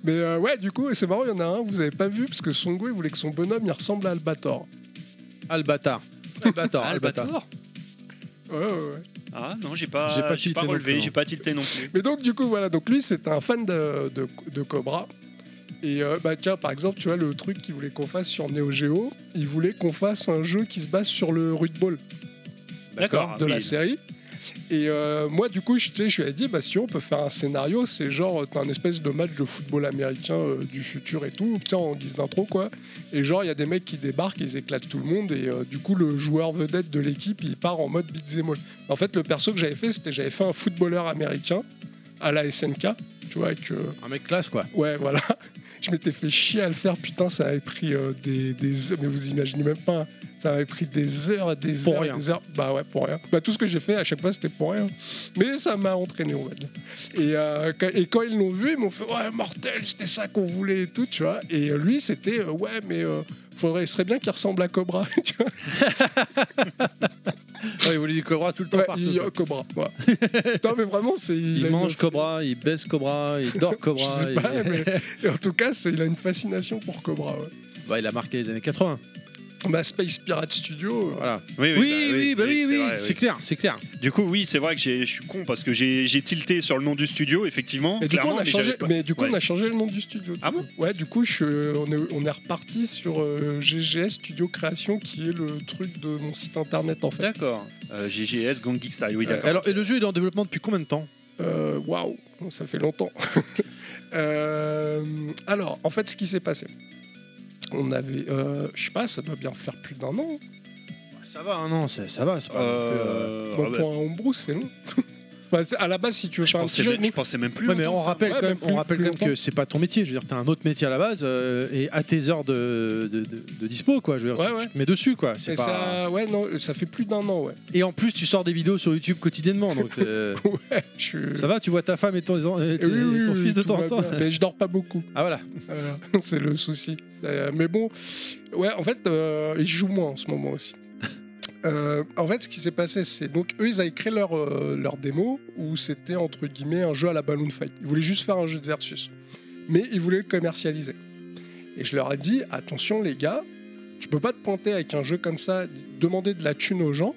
Speaker 6: mais euh, ouais, du coup, c'est marrant, il y en a un, vous avez pas vu, parce que Songo, il voulait que son bonhomme, il ressemble à Albator.
Speaker 3: Albatar. Albator. Albator.
Speaker 4: Albator
Speaker 6: Ouais, ouais, ouais.
Speaker 4: Ah non j'ai pas,
Speaker 3: J'ai
Speaker 4: j'ai
Speaker 3: pas
Speaker 4: pas,
Speaker 3: tilté non plus, hein.
Speaker 4: relevé,
Speaker 3: non.
Speaker 4: j'ai pas tilté non plus.
Speaker 6: Mais donc, du coup, voilà, donc lui, c'est un fan de, de, de Cobra. Et euh, bah tiens, par exemple, tu vois, le truc qu'il voulait qu'on fasse sur Neo Geo, il voulait qu'on fasse un jeu qui se base sur le Ball.
Speaker 4: D'accord.
Speaker 6: de
Speaker 4: Ah,
Speaker 6: la
Speaker 4: oui.
Speaker 6: série. Et euh, moi, du coup, je, tu sais, je lui ai dit, bah, si on peut faire un scénario, c'est genre, euh, t'as un espèce de match de football américain euh, du futur et tout, tiens, en guise d'intro, quoi. Et genre, il y a des mecs qui débarquent, ils éclatent tout le monde, et euh, du coup, le joueur vedette de l'équipe, il part en mode beat'em all. En fait, le perso que j'avais fait, c'était j'avais fait un footballeur américain à la SNK, tu vois, avec. euh,
Speaker 3: Un mec classe quoi.
Speaker 6: Ouais, voilà. Je m'étais fait chier à le faire, putain, ça avait pris euh, des, des heures, mais vous imaginez même pas, hein. ça avait pris des heures et des
Speaker 3: Pour
Speaker 6: heures et
Speaker 3: rien.
Speaker 6: des heures. Bah ouais, pour rien. Bah tout ce que j'ai fait à chaque fois, c'était pour rien. Mais ça m'a entraîné, on va dire. Et, euh, quand- et quand ils l'ont vu, ils m'ont fait, ouais, mortel, c'était ça qu'on voulait et tout, tu vois. Et euh, lui, c'était, euh, ouais, mais euh, faudrait, serait bien qu'il ressemble à Cobra, tu vois.
Speaker 3: Ouais, il voulait du Cobra tout le temps
Speaker 6: Ouais,
Speaker 3: partout.
Speaker 6: il-
Speaker 3: quoi.
Speaker 6: euh, Cobra, ouais. non, mais vraiment, c'est.
Speaker 3: Il,
Speaker 6: a une-
Speaker 3: mange Cobra, il baisse Cobra, il dort
Speaker 6: Je
Speaker 3: Cobra.
Speaker 6: sais
Speaker 3: il-
Speaker 6: pas, mais en tout cas, c'est- il a une fascination pour Cobra. ouais.
Speaker 3: Bah, il a marqué les années 80.
Speaker 6: Bah, Space Pirate Studio, euh,
Speaker 3: Voilà.
Speaker 4: Oui
Speaker 3: Oui, oui, bah oui,
Speaker 4: c'est
Speaker 3: oui,
Speaker 4: vrai,
Speaker 3: c'est clair, c'est clair.
Speaker 4: Du coup, oui, c'est vrai que j'ai- je suis con parce que j'ai j'ai tilté sur le nom du studio, effectivement.
Speaker 6: Et du coup,
Speaker 4: clairement,
Speaker 6: on a
Speaker 4: mais
Speaker 6: changé,
Speaker 4: j'avais pas-
Speaker 6: mais du coup,
Speaker 4: Ouais.
Speaker 6: on a changé le nom du studio.
Speaker 4: Ah bon
Speaker 6: Ouais, du coup, je, suis, euh, on, est, on est reparti sur euh, GGS Studio Création, qui est le truc de mon site internet en fait.
Speaker 4: D'accord. Euh, GGS, Gang Geek Style, oui, d'accord.
Speaker 3: Alors, et le jeu, il est en développement depuis combien de temps
Speaker 6: Euh, Waouh, ça fait longtemps. Euh, alors, en fait, ce qui s'est passé, on avait, euh, je sais pas, ça doit bien faire plus d'un an.
Speaker 3: Ça va, non, ça, ça va. c'est pas non plus, euh,
Speaker 4: Euh,
Speaker 6: Bon,
Speaker 4: ah bah,
Speaker 6: pour un homebrew, c'est long. Enfin, c'est- à la base, si tu veux
Speaker 4: je,
Speaker 6: faire un petit
Speaker 4: pensais
Speaker 6: jeu,
Speaker 4: même, je pensais même plus.
Speaker 3: Ouais, mais on
Speaker 4: longtemps, ça.
Speaker 3: rappelle
Speaker 6: ouais,
Speaker 3: quand même,
Speaker 6: même
Speaker 3: on
Speaker 6: plus-
Speaker 3: rappelle
Speaker 6: plus
Speaker 3: quand même que
Speaker 6: longtemps.
Speaker 3: c'est pas ton métier. Je veux dire, t'as un autre métier à la base euh, et à tes heures de, de, de- de dispo, quoi. Je veux dire,
Speaker 6: Ouais,
Speaker 3: tu-
Speaker 6: ouais.
Speaker 3: tu te mets dessus, quoi.
Speaker 6: Et
Speaker 3: C'est pas-
Speaker 6: ça, ouais, non, ça fait plus d'un an, ouais.
Speaker 3: Et en plus, tu sors des vidéos sur YouTube quotidiennement, donc c'est-
Speaker 6: ouais je suis-
Speaker 3: ça va. Tu vois ta femme et ton, et ton- et
Speaker 6: Et oui, oui,
Speaker 3: ton
Speaker 6: oui,
Speaker 3: fils de
Speaker 6: tout
Speaker 3: temps
Speaker 6: va
Speaker 3: en temps.
Speaker 6: bien. Mais je dors pas beaucoup.
Speaker 3: Ah voilà.
Speaker 6: Voilà, c'est le souci. Euh, mais bon, ouais, en fait, euh, il joue moins en ce moment aussi. Euh, en fait, ce qui s'est passé, c'est donc eux, ils avaient créé leur, euh, leur démo où c'était entre guillemets un jeu à la Balloon Fight. Ils voulaient juste faire un jeu de versus, mais ils voulaient le commercialiser. Et je leur ai dit attention les gars, tu peux pas te pointer avec un jeu comme ça, demander de la thune aux gens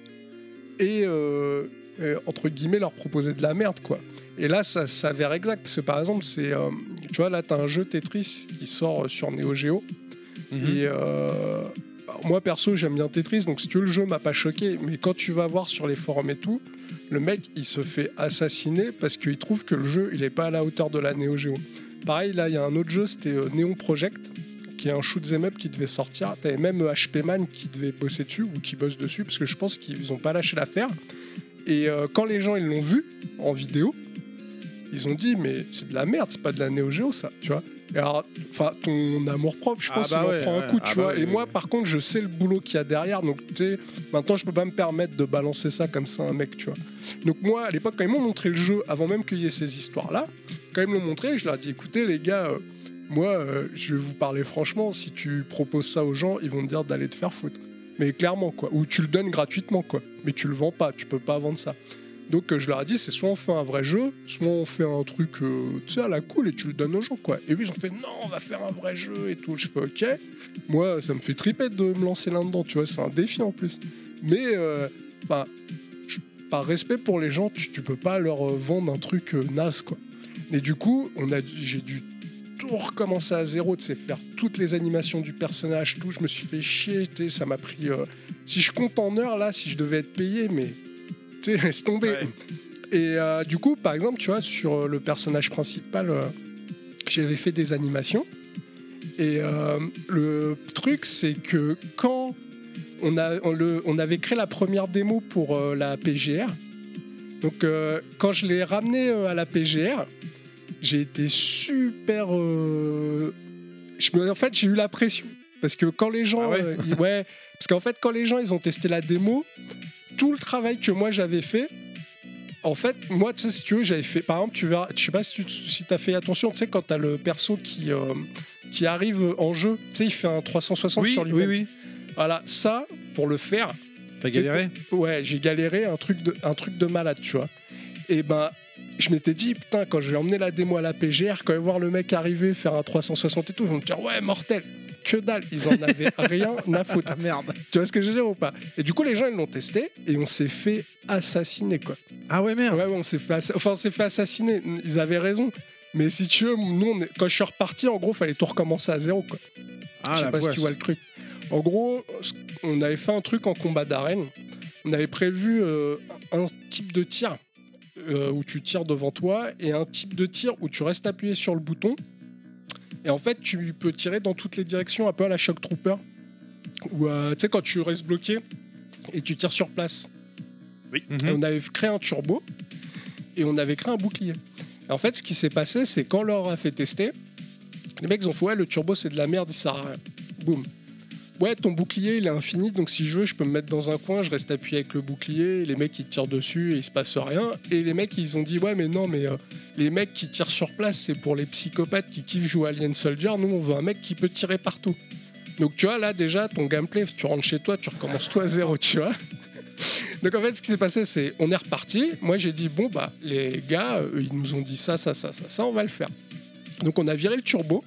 Speaker 6: et euh, euh, entre guillemets leur proposer de la merde quoi. Et là, ça s'avère exact parce que par exemple, c'est euh, tu vois là, t'as un jeu Tetris qui sort euh, sur Neo Geo
Speaker 3: Mhm.
Speaker 6: et euh, moi perso, j'aime bien Tetris, donc si tu veux, le jeu m'a pas choqué. Mais quand tu vas voir sur les forums et tout, le mec, il se fait assassiner parce qu'il trouve que le jeu, il est pas à la hauteur de la Neo Geo. Pareil, là, il y a un autre jeu, c'était euh, Neon Project, qui est un shoot 'em up qui devait sortir. T'avais même euh, HP Man qui devait bosser dessus ou qui bosse dessus, parce que je pense qu'ils ont pas lâché l'affaire. Et euh, quand les gens ils l'ont vu en vidéo, ils ont dit mais c'est de la merde, c'est pas de la Neo Geo ça, tu vois. Et alors, enfin ton amour propre, je
Speaker 3: Ah
Speaker 6: pense,
Speaker 3: bah
Speaker 6: il en
Speaker 3: ouais,
Speaker 6: prend
Speaker 3: ouais.
Speaker 6: un coup,
Speaker 3: Ah
Speaker 6: tu
Speaker 3: bah
Speaker 6: vois.
Speaker 3: oui,
Speaker 6: et
Speaker 3: oui,
Speaker 6: moi,
Speaker 3: oui.
Speaker 6: par contre, je sais le boulot qu'il y a derrière, donc tu sais, maintenant je peux pas me permettre de balancer ça comme ça à un mec, tu vois. Donc moi, à l'époque, quand ils m'ont montré le jeu, avant même qu'il y ait ces histoires-là, quand ils me l'ont montré, je leur ai dit, écoutez les gars, euh, moi, euh, je vais vous parler franchement, si tu proposes ça aux gens, ils vont te dire d'aller te faire foutre. Mais clairement, quoi. Ou tu le donnes gratuitement, quoi. Mais tu le vends pas, tu peux pas vendre ça. Donc euh, je leur ai dit, c'est soit on fait un vrai jeu, soit on fait un truc, euh, tu sais, à la cool et tu le donnes aux gens, quoi. Et eux, ils ont fait, non, on va faire un vrai jeu et tout. Je fais, ok. Moi, ça me fait triper de me lancer là-dedans, tu vois, c'est un défi en plus. Mais, enfin, par respect pour les gens, tu, tu peux pas leur euh, vendre un truc euh, naze, quoi. Et du coup, on a, dû- j'ai dû tout recommencer à zéro, tu sais, faire toutes les animations du personnage, tout. Je me suis fait chier, tu sais, ça m'a pris. euh, si je compte en heures, là, si je devais être payé, mais. Tu sais, laisse tomber.
Speaker 3: Ouais.
Speaker 6: Et euh, du coup, par exemple, tu vois, sur euh, le personnage principal, euh, j'avais fait des animations. Et euh, le truc, c'est que quand on, a, on le- on avait créé la première démo pour euh, la PGR, donc euh, quand je l'ai ramené euh, à la PGR, j'ai été super. euh, je me- en fait, j'ai eu la pression parce que quand les gens,
Speaker 3: Ah ouais
Speaker 6: euh, ils- ouais, parce qu'en fait, quand les gens ils ont testé la démo, tout le travail que moi j'avais fait. En fait, moi, tu sais, si tu veux, j'avais fait. Par exemple, tu verras. Je sais pas si tu si as fait attention, tu sais, quand t'as le perso qui, euh, qui arrive en jeu, tu sais, il fait un 360
Speaker 3: Oui,
Speaker 6: sur
Speaker 3: oui,
Speaker 6: lui-même.
Speaker 3: oui.
Speaker 6: Voilà, ça, pour le faire,
Speaker 3: T'as galéré
Speaker 6: ouais, j'ai galéré un truc, de, un truc de malade, tu vois. Et ben, je m'étais dit, putain, quand je vais emmener la démo à la PGR, quand je vais voir le mec arriver faire un 360 et tout, ils vont me dire, ouais, mortel, que dalle, ils en avaient rien à foutre.
Speaker 3: Ah merde.
Speaker 6: Tu vois ce que je veux dire ou pas Et du coup, les gens, ils l'ont testé et on s'est fait assassiner, quoi.
Speaker 3: Ah ouais, merde.
Speaker 6: Ouais, ouais, on s'est fait, assa- enfin, on s'est fait assassiner. Ils avaient raison. Mais si tu veux, nous, on est- quand je suis reparti, en gros, fallait tout recommencer à zéro, quoi.
Speaker 3: Ah,
Speaker 6: Je sais
Speaker 3: la
Speaker 6: pas si
Speaker 3: poisse.
Speaker 6: tu vois le truc. En gros, ce- on avait fait un truc en combat d'arène. On avait prévu euh, un type de tir euh, où tu tires devant toi et un type de tir où tu restes appuyé sur le bouton. Et en fait, tu peux tirer dans toutes les directions, un peu à la Shock Trooper. Ou euh, tu sais, quand tu restes bloqué et tu tires sur place.
Speaker 3: Mhm.
Speaker 6: Et on avait créé un turbo et on avait créé un bouclier. Et en fait, ce qui s'est passé, c'est quand leur a fait tester, les mecs ils ont fait ouais, le turbo c'est de la merde, il sert à rien. Boum. Ouais, ton bouclier il est infini, donc si je veux, je peux me mettre dans un coin, je reste appuyé avec le bouclier, et les mecs ils tirent dessus et il se passe rien. Et les mecs ils ont dit ouais, mais non, mais euh, les mecs qui tirent sur place, c'est pour les psychopathes qui kiffent jouer Alien Soldier, nous on veut un mec qui peut tirer partout. Donc tu vois, là déjà, ton gameplay, tu rentres chez toi, tu recommences toi à zéro, tu vois. Donc en fait, ce qui s'est passé, c'est on est reparti. Moi, j'ai dit bon bah les gars, euh, ils nous ont dit ça, ça, ça, ça, ça, on va le faire. Donc on a viré le turbo.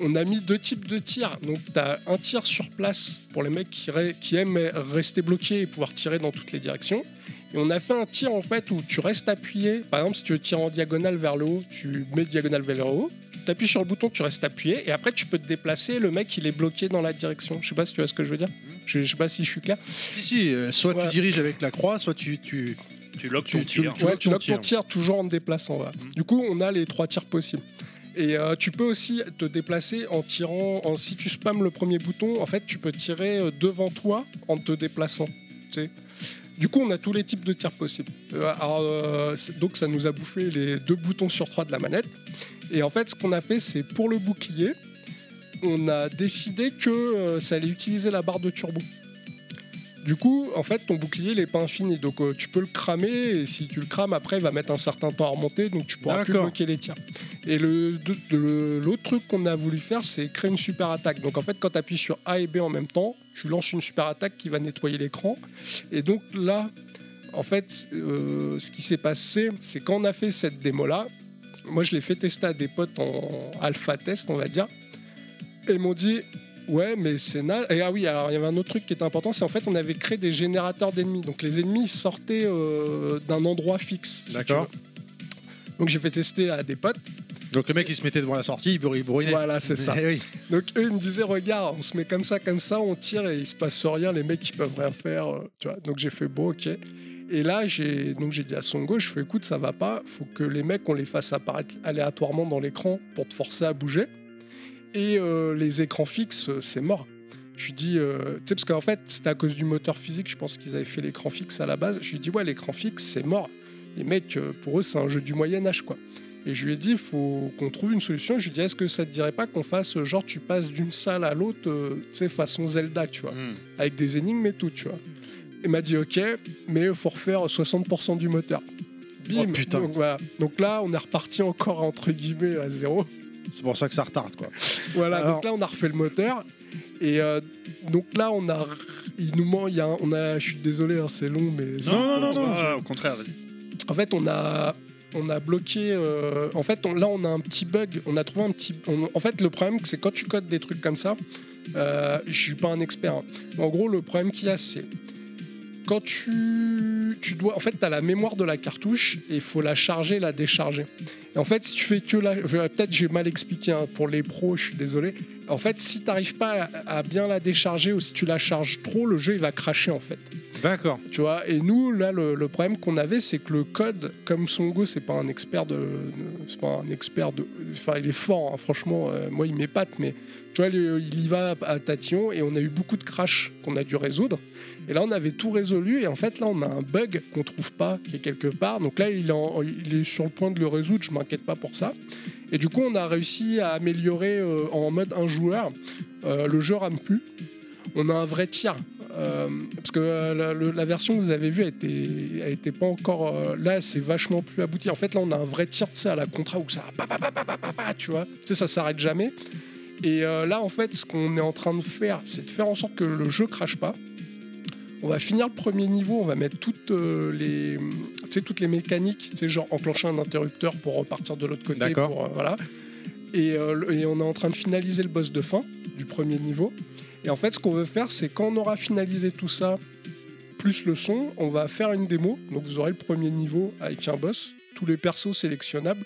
Speaker 6: On a mis deux types de tirs. Donc t'as un tir sur place pour les mecs qui, re- qui aiment rester bloqués et pouvoir tirer dans toutes les directions. Et on a fait un tir en fait où tu restes appuyé. Par exemple, si tu veux tirer en diagonale vers le haut, tu mets diagonale vers le haut. Tu t'appuies sur le bouton, tu restes appuyé et après tu peux te déplacer. Le mec, il est bloqué dans la direction. Je sais pas si tu vois ce que je veux dire. Je, je sais pas si je suis clair.
Speaker 3: Si, si, euh, soit
Speaker 6: Ouais.
Speaker 3: tu diriges avec la croix, soit tu. tu...
Speaker 4: hein. Tu loques
Speaker 3: Tu-
Speaker 4: ton
Speaker 3: tu-
Speaker 4: tir.
Speaker 3: tu-
Speaker 6: ouais, tu
Speaker 3: loques
Speaker 6: loques
Speaker 3: ton
Speaker 6: ton tir toujours en te déplaçant. voilà.
Speaker 4: Mm.
Speaker 6: Du coup, on a les trois tirs possibles. Et euh, tu peux aussi te déplacer en tirant. En, si tu spammes le premier bouton, en fait, tu peux tirer euh, devant toi en te déplaçant. tu sais. Du coup, on a tous les types de tirs possibles. Euh, alors, euh, c'est- donc, ça nous a bouffé les deux boutons sur trois de la manette. Et en fait, ce qu'on a fait, c'est pour le bouclier, on a décidé que euh, ça allait utiliser la barre de turbo. Du coup, en fait, ton bouclier, il est pas infini. Donc, euh, tu peux le cramer. Et si tu le crames, après, il va mettre un certain temps à remonter. Donc, tu pourras plus
Speaker 3: D'accord.
Speaker 6: bloquer les tirs. Et le- de- de- le- l'autre truc qu'on a voulu faire, c'est créer une super attaque. Donc en fait, quand tu appuies sur A et B en même temps, tu lances une super attaque qui va nettoyer l'écran. Et donc là, en fait, euh, ce qui s'est passé, c'est quand on a fait cette démo-là, moi je l'ai fait tester à des potes en alpha test, on va dire, et ils m'ont dit. Ouais, mais c'est naze. Et ah oui, alors il y avait un autre truc qui était important, c'est en fait on avait créé des générateurs d'ennemis. Donc les ennemis sortaient euh, d'un endroit fixe. si tu
Speaker 3: D'accord.
Speaker 6: veux. Donc j'ai fait tester à des potes.
Speaker 3: Donc le mec il se mettait devant la sortie, il brû- brûlait.
Speaker 6: Voilà, c'est ça.
Speaker 3: Eh oui.
Speaker 6: Donc eux, ils me disaient, regarde, on se met comme ça, comme ça, on tire et il se passe rien, les mecs, ils peuvent rien faire. euh, tu vois. Donc j'ai fait, bon, ok. Et là, j'ai donc j'ai dit à Songo, je fais, écoute, ça va pas, faut que les mecs, on les fasse apparaître aléatoirement dans l'écran pour te forcer à bouger. Et euh, les écrans fixes, euh, c'est mort. Je lui dis, euh, tu sais, parce qu'en fait, c'était à cause du moteur physique, je pense qu'ils avaient fait l'écran fixe à la base. Je lui dis, ouais, l'écran fixe, c'est mort. Les mecs, euh, pour eux, c'est un jeu du Moyen-Âge, quoi. Et je lui ai dit, faut qu'on trouve une solution. Je lui ai dit, est-ce que ça te dirait pas qu'on fasse euh, genre, tu passes d'une salle à l'autre, euh, tu sais, façon Zelda, tu vois,
Speaker 4: Hmm.
Speaker 6: avec des énigmes et tout, tu vois. Il m'a dit, ok, mais faut refaire 60% du moteur. Bim
Speaker 3: Oh, putain.
Speaker 6: Donc, voilà. Donc là, on est reparti encore entre guillemets à zéro.
Speaker 3: C'est pour ça que ça retarde quoi.
Speaker 6: Voilà,
Speaker 3: Alors-
Speaker 6: donc là on a refait le moteur. Et euh, donc là on a. Il nous manque, il y a un- on a, je suis désolé, hein, c'est long, mais.
Speaker 4: Non, non, non,
Speaker 6: non.
Speaker 4: au contraire, vas-y.
Speaker 6: En fait, on a, on a bloqué. euh, en fait, on- là, on a un petit bug. On a trouvé un petit. on- en fait, le problème, c'est quand tu codes des trucs comme ça, euh, je suis pas un expert. hein. Mais en gros, le problème qu'il y a, c'est quand tu, tu dois. En fait, tu as la mémoire de la cartouche et il faut la charger, la décharger. Et en fait, si tu fais que la. enfin, Peut-être j'ai mal expliqué hein, pour les pros, je suis désolé. En fait, si t'arrives pas à, à bien la décharger ou si tu la charges trop, le jeu il va cracher en fait
Speaker 3: D'accord.
Speaker 6: tu vois et nous là le, le problème qu'on avait c'est que le code comme Songo c'est pas un expert de, de- c'est pas un expert de enfin il est fort hein, franchement euh, moi il m'épate mais tu vois le- il y va à Tatillon et on a eu beaucoup de crashs qu'on a dû résoudre et là on avait tout résolu et en fait là on a un bug qu'on trouve pas qui est quelque part donc là il est, en- il est sur le point de le résoudre je m'inquiète pas pour ça et du coup on a réussi à améliorer euh, en mode un joueur euh, le jeu rame plus on a un vrai tir. Euh, parce que euh, la, le- la version que vous avez vue, elle était, elle était pas encore. euh, là, c'est vachement plus abouti. En fait, là, on a un vrai tir, tu sais, à la contra où ça va, pa, pa, pa, pa, pa, pa, pa, tu vois. Tu sais, ça s'arrête jamais. Et euh, là, en fait, ce qu'on est en train de faire, c'est de faire en sorte que le jeu crache pas. On va finir le premier niveau, on va mettre toutes euh, les, tu sais, toutes les mécaniques, tu sais, genre enclencher un interrupteur pour repartir de l'autre côté,
Speaker 3: D'accord.
Speaker 6: pour, euh, voilà. Et, euh, le- et on est en train de finaliser le boss de fin du premier niveau. Et en fait, ce qu'on veut faire, c'est quand on aura finalisé tout ça, plus le son, on va faire une démo. Donc vous aurez le premier niveau avec un boss, tous les persos sélectionnables.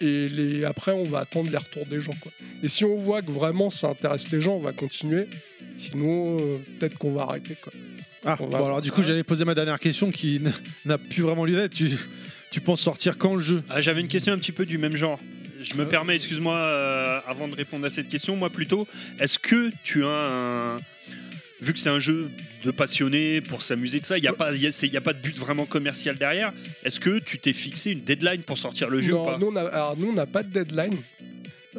Speaker 6: Et les... après, on va attendre les retours des gens. Quoi. Et si on voit que vraiment ça intéresse les gens, on va continuer. Sinon, euh, peut-être qu'on va arrêter. Quoi.
Speaker 3: Ah,
Speaker 6: On
Speaker 3: bon,
Speaker 6: va-
Speaker 3: alors du coup, j'allais poser ma dernière question qui n- n'a plus vraiment lieu d'être. Tu, tu penses sortir quand le jeu
Speaker 4: Ah, J'avais une question un petit peu du même genre. Je me permets, excuse-moi, euh, avant de répondre à cette question, moi plutôt, est-ce que tu as un. Vu que c'est un jeu de passionnés pour s'amuser de ça, il n'y a, pas- il y a- c'est- il y a pas de but vraiment commercial derrière. Est-ce que tu t'es fixé une deadline pour sortir le jeu ou
Speaker 6: Non,
Speaker 4: pas
Speaker 6: nous, on a- alors, nous, on n'a pas de deadline.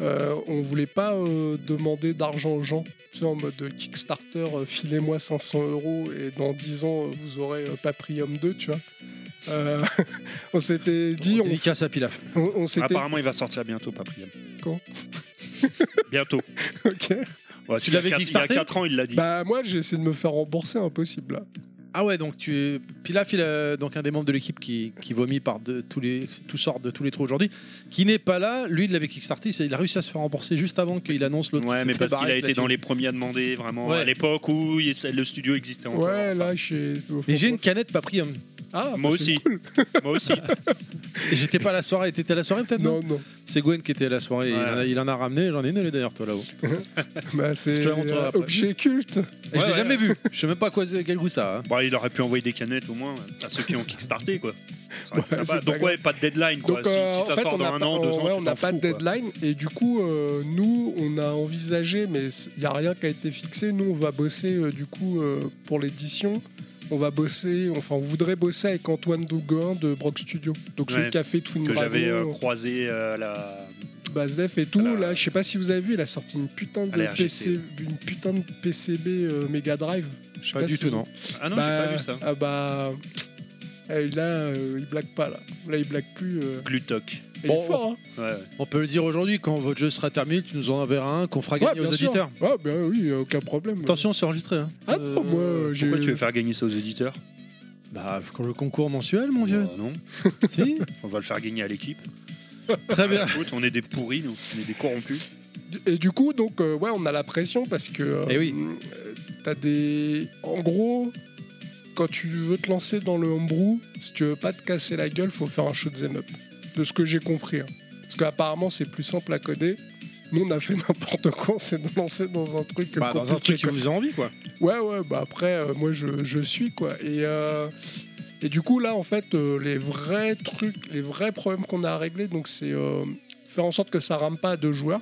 Speaker 6: Euh, on voulait pas euh, demander d'argent aux gens. Tu sais, en mode euh, Kickstarter, euh, filez-moi 500 euros et dans 10 ans, euh, vous aurez euh, Paprium 2, tu vois. Euh, on s'était dit, on,
Speaker 3: Dédicace à Pilaf.
Speaker 6: on, on s'était.
Speaker 4: Apparemment, il va sortir bientôt, Paprium.
Speaker 6: Quand
Speaker 4: Bientôt.
Speaker 6: Ok.
Speaker 4: Ouais,
Speaker 3: Tu
Speaker 4: c'est il y a
Speaker 3: l'avais
Speaker 4: quatre-
Speaker 3: kickstarté
Speaker 4: Il y a 4 ans, il l'a dit.
Speaker 6: Bah, moi, j'ai essayé de me faire rembourser, impossible là.
Speaker 3: Ah ouais, donc tu Pilaf, il a- donc un des membres de l'équipe qui, qui vomit par de, tous les tout sort de tous les trous aujourd'hui, qui n'est pas là. Lui, il l'avait kickstarté. il a réussi à se faire rembourser juste avant qu'il annonce l'autre.
Speaker 4: ouais,
Speaker 3: qui
Speaker 4: mais
Speaker 3: s'était
Speaker 4: parce qu'il
Speaker 3: barré
Speaker 4: a
Speaker 3: avec la
Speaker 4: été dans
Speaker 3: thune.
Speaker 4: les premiers à demander, vraiment,
Speaker 3: Ouais.
Speaker 4: à l'époque où il- le studio existait encore.
Speaker 6: Ouais, là, j'ai.
Speaker 3: Mais j'ai une canette Paprium.
Speaker 6: Ah,
Speaker 4: Moi
Speaker 6: bah, c'est
Speaker 4: aussi.
Speaker 6: cool.
Speaker 4: Moi aussi.
Speaker 3: Et j'étais pas à la soirée. T'étais à la soirée peut-être
Speaker 6: Non, non.
Speaker 3: C'est Gwen qui était à la soirée.
Speaker 4: Ouais.
Speaker 3: Il, en a, il en a ramené. J'en ai une elle est d'ailleurs toi là-haut.
Speaker 6: Bah, c'est
Speaker 3: te la montrerai
Speaker 6: euh,
Speaker 3: après.
Speaker 6: objet culte.
Speaker 3: Et je
Speaker 4: Ouais,
Speaker 3: l'ai
Speaker 4: ouais.
Speaker 3: jamais vu. Je sais même pas à quoi c'est- quel goût ça. a, hein.
Speaker 4: Bon, Bah, il aurait pu envoyer des canettes au moins à ceux qui ont kickstarté quoi. Ça aurait été
Speaker 6: Ouais,
Speaker 4: sympa.
Speaker 6: c'est
Speaker 4: Donc
Speaker 6: pas
Speaker 4: ouais, pas de deadline quoi.
Speaker 6: Donc,
Speaker 4: si,
Speaker 6: euh,
Speaker 4: si
Speaker 6: en
Speaker 4: ça
Speaker 6: fait,
Speaker 4: sort
Speaker 6: on
Speaker 4: dans
Speaker 6: n'a
Speaker 4: un
Speaker 6: pas,
Speaker 4: an, deux
Speaker 6: on-
Speaker 4: ans,
Speaker 6: ouais,
Speaker 4: tu
Speaker 6: on
Speaker 4: t'en
Speaker 6: n'a pas
Speaker 4: fous,
Speaker 6: de
Speaker 4: quoi.
Speaker 6: deadline. Et du coup, euh, nous, on a envisagé, mais il n'y a rien qui a été fixé. Nous, on va bosser euh, du coup euh, pour l'édition. On va bosser, enfin, on voudrait bosser avec Antoine Douguin de Brock Studio. Donc, celui
Speaker 4: Ouais,
Speaker 6: qui a fait Twin
Speaker 4: que
Speaker 6: Dragon,
Speaker 4: j'avais euh,
Speaker 6: euh,
Speaker 4: croisé euh, la.
Speaker 6: Basdef et tout.
Speaker 4: à la-
Speaker 6: Là, je sais pas si vous avez vu, il a sorti une putain
Speaker 4: à la
Speaker 6: de,
Speaker 4: RGT,
Speaker 6: PC, une putain de PCB euh, Mega Drive. Je sais
Speaker 3: Pas du
Speaker 6: si
Speaker 3: tout
Speaker 6: vous-
Speaker 3: non.
Speaker 4: Ah non,
Speaker 6: Bah,
Speaker 4: j'ai pas vu ça.
Speaker 6: Ah bah. eh, Là, euh, il blague pas là. Là, il blague plus. euh,
Speaker 4: Glutoc.
Speaker 6: Il
Speaker 3: Bon,
Speaker 6: est fort, hein.
Speaker 4: Ouais.
Speaker 3: On peut le dire aujourd'hui, quand votre jeu sera terminé, tu nous en enverras un qu'on fera gagner
Speaker 6: Ouais,
Speaker 3: aux
Speaker 6: bien sûr.
Speaker 3: auditeurs.
Speaker 6: Ouais, bah oui, aucun problème.
Speaker 3: Attention, c'est enregistré. hein.
Speaker 6: Ah non, moi,
Speaker 3: Euh,
Speaker 6: j'ai.
Speaker 4: Pourquoi tu veux faire gagner ça aux auditeurs
Speaker 3: Bah, pour le concours mensuel, mon vieux.
Speaker 4: Bah, Non,
Speaker 3: Si.
Speaker 4: on va le faire gagner à l'équipe.
Speaker 3: Très
Speaker 4: Ah,
Speaker 3: bien.
Speaker 4: écoute, on est des pourris, nous. On est des corrompus.
Speaker 6: Et du coup, donc, euh, ouais, on a la pression parce que. euh,
Speaker 3: Eh oui.
Speaker 6: euh, T'as des. En gros, quand tu veux te lancer dans le homebrew, si tu veux pas te casser la gueule, faut faire un shoot'em up. De ce que j'ai compris. hein. Parce qu'apparemment, c'est plus simple à coder. Nous, on a fait n'importe quoi, on s'est lancé dans un truc.
Speaker 3: Bah, dans un
Speaker 6: compliqué,
Speaker 3: truc qui vous a envie, quoi.
Speaker 6: Ouais, ouais, bah après, euh, moi je, je suis quoi. Et, euh, et du coup, là en fait, euh, les vrais trucs, les vrais problèmes qu'on a à régler, donc c'est euh, faire en sorte que ça rame pas à deux joueurs.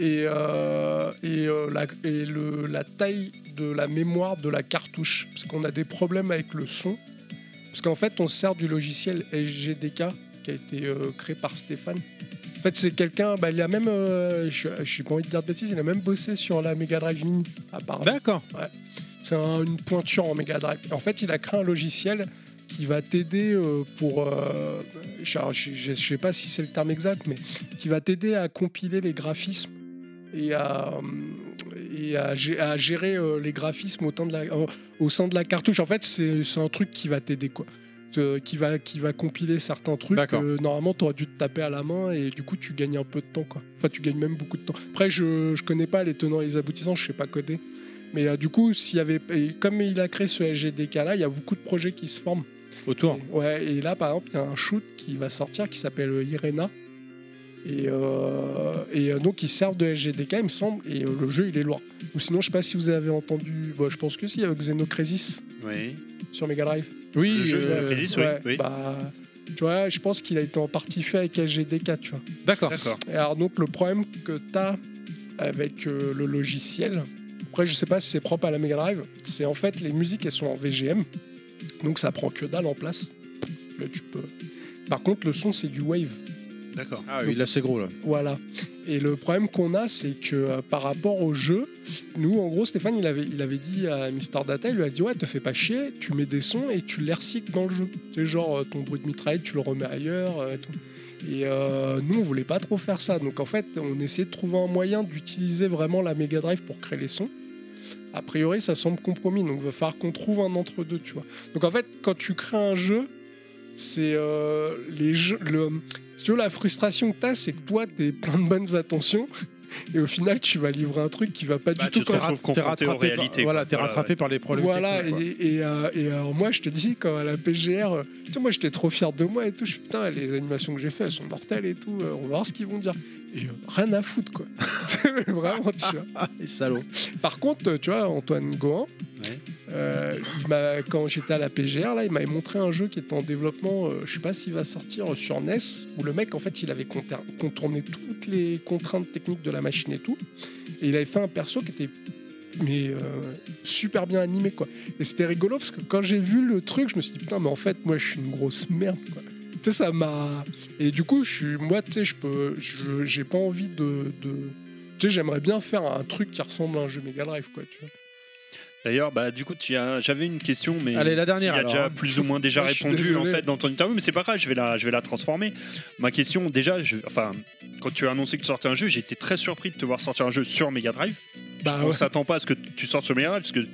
Speaker 6: Et, euh, et, euh, la, et le, la taille de la mémoire de la cartouche. Parce qu'on a des problèmes avec le son. Parce qu'en fait, on se sert du logiciel SGDK qui a été euh, créé par Stéphane. En fait, c'est quelqu'un, bah, il a même, euh, je je suis pas envie de dire de bêtises, il a même bossé sur la Mega Drive Mini, apparemment.
Speaker 3: D'accord.
Speaker 6: C'est un- une pointure en Mega Drive. En fait, il a créé un logiciel qui va t'aider euh, pour. euh, je, alors, je- je- je sais pas si c'est le terme exact, mais qui va t'aider à compiler les graphismes et à, euh, et à, gé- à gérer euh, les graphismes au, temps de la- euh, au sein de la cartouche. En fait, c'est c'est un truc qui va t'aider, quoi. Euh, qui, va, qui va compiler certains trucs.
Speaker 3: D'accord.
Speaker 6: que normalement, tu aurais dû te taper à la main et du coup, tu gagnes un peu de temps, quoi. Enfin, tu gagnes même beaucoup de temps. Après, je, je connais pas les tenants et les aboutissants, je sais pas coder. Mais euh, du coup, s'il y avait, et comme il a créé ce LGDK là, il y a beaucoup de projets qui se forment.
Speaker 3: Autour.
Speaker 6: Ouais, et là, par exemple, il y a un shoot qui va sortir qui s'appelle euh, Irena. Et, euh, et euh, donc, ils servent de LGDK, il me semble, et euh, le jeu, il est lourd. Ou sinon, je sais pas si vous avez entendu, bah, je pense que si, avec Xenocrasis
Speaker 4: Oui.
Speaker 6: sur Mega Drive.
Speaker 3: Oui.
Speaker 4: Le jeu
Speaker 3: euh,
Speaker 4: Xenocrasis, oui, oui.
Speaker 6: Bah, tu vois, je pense qu'il a été en partie fait avec LGDK, tu vois.
Speaker 3: D'accord.
Speaker 4: D'accord.
Speaker 6: Et alors donc le problème que tu as avec euh, le logiciel, après je sais pas si c'est propre à la Mega Drive, c'est en fait les musiques elles sont en VGM, donc ça prend que dalle en place. Là, tu peux. Par contre le son c'est du wave,
Speaker 4: D'accord.
Speaker 3: Ah oui, là c'est gros là.
Speaker 6: voilà. Et le problème qu'on a c'est que euh, par rapport au jeu, nous en gros Stéphane il avait, il avait dit à Mister Data, il lui a dit ouais te fais pas chier, tu mets des sons et tu les recycles dans le jeu. C'est genre euh, ton bruit de mitraille tu le remets ailleurs euh, et tout. Et euh, nous, on voulait pas trop faire ça. Donc en fait, on essayait de trouver un moyen d'utiliser vraiment la Mega Drive pour créer les sons. A priori, ça semble compromis. Donc il va falloir qu'on trouve un entre-deux, tu vois. Donc en fait, quand tu crées un jeu, c'est euh, les jeux. Le, si tu veux, la frustration que t'as, c'est que toi, t'es plein de bonnes intentions. Et au final, tu vas livrer un truc qui va pas
Speaker 4: Bah,
Speaker 6: du tout
Speaker 4: tu te
Speaker 6: comme-
Speaker 4: retrouves
Speaker 3: T'es
Speaker 4: confronté
Speaker 3: rattrapé
Speaker 4: aux
Speaker 3: par-
Speaker 4: réalités.
Speaker 3: Voilà,
Speaker 4: quoi.
Speaker 3: t'es rattrapé par les problèmes.
Speaker 6: Voilà,
Speaker 3: techniques, quoi.
Speaker 6: et, et, euh, et, alors moi je te dis, quand à la PGR, euh, tu sais, moi j'étais trop fier de moi et tout, je suis putain, les animations que j'ai faites, elles sont mortelles et tout, euh, on va voir ce qu'ils vont dire. Et euh, rien à foutre quoi. Vraiment, tu vois.
Speaker 3: Ah, les salauds.
Speaker 6: Par contre, euh, tu vois, Antoine Gohan,
Speaker 4: Ouais.
Speaker 6: euh, il m'a- quand j'étais à la PGR, là, il m'avait montré un jeu qui était en développement, euh, je sais pas s'il va sortir euh, sur NES, où le mec, en fait, il avait conter- contourné toutes les contraintes techniques de la machine et tout, et il avait fait un perso qui était mais euh, super bien animé quoi. Et c'était rigolo parce que quand j'ai vu le truc, je me suis dit putain mais en fait moi je suis une grosse merde quoi. Tu sais ça m'a et du coup je suis moi tu sais je peux je- j'ai pas envie de, de- tu sais j'aimerais bien faire un truc qui ressemble à un jeu Mega Drive quoi. Tu vois.
Speaker 4: D'ailleurs, bah, du coup, tu as... j'avais une question, mais
Speaker 3: Allez, la dernière,
Speaker 4: il a
Speaker 3: alors,
Speaker 4: déjà
Speaker 3: hein.
Speaker 4: plus ou moins déjà
Speaker 6: Je suis
Speaker 4: répondu en
Speaker 6: désolé.
Speaker 4: fait dans ton interview, mais c'est pas grave, je vais la, je vais la transformer. Ma question, déjà, je... enfin, quand tu as annoncé que tu sortais un jeu, j'étais très surpris de te voir sortir un jeu sur Mega Drive.
Speaker 6: Bah
Speaker 4: On
Speaker 6: ouais.
Speaker 4: s'attend pas à ce que tu sortes sur Mega Drive, parce que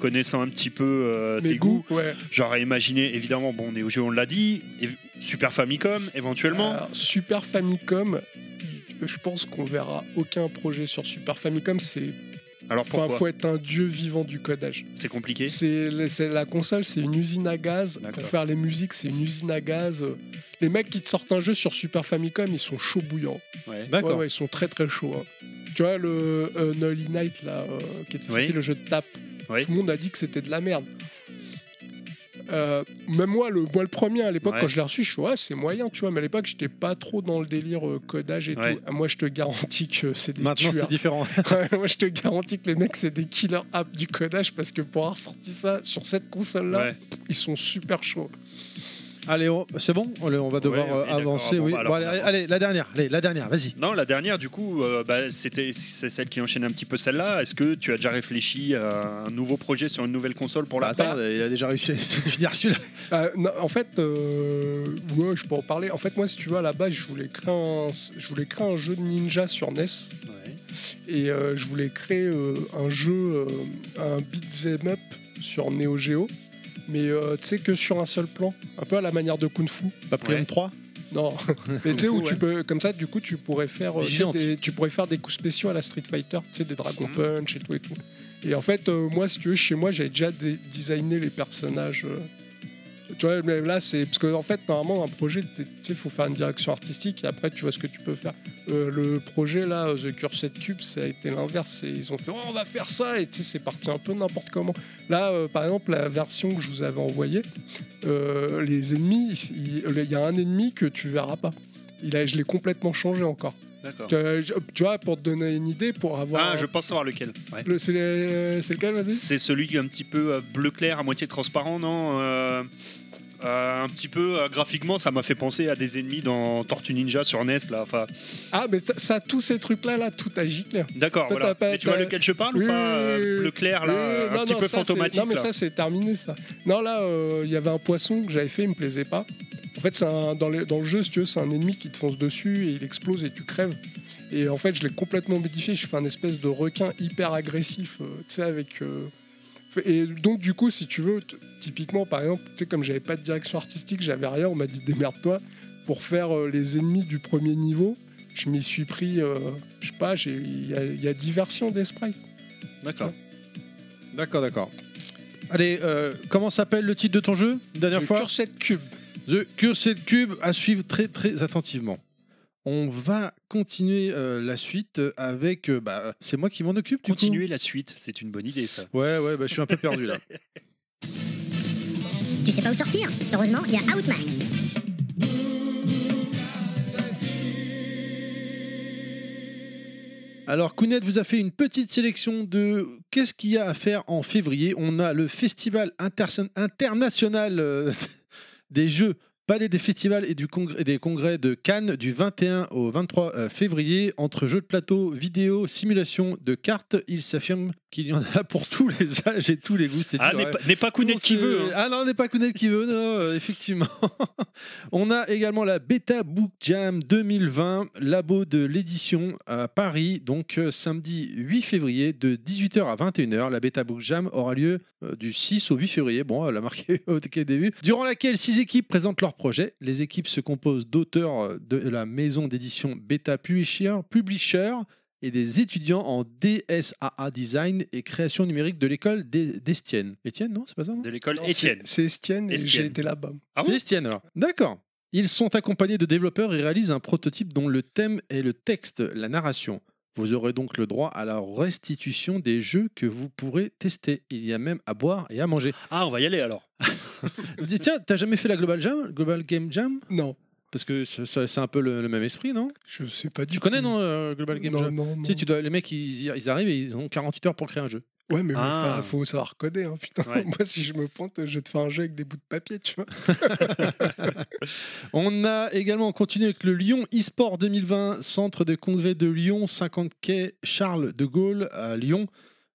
Speaker 4: connaissant un petit peu euh,
Speaker 6: Mes
Speaker 4: tes goûts,
Speaker 6: ouais.
Speaker 4: j'aurais imaginé évidemment, bon, on est au jeu, on l'a dit, et... Super Famicom éventuellement.
Speaker 6: Alors, Super Famicom, je pense qu'on verra aucun projet sur Super Famicom. C'est,
Speaker 4: Alors
Speaker 6: enfin,
Speaker 4: pourquoi
Speaker 6: faut être un dieu vivant du codage.
Speaker 4: C'est compliqué.
Speaker 6: C'est la, c'est- la console, c'est une usine à gaz. Pour
Speaker 4: D'accord.
Speaker 6: faire les musiques, c'est une usine à gaz. Les mecs qui te sortent un jeu sur Super Famicom, ils sont chauds bouillants.
Speaker 4: Ouais.
Speaker 6: Ouais,
Speaker 3: D'accord.
Speaker 6: ouais, ils sont très très chauds. hein. Tu vois, le euh, Nolly Knight, là, euh, qui était sorti,
Speaker 4: Oui.
Speaker 6: le jeu de tape,
Speaker 4: Oui.
Speaker 6: tout le monde a dit que c'était de la merde. Euh, même moi le, moi, le premier à l'époque,
Speaker 4: Ouais.
Speaker 6: quand je l'ai reçu, je suis ouais, c'est moyen, tu vois, mais à l'époque, j'étais pas trop dans le délire euh, codage et
Speaker 4: Ouais.
Speaker 6: tout. Ah, Moi, je te garantis que c'est des
Speaker 3: Maintenant
Speaker 6: tueurs.
Speaker 3: c'est différent.
Speaker 6: Ouais, moi, je te garantis que les mecs, c'est des killer apps du codage parce que pour avoir sorti ça sur cette console-là,
Speaker 4: Ouais.
Speaker 6: ils sont super chauds.
Speaker 3: Allez, on- c'est bon Allez, On va devoir
Speaker 4: Ouais,
Speaker 3: euh,
Speaker 4: oui, d'accord,
Speaker 3: avancer.
Speaker 4: bon,
Speaker 3: Oui.
Speaker 4: bah, alors,
Speaker 3: Bon, allez,
Speaker 4: on avance.
Speaker 3: allez, la dernière. Allez, la dernière. Vas-y.
Speaker 4: Non, la dernière, du coup, euh, bah, c'était c'est celle qui enchaîne un petit peu celle-là. Est-ce que tu as déjà réfléchi à un nouveau projet sur une nouvelle console pour
Speaker 6: Bah,
Speaker 4: la
Speaker 3: attends, il a déjà réussi à essayer de finir celui-là.
Speaker 6: Ah, non, en fait, euh, ouais, je peux en parler. En fait, moi, si tu veux, à la base, je voulais créer un, je voulais créer un jeu de ninja sur NES. Et euh, je voulais créer euh, un jeu, euh, un beat'em up sur Neo Geo. Mais euh, tu sais que sur un seul plan, un peu à la manière de Kung Fu.
Speaker 3: Paprium
Speaker 4: Ouais.
Speaker 3: 3
Speaker 6: Non, mais tu sais où
Speaker 4: Kung Fu,
Speaker 6: tu
Speaker 4: ouais.
Speaker 6: peux, comme ça, du coup, tu pourrais faire, euh, tu sais,
Speaker 3: Vigilante.
Speaker 6: des, tu pourrais faire des coups spéciaux à la Street Fighter, tu sais, des Dragon
Speaker 4: Mhm.
Speaker 6: Punch et tout et tout. Et en fait, euh, moi, si tu veux, chez moi, j'avais déjà dé- designé les personnages. euh. Tu vois, mais là, c'est parce que en fait, normalement, un projet, t'es- tu sais, faut faire une direction artistique et après, tu vois ce que tu peux faire. Euh, le projet là, euh, The Cursed Cube, ça a été l'inverse. Et Ils ont fait, Oh, on va faire ça, et tu sais, c'est parti un peu n'importe comment. Là, euh, par exemple, la version que je vous avais envoyée, euh, les ennemis, il il y a un ennemi que tu verras pas. Il a, je l'ai complètement changé encore.
Speaker 4: D'accord.
Speaker 6: Euh, je- tu vois, pour te donner une idée, pour avoir.
Speaker 4: Ah, je pense savoir lequel. Ouais.
Speaker 6: le- c'est le- c'est lequel, vas-y
Speaker 4: C'est celui un petit peu euh, bleu clair, à moitié transparent, non Euh, euh, Un petit peu euh, graphiquement, ça m'a fait penser à des ennemis dans Tortue Ninja sur NES. Là. Enfin,
Speaker 6: Ah, mais ça, ça, tous ces trucs-là, là, tout a giclé.
Speaker 4: D'accord,
Speaker 6: Toi,
Speaker 4: voilà.
Speaker 6: t'as pas-
Speaker 4: Mais tu vois
Speaker 6: t'as-
Speaker 4: lequel je parle
Speaker 6: Oui,
Speaker 4: ou pas
Speaker 6: oui, oui,
Speaker 4: euh,
Speaker 6: oui.
Speaker 4: Bleu clair, là,
Speaker 6: Oui, oui,
Speaker 4: un petit peu
Speaker 6: ça, c'est-
Speaker 4: fantomatique.
Speaker 6: Non, mais
Speaker 4: là.
Speaker 6: ça, c'est terminé, ça. Non, là, euh, il y avait un poisson que j'avais fait, il me plaisait pas. En fait, c'est un- dans, les- dans le jeu, si tu veux, c'est un ennemi qui te fonce dessus et il explose et tu crèves. Et en fait, je l'ai complètement modifié. Je fais un espèce de requin hyper agressif, euh, tu sais, avec. euh, Et donc, du coup, si tu veux, t- typiquement, par exemple, tu sais, comme j'avais pas de direction artistique, j'avais rien, on m'a dit démerde-toi pour faire euh, les ennemis du premier niveau. Je m'y suis pris, euh, je sais pas, j'ai- il y, a- il y a diversion des sprites.
Speaker 4: D'accord.
Speaker 3: D'accord, d'accord. Allez, euh, comment s'appelle le titre de ton jeu Dernière
Speaker 6: The
Speaker 3: fois
Speaker 6: Cursed Cube.
Speaker 3: The Cursed Cube à suivre très très attentivement. On va continuer euh, la suite euh, avec. euh, bah, c'est moi qui m'en occupe. du coup
Speaker 4: Continuer la suite, c'est une bonne idée, ça.
Speaker 3: Ouais, ouais, bah, je suis un peu perdu là.
Speaker 1: Tu sais pas où sortir Heureusement, il y a Outmax.
Speaker 3: Alors, Kounet vous a fait une petite sélection de qu'est-ce qu'il y a à faire en février. On a le Festival interson- international euh, des jeux, palais des festivals et, du congrès, et des congrès de Cannes du 21 au 23 euh, février. Entre jeux de plateau, vidéo, simulation de cartes, il s'affirme qu'il y en a pour tous les âges et tous les goûts. C'est
Speaker 4: Ah,
Speaker 3: dur, hein.
Speaker 4: n'est
Speaker 3: ouais.
Speaker 4: pas- n'est pas Kounet
Speaker 3: Non,
Speaker 4: qui
Speaker 3: c'est-
Speaker 4: veut. hein.
Speaker 3: Ah non, on n'est pas Kounet qui veut, non, euh, effectivement. on a également la Beta Book Jam 2020, labo de l'édition à Paris, donc euh, samedi 8 février de 18h à 21h. La Beta Book Jam aura lieu euh, du 6 au 8 février, bon, elle a marqué au ticket de début, durant laquelle six équipes présentent leurs projets. Les équipes se composent d'auteurs euh, de la maison d'édition Beta Publisher, Publisher et des étudiants en DSAA Design et création numérique de l'école d'E- d'Estienne. Estienne, non C'est pas ça non
Speaker 4: De l'école
Speaker 6: Ah, Non,
Speaker 4: Étienne.
Speaker 6: c'est- C'est Estienne et
Speaker 4: Estienne.
Speaker 6: j'ai été là-bas.
Speaker 4: Ah
Speaker 3: C'est
Speaker 4: bon
Speaker 3: Estienne alors. D'accord. Ils sont accompagnés de développeurs et réalisent un prototype dont le thème est le texte, la narration. Vous aurez donc le droit à la restitution des jeux que vous pourrez tester. Il y a même à boire et à manger.
Speaker 4: Ah, on va y aller alors.
Speaker 3: Vous dites, tiens, t'as jamais fait la Global Jam Global Game Jam
Speaker 6: Non,
Speaker 3: Parce que ça- ça- c'est un peu le, le même esprit, non
Speaker 6: je sais pas du
Speaker 3: Tu
Speaker 6: tout.
Speaker 3: connais, non, euh, Global Game
Speaker 6: non,
Speaker 3: Jam
Speaker 6: non, non.
Speaker 3: Tu sais, tu dois, les mecs, ils, y- ils arrivent et ils ont 48 heures pour créer un jeu.
Speaker 6: Ouais, mais
Speaker 4: Ah.
Speaker 6: enfin, faut savoir coder, hein, putain.
Speaker 4: Ouais.
Speaker 6: Moi, si je me pointe, je te fais un jeu avec des bouts de papier, tu vois.
Speaker 3: On a également continué avec le Lyon e-sport 2020, centre de congrès de Lyon, 50 quai Charles de Gaulle à Lyon,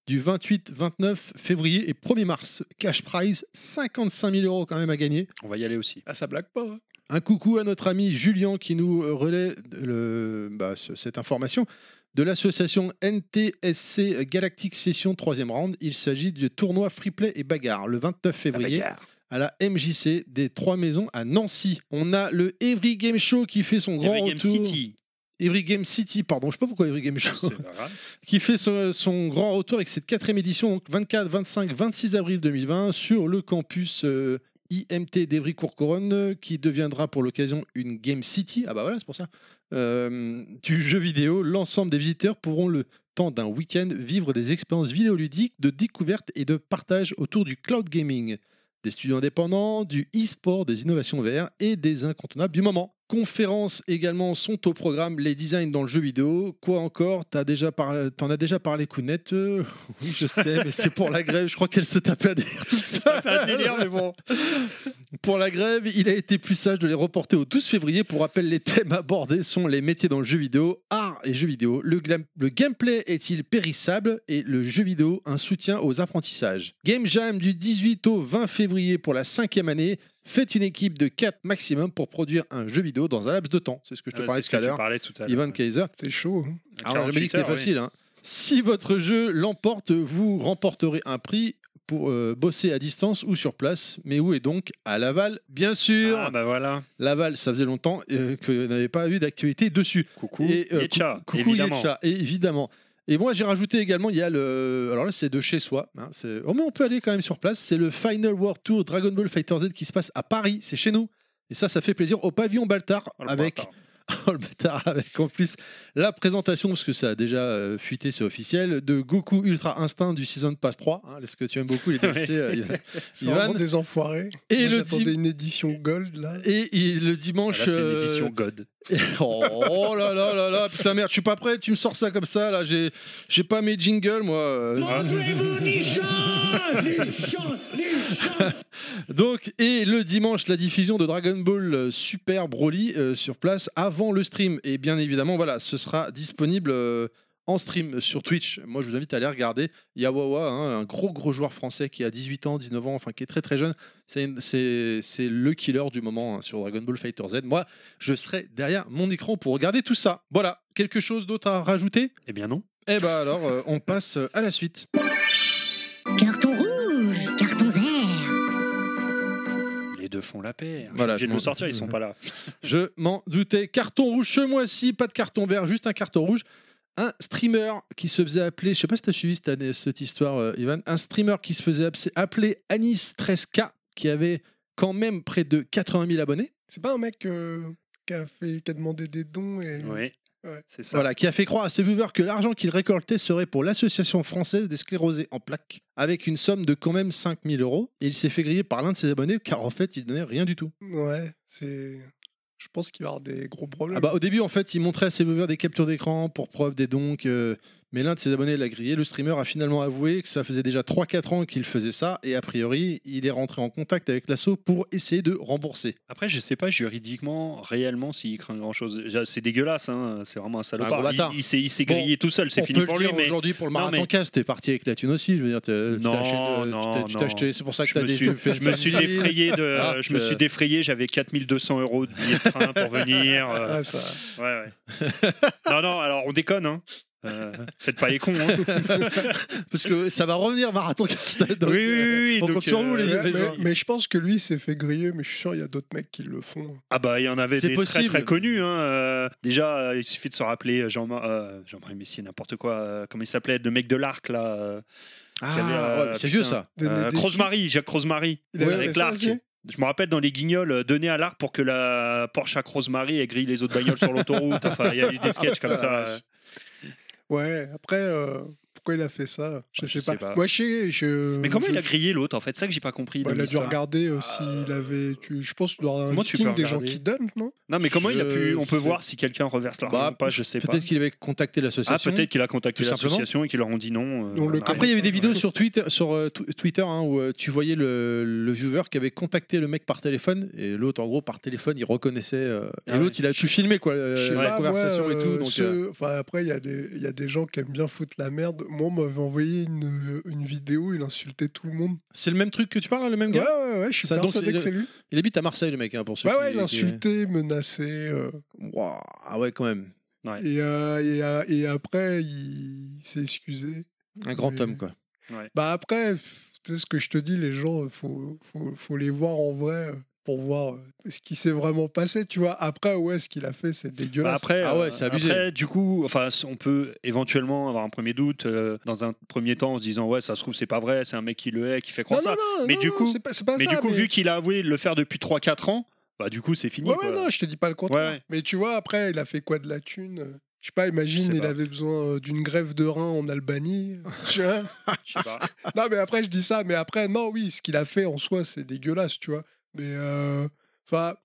Speaker 3: du 28, 29 février et 1er mars. Cash prize, 55 000 euros quand même à gagner.
Speaker 4: On va y aller aussi.
Speaker 6: Ah, ça blague pas. hein.
Speaker 3: Un coucou à notre ami Julien qui nous euh, relaie le- bah, ce- cette information de l'association NTSC Galactic Session 3 round. Il s'agit du tournoi Free Play et Bagarre le 29
Speaker 4: Ah, bah,
Speaker 3: février à la MJC des Trois Maisons à Nancy. On a le Every Game Show qui fait son grand
Speaker 4: Every Game
Speaker 3: retour.
Speaker 4: City.
Speaker 3: Every Game City, pardon, je sais pas pourquoi Every Game Show,
Speaker 4: C'est pas grave.
Speaker 3: qui fait son, son grand retour avec cette quatrième édition, donc 24, 25, 26 avril 2020, sur le campus euh, IMT d'Evry-Courcouronne, euh, qui deviendra pour l'occasion une Game City, ah bah voilà, c'est pour ça, euh, du jeu vidéo. L'ensemble des visiteurs pourront le temps d'un week-end vivre des expériences vidéoludiques, de découverte et de partage autour du cloud gaming, des studios indépendants, du e-sport, des innovations VR et des incontournables du moment. conférences également sont au programme, les designs dans le jeu vidéo. Quoi encore T'as déjà parlé, T'en as déjà parlé, Kounet euh, Oui, je sais, mais c'est pour la grève. Je crois qu'elle se tapait à délire toute seule.
Speaker 4: Pas un délire, mais bon.
Speaker 3: Pour la grève, il a été plus sage de les reporter au 12 février. Pour rappel, les thèmes abordés sont les métiers dans le jeu vidéo, art et jeux vidéo, le, glam- le gameplay est-il périssable et le jeu vidéo un soutien aux apprentissages. Game Jam du 18 au 20 février pour la cinquième année. Faites une équipe de 4 maximum pour produire un jeu vidéo dans un laps de temps. C'est ce que je te
Speaker 4: Ah,
Speaker 3: parlais
Speaker 4: c'est ce
Speaker 3: tout à
Speaker 4: que tu
Speaker 3: l'heure.
Speaker 4: parlais tout à l'heure. Ah,
Speaker 3: Ivan Kaiser.
Speaker 6: C'est chaud. hein.
Speaker 3: Alors, j'avais dit que c'était
Speaker 4: 48 heures, oui.
Speaker 3: facile. hein. Si votre jeu l'emporte, vous remporterez un prix pour euh, bosser à distance ou sur place. Mais où est donc À Laval, bien sûr.
Speaker 4: Ah, bah voilà.
Speaker 3: Laval, ça faisait longtemps euh, que n'avait pas eu d'activité dessus.
Speaker 4: Coucou.
Speaker 3: Et, euh,
Speaker 4: Yetcha,
Speaker 3: cou- coucou
Speaker 4: évidemment.
Speaker 3: Yetcha, et évidemment. Et moi, j'ai rajouté également, il y a le. Alors là, c'est de chez soi. hein, c'est- oh, mais on peut aller quand même sur place. C'est le Final World Tour Dragon Ball Fighter Z qui se passe à Paris. C'est chez nous. Et ça, ça fait plaisir au pavillon Baltar
Speaker 4: Oh, le
Speaker 3: avec
Speaker 4: bâtard.
Speaker 3: Oh, le bâtard, avec en plus la présentation, parce que ça a déjà euh, fuité, c'est officiel, de Goku Ultra Instinct du Season Pass 3, hein, ce que tu aimes beaucoup, les DLC. euh, Yvan.
Speaker 6: C'est vraiment des enfoirés.
Speaker 3: Et
Speaker 6: Moi,
Speaker 3: le
Speaker 6: j'attendais
Speaker 3: type-
Speaker 6: une édition gold là.
Speaker 3: et, et le
Speaker 4: Ah,
Speaker 3: dimanche.
Speaker 4: Là, c'est une
Speaker 3: euh,
Speaker 4: édition God.
Speaker 3: oh là là là là, putain merde, je suis pas prêt, tu me sors ça comme ça, là, j'ai j'ai pas mes jingles, moi. euh.
Speaker 9: Montrez-vous Nichon Nichon Nichon
Speaker 3: Donc, et le dimanche, la diffusion de Dragon Ball euh, Super Broly euh, sur place avant le stream. Et bien évidemment, voilà, ce sera disponible euh, en stream sur Twitch. Moi, je vous invite à aller regarder. Yawawa, hein, un gros, gros joueur français qui a 18 ans, 19 ans, enfin, qui est très, très jeune. C'est une- C'est c'est le killer du moment hein, sur Dragon Ball Fighter Z. Moi, je serai derrière mon écran pour regarder tout ça. Voilà, quelque chose d'autre à rajouter
Speaker 4: Eh bien, non.
Speaker 3: Eh ben alors, euh, on passe euh, à la suite.
Speaker 1: Carton rouge, carton vert.
Speaker 4: Les deux font la paix.
Speaker 3: Voilà,
Speaker 4: J'ai
Speaker 3: je
Speaker 4: de
Speaker 3: m'en-
Speaker 4: me sortir, ils sont pas là.
Speaker 3: Je m'en doutais. Carton rouge ce mois-ci, pas de carton vert, juste un carton rouge. Un streamer qui se faisait appeler, je sais pas si t'as suivi cette, année- cette histoire, euh, Ivan, un streamer qui se faisait appeler- appeler Anis 13K, qui avait quand même près de 80 000 abonnés,
Speaker 6: C'est pas un mec euh, qui, a fait, qui a demandé des dons et.
Speaker 4: Oui.
Speaker 6: Ouais.
Speaker 4: C'est ça.
Speaker 3: voilà, qui a fait croire à ses viewers que l'argent qu'il récoltait serait pour l'Association française des sclérosés en plaques, avec une somme de quand même 5 000 euros. Et il s'est fait griller par l'un de ses abonnés, car en fait, il donnait rien du tout.
Speaker 6: Ouais, c'est. Je pense qu'il va y avoir des gros problèmes.
Speaker 3: Ah bah, au début, en fait, il montrait à ses viewers des captures d'écran pour preuve des donc. mais l'un de ses abonnés l'a grillé. Le streamer a finalement avoué que ça faisait déjà 3-4 ans qu'il faisait ça. Et a priori, il est rentré en contact avec l'assaut pour essayer de rembourser.
Speaker 4: Après, je sais pas juridiquement, réellement, s'il craint grand chose. C'est dégueulasse, hein, c'est vraiment un
Speaker 3: Un
Speaker 4: salopard.
Speaker 3: gros bâtard.
Speaker 4: il il s'est il s'est
Speaker 3: Bon,
Speaker 4: grillé tout seul, c'est
Speaker 3: On
Speaker 4: fini
Speaker 3: peut
Speaker 4: pour
Speaker 3: le
Speaker 4: lui,
Speaker 3: dire
Speaker 4: mais
Speaker 3: aujourd'hui pour le
Speaker 4: Non,
Speaker 3: marathon
Speaker 4: mais-
Speaker 3: cast, t'es parti avec la thune aussi. Je veux dire, t'as- tu
Speaker 4: Non,
Speaker 3: t'achètes, euh, tu
Speaker 4: non,
Speaker 3: t'as- tu
Speaker 4: non.
Speaker 3: t'achetais- C'est pour ça que
Speaker 4: je
Speaker 3: t'as
Speaker 4: me
Speaker 3: des
Speaker 4: suis,
Speaker 3: trucs
Speaker 4: je me suis défrayé de,
Speaker 3: Ah,
Speaker 4: je me
Speaker 3: que-
Speaker 4: suis défrayé, j'avais 4200 euros de billets de train pour venir. euh,
Speaker 6: Ah, ça.
Speaker 4: ouais, ouais. non, non, alors on déconne, hein. Euh, faites pas les cons. hein.
Speaker 3: Parce que ça va revenir, marathon cast. donc,
Speaker 4: oui, oui, oui, euh, oui,
Speaker 3: on compte sur vous, les
Speaker 6: Ouais,
Speaker 3: gars.
Speaker 6: mais,
Speaker 3: raison.
Speaker 6: mais je pense que lui il s'est fait griller, mais je suis sûr il y a d'autres mecs qui le font. hein.
Speaker 4: Ah bah il y en avait
Speaker 3: C'est
Speaker 4: des
Speaker 3: possible.
Speaker 4: très très connus. hein, euh, déjà euh, il suffit de se rappeler Jean euh, Jean-Marie Messier n'importe quoi. euh, comment il s'appelait Le mec de l'arc là. euh,
Speaker 3: Ah,
Speaker 4: qui avait, euh,
Speaker 3: ouais, c'est vieux
Speaker 4: putain.
Speaker 3: ça.
Speaker 6: Des-
Speaker 4: Euh,
Speaker 6: des- des-
Speaker 4: Rosemary, Jacques Rosemary,
Speaker 6: Il avait fait
Speaker 4: avec
Speaker 6: ça
Speaker 4: l'arc.
Speaker 6: aussi
Speaker 4: Je me rappelle dans les guignols, euh, donné à l'arc pour que la Porsche à Rosemary ait grillé les autres bagnoles sur l'autoroute. Enfin, il y a eu des sketchs comme ça. euh.
Speaker 6: Ouais, après, euh, pourquoi il a fait ça
Speaker 3: Ah,
Speaker 6: Je,
Speaker 4: Ouais,
Speaker 6: sais, pas. Moi, je sais. Je,
Speaker 4: Mais comment
Speaker 6: je-
Speaker 4: il a grillé l'autre En fait, ça que j'ai pas compris.
Speaker 6: Bah,
Speaker 4: de
Speaker 6: Il a dû
Speaker 4: l'histoire.
Speaker 6: regarder euh, s'il
Speaker 3: Ah.
Speaker 6: avait. tu- je pense qu'il doit avoir un
Speaker 4: Comment tu
Speaker 6: listing
Speaker 4: peux
Speaker 6: des gens
Speaker 4: regarder
Speaker 6: qui donnent, non
Speaker 4: Non, mais comment il a pu
Speaker 3: Je
Speaker 4: On
Speaker 3: sais-
Speaker 4: peut voir si quelqu'un reverse l'argent
Speaker 3: Bah,
Speaker 4: ou pas. Je sais pas.
Speaker 3: Peut-être qu'il avait contacté
Speaker 4: Ah,
Speaker 3: l'association.
Speaker 4: peut-être qu'il a contacté
Speaker 3: Tout simplement.
Speaker 4: l'association et qu'ils leur ont dit non. euh,
Speaker 6: On le
Speaker 4: on
Speaker 6: comprend.
Speaker 3: Après, il y avait des
Speaker 4: arrête.
Speaker 3: vidéos sur Twitter, sur euh, tw- Twitter hein, où euh, tu voyais le, le viewer qui avait contacté le mec par téléphone et l'autre, en gros, par téléphone, il reconnaissait. euh, et
Speaker 4: Ah
Speaker 3: l'autre, il a tout filmé, quoi, euh,
Speaker 6: Je sais
Speaker 3: la
Speaker 6: pas, moi,
Speaker 3: conversation et tout.
Speaker 6: euh,
Speaker 3: Donc,
Speaker 6: ce-
Speaker 3: euh,
Speaker 6: enfin, après, il y, a des- il y a des gens qui aiment bien foutre la merde. Moi, on m'avait envoyé une, euh, une vidéo, il insultait tout le monde.
Speaker 3: c'est le même truc que tu parles, hein, le même
Speaker 6: Ouais,
Speaker 3: gars
Speaker 6: ouais, ouais, je suis
Speaker 3: Ça, donc,
Speaker 6: persuadé
Speaker 3: c'est-
Speaker 6: que c'est lui.
Speaker 3: Il habite à Marseille, le mec, hein, pour ceux
Speaker 6: Ouais,
Speaker 3: qui.
Speaker 6: ouais, il
Speaker 3: qui-
Speaker 6: insultait, menaçait. euh,
Speaker 3: Ouah, ah ouais, quand même.
Speaker 6: et, euh, et, euh, et après, il s'est excusé.
Speaker 3: Un grand
Speaker 6: Mais-
Speaker 3: homme, quoi.
Speaker 6: Bah après, pff, tu sais ce que je te dis, les gens, euh, faut, faut, faut les voir en vrai euh, pour voir euh, ce qui s'est vraiment passé, tu vois. Après, ouais, ce qu'il a fait, c'est
Speaker 4: Bah,
Speaker 6: dégueulasse.
Speaker 4: après,
Speaker 3: Ah ouais,
Speaker 4: euh,
Speaker 3: c'est abusé.
Speaker 4: après, du coup, enfin, on peut éventuellement avoir un premier doute euh, dans un premier temps en se disant ouais, ça se trouve c'est pas vrai, c'est un mec qui le hait, qui fait croire ça.
Speaker 6: non,
Speaker 4: Mais du coup-
Speaker 6: c'est pas, c'est pas
Speaker 4: mais
Speaker 6: ça,
Speaker 4: du coup, vu qu'il a avoué le faire depuis 3-4 ans, bah du coup c'est fini.
Speaker 6: Ouais,
Speaker 4: quoi.
Speaker 6: ouais, non, je te dis pas le contraire.
Speaker 4: Ouais, ouais.
Speaker 6: Mais tu vois, après, il a fait quoi de la thune Euh, Je sais pas, imagine,
Speaker 4: Je sais
Speaker 6: il
Speaker 4: pas.
Speaker 6: avait besoin euh, d'une grève de rein en Albanie. tu vois
Speaker 4: Je sais pas.
Speaker 6: Non, mais après, je dis ça, mais après, non, oui, ce qu'il a fait en soi, c'est dégueulasse, tu vois. Mais, euh, enfin,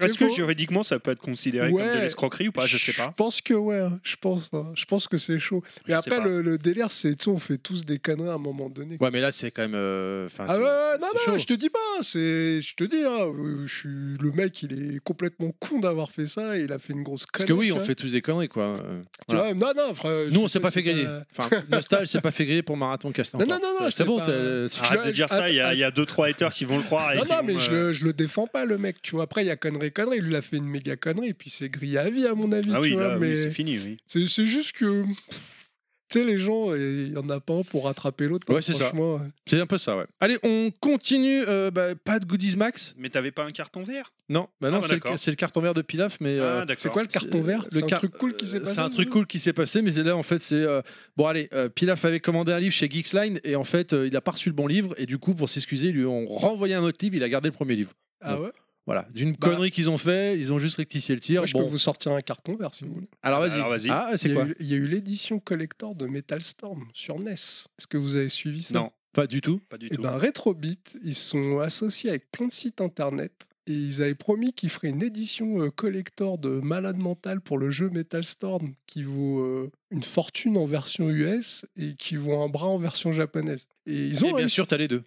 Speaker 4: Est-ce
Speaker 6: C'est
Speaker 4: que
Speaker 6: faux.
Speaker 4: juridiquement ça peut être considéré comme de
Speaker 6: Ouais.
Speaker 4: l'escroquerie ou pas Je sais pas.
Speaker 6: Je pense que ouais, hein. je pense. hein. Je pense que c'est chaud. Mais
Speaker 4: Je sais
Speaker 6: après,
Speaker 4: pas.
Speaker 6: le, le délire, c'est, tu sais, on fait tous des conneries à un moment donné.
Speaker 3: Ouais, mais là, c'est quand même. euh, enfin,
Speaker 6: Ah
Speaker 3: c'est-
Speaker 6: ouais, ouais,
Speaker 3: c'est
Speaker 6: non,
Speaker 3: chaud.
Speaker 6: non, je te dis pas, c'est, je te dis, hein, euh, je suis, le mec, il est complètement con d'avoir fait ça, et il a fait une grosse
Speaker 3: Parce
Speaker 6: connerie.
Speaker 3: que oui,
Speaker 6: tu
Speaker 3: on
Speaker 6: vois.
Speaker 3: fait tous des conneries, quoi. Euh,
Speaker 6: Tu
Speaker 3: voilà.
Speaker 6: vois, non, non, frère,
Speaker 3: Nous,
Speaker 6: je
Speaker 3: on
Speaker 6: sais
Speaker 3: s'est pas fait griller.
Speaker 6: pas-
Speaker 3: Enfin, Nostal s'est pas fait griller pour Marathon Castan.
Speaker 6: Non, non, non, non, je
Speaker 3: c'est
Speaker 6: sais
Speaker 3: bon.
Speaker 6: pas.
Speaker 3: t'as-
Speaker 6: Je
Speaker 4: Arrête
Speaker 6: le-
Speaker 4: de dire ça, il y a- il y a 2-3 haters qui vont le croire. et
Speaker 6: Non,
Speaker 4: qui
Speaker 6: non,
Speaker 4: vont,
Speaker 6: mais je,
Speaker 4: euh,
Speaker 6: le, je le défends pas, le mec. Tu vois, après, il y a connerie, connerie. Il lui a fait une méga connerie, puis c'est grillé à vie, à mon avis.
Speaker 4: Ah oui,
Speaker 6: tu vois,
Speaker 4: là, oui,
Speaker 6: mais
Speaker 4: c'est fini. oui.
Speaker 6: c'est, c'est juste que. pff, Tu sais, les gens, il y en a pas un pour rattraper l'autre.
Speaker 3: Ouais,
Speaker 6: hein,
Speaker 3: c'est ça.
Speaker 6: franchement.
Speaker 3: C'est un peu ça, ouais. Allez, on continue. euh, bah, pas de goodies max.
Speaker 4: Mais t'avais pas un carton vert
Speaker 3: Non, bah non,
Speaker 4: Ah, bah,
Speaker 3: c'est le-
Speaker 4: d'accord.
Speaker 3: c'est le, carton vert de Pilaf, mais. euh,
Speaker 4: Ah, d'accord.
Speaker 6: C'est quoi le carton
Speaker 3: c'est-
Speaker 6: vert
Speaker 3: le
Speaker 6: C'est un
Speaker 3: car- Euh,
Speaker 6: truc cool qui s'est passé.
Speaker 3: C'est un truc
Speaker 6: ça
Speaker 3: cool qui s'est passé, mais c'est là en fait c'est euh, bon allez, euh, Pilaf avait commandé un livre chez Geeksline et en fait euh, il a pas reçu le bon livre et du coup pour s'excuser ils lui ont renvoyé un autre livre, il a gardé le premier livre.
Speaker 6: Ah ouais
Speaker 3: Voilà, d'une
Speaker 6: Bah.
Speaker 3: connerie qu'ils ont fait, ils ont juste rectifié le tir.
Speaker 6: Moi, je
Speaker 3: Bon,
Speaker 6: peux vous sortir un carton vert si vous voulez.
Speaker 3: alors vas-y.
Speaker 4: Alors, vas-y.
Speaker 3: ah c'est
Speaker 6: Il y a
Speaker 3: quoi
Speaker 6: eu- Il y a eu l'édition collector de Metal Storm sur NES. Est-ce que vous avez suivi ça
Speaker 4: Non,
Speaker 3: Pas du tout.
Speaker 4: pas du
Speaker 6: Et
Speaker 4: tout.
Speaker 6: ben Retrobit, ils se sont associés avec plein de sites internet et ils avaient promis qu'ils feraient une édition euh, collector de Malade Mental pour le jeu Metal Storm qui vaut euh, une fortune en version US et qui vaut un bras en version japonaise. Et ils ont
Speaker 3: Et Ah, bien
Speaker 6: réussi. Euh,
Speaker 3: sûr t'as les deux.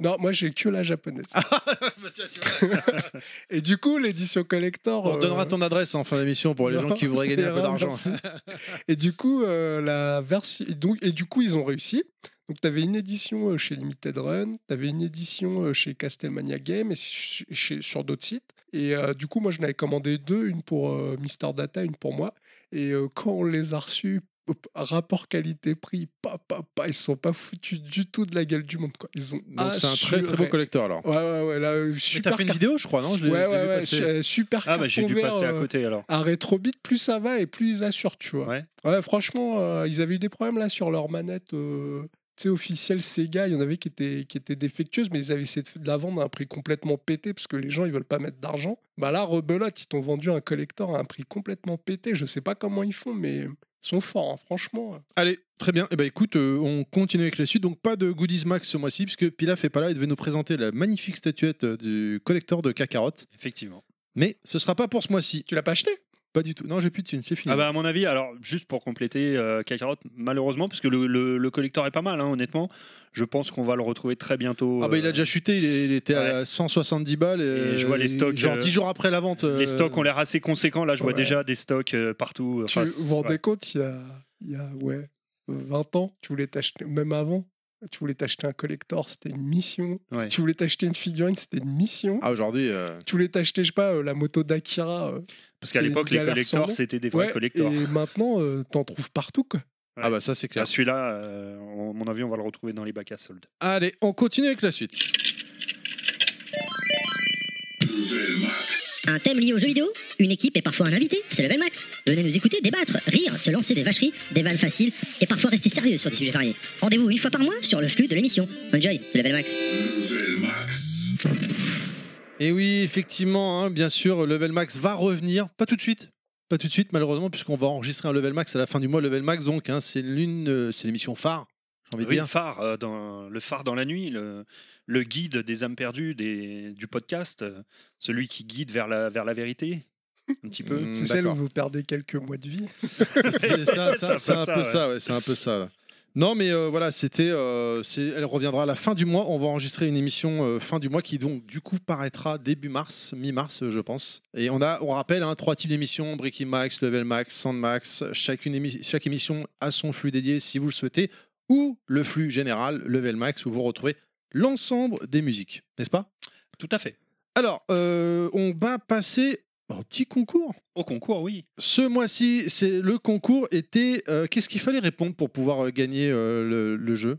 Speaker 6: Non, moi j'ai que la japonaise.
Speaker 3: Ah, bah,
Speaker 6: et du coup, l'édition collector.
Speaker 3: On te
Speaker 6: euh,
Speaker 3: donnera ton adresse en fin d'émission pour les gens
Speaker 6: non,
Speaker 3: qui voudraient
Speaker 6: c'est
Speaker 3: gagner un peu
Speaker 6: grave,
Speaker 3: d'argent.
Speaker 6: merci. Et du coup, euh, la version et donc et du coup, ils ont réussi. Donc tu avais une édition euh, chez Limited Run, tu avais une édition euh, chez Castlevania Game et ch- chez- sur d'autres sites. Et euh, du coup, moi j'en avais commandé deux, une pour euh, Mister Data, une pour moi. Et euh, quand on les a reçus hop, rapport qualité-prix, pa, pa, pa, ils se sont pas foutus du tout de la gueule du monde. Quoi. Ils ont
Speaker 3: Donc c'est un très très beau
Speaker 6: assuré.
Speaker 3: collecteur alors.
Speaker 6: Ouais, ouais, ouais. Là, euh,
Speaker 3: Mais T'as
Speaker 6: super
Speaker 3: fait une
Speaker 6: car-
Speaker 3: vidéo je crois non Je l'ai- je
Speaker 6: Ouais,
Speaker 3: l'ai
Speaker 6: ouais,
Speaker 3: vu
Speaker 6: ouais,
Speaker 3: passer.
Speaker 6: su- euh, super
Speaker 4: Ah, bah j'ai dû
Speaker 6: carton
Speaker 4: passer à
Speaker 6: vert, euh,
Speaker 4: côté alors.
Speaker 6: à Retrobit, plus ça va et plus ils assurent, tu vois.
Speaker 4: Ouais.
Speaker 6: Ouais, franchement, euh, ils avaient eu des problèmes là sur leur manette euh, tu sais, officielle Sega. Il y en avait qui étaient, qui étaient défectueuses, mais ils avaient essayé de f- de la vendre à un prix complètement pété parce que les gens ils veulent pas mettre d'argent. Bah là, rebelote, ils t'ont vendu un collector à un prix complètement pété. Je sais pas comment ils font, mais ils sont forts, hein, franchement.
Speaker 3: Allez, très bien. Et ben écoute, euh, on continue avec les suites. Donc pas de goodies max ce mois-ci puisque Pilaf est pas là. Il devait nous présenter la magnifique statuette euh, du collecteur de Kakarot.
Speaker 4: Effectivement.
Speaker 3: Mais ce sera pas pour ce mois-ci.
Speaker 6: Tu l'as pas acheté
Speaker 3: Pas du tout. Non, j'ai plus de thunes, c'est fini.
Speaker 4: Ah bah à mon avis, alors juste pour compléter euh, Kakarot, malheureusement, parce que le, le- le collector est pas mal, hein, honnêtement, je pense qu'on va le retrouver très bientôt.
Speaker 3: Ah bah, il
Speaker 4: euh,
Speaker 3: a déjà chuté, il, est- il était à 170 balles. euh,
Speaker 4: je vois les stocks,
Speaker 3: Genre
Speaker 4: euh,
Speaker 3: 10 jours après la vente.
Speaker 4: Les stocks ont l'air assez conséquents, là je vois
Speaker 6: Ouais.
Speaker 4: déjà des stocks euh, partout.
Speaker 6: Tu
Speaker 4: Enfin,
Speaker 6: vous
Speaker 4: c'est-
Speaker 6: rendez
Speaker 4: ouais.
Speaker 6: compte, il y a, il y a, ouais, 20 ans, tu voulais t'acheter, même avant, tu voulais t'acheter un collector, c'était une mission.
Speaker 4: Ouais.
Speaker 6: Tu voulais t'acheter une figurine, c'était une mission.
Speaker 3: Ah, aujourd'hui. euh,
Speaker 6: Tu voulais t'acheter, je sais pas, euh, la moto d'Akira. euh,
Speaker 4: Parce qu'à
Speaker 6: Et
Speaker 4: l'époque, les
Speaker 6: galère sans
Speaker 4: collectors,
Speaker 6: nom.
Speaker 4: c'était des vrais
Speaker 6: Ouais,
Speaker 4: collectors.
Speaker 6: et maintenant, euh, t'en trouves partout, quoi.
Speaker 4: Ouais.
Speaker 3: Ah, bah, ça, c'est clair.
Speaker 4: Là, Celui-là, euh, on- à mon avis, on va le retrouver dans les bacs à soldes.
Speaker 3: Allez, on continue avec la suite.
Speaker 1: Un thème lié aux jeux vidéo, une équipe et parfois un invité, c'est Level Max. Venez nous écouter, débattre, rire, se lancer des vacheries, des vannes faciles et parfois rester sérieux sur des sujets variés. Rendez-vous une fois par mois sur le flux de l'émission. Enjoy, c'est Level Max.
Speaker 3: Et oui, effectivement, hein, bien sûr, Level Max va revenir, pas tout de suite. Pas tout de suite, malheureusement, puisqu'on va enregistrer un Level Max à la fin du mois. Level Max, donc, hein, c'est l'une, euh, c'est l'émission phare, j'ai envie de
Speaker 4: Oui,
Speaker 3: dire.
Speaker 4: le phare, euh, dans, le phare dans la nuit, le, le guide des âmes perdues des, du podcast, euh, celui qui guide vers la, vers la vérité, un petit peu.
Speaker 3: Mm,
Speaker 6: C'est celle où
Speaker 3: d'accord.
Speaker 6: vous perdez quelques mois de vie.
Speaker 3: C'est ça,
Speaker 4: Ouais,
Speaker 3: ça,
Speaker 4: ça,
Speaker 3: c'est un
Speaker 4: ça,
Speaker 3: peu
Speaker 4: ouais.
Speaker 3: ça, ouais, c'est un peu ça. là. Non, mais euh, voilà, c'était. euh, c'est- elle reviendra à la fin du mois. On va enregistrer une émission euh, fin du mois qui, donc, du coup, paraîtra début mars, mi-mars, euh, je pense. Et on a, on rappelle, hein, trois types d'émissions Breaking Max, Level Max, Sound Max. Chacune émi- chaque émission a son flux dédié si vous le souhaitez, ou le flux général, Level Max, où vous retrouvez l'ensemble des musiques, n'est-ce pas
Speaker 4: Tout à fait.
Speaker 3: Alors, euh, on va passer au petit concours.
Speaker 4: Au concours, oui.
Speaker 3: Ce mois-ci, c'est le concours était. euh, Qu'est-ce qu'il fallait répondre pour pouvoir euh, gagner euh, le, le jeu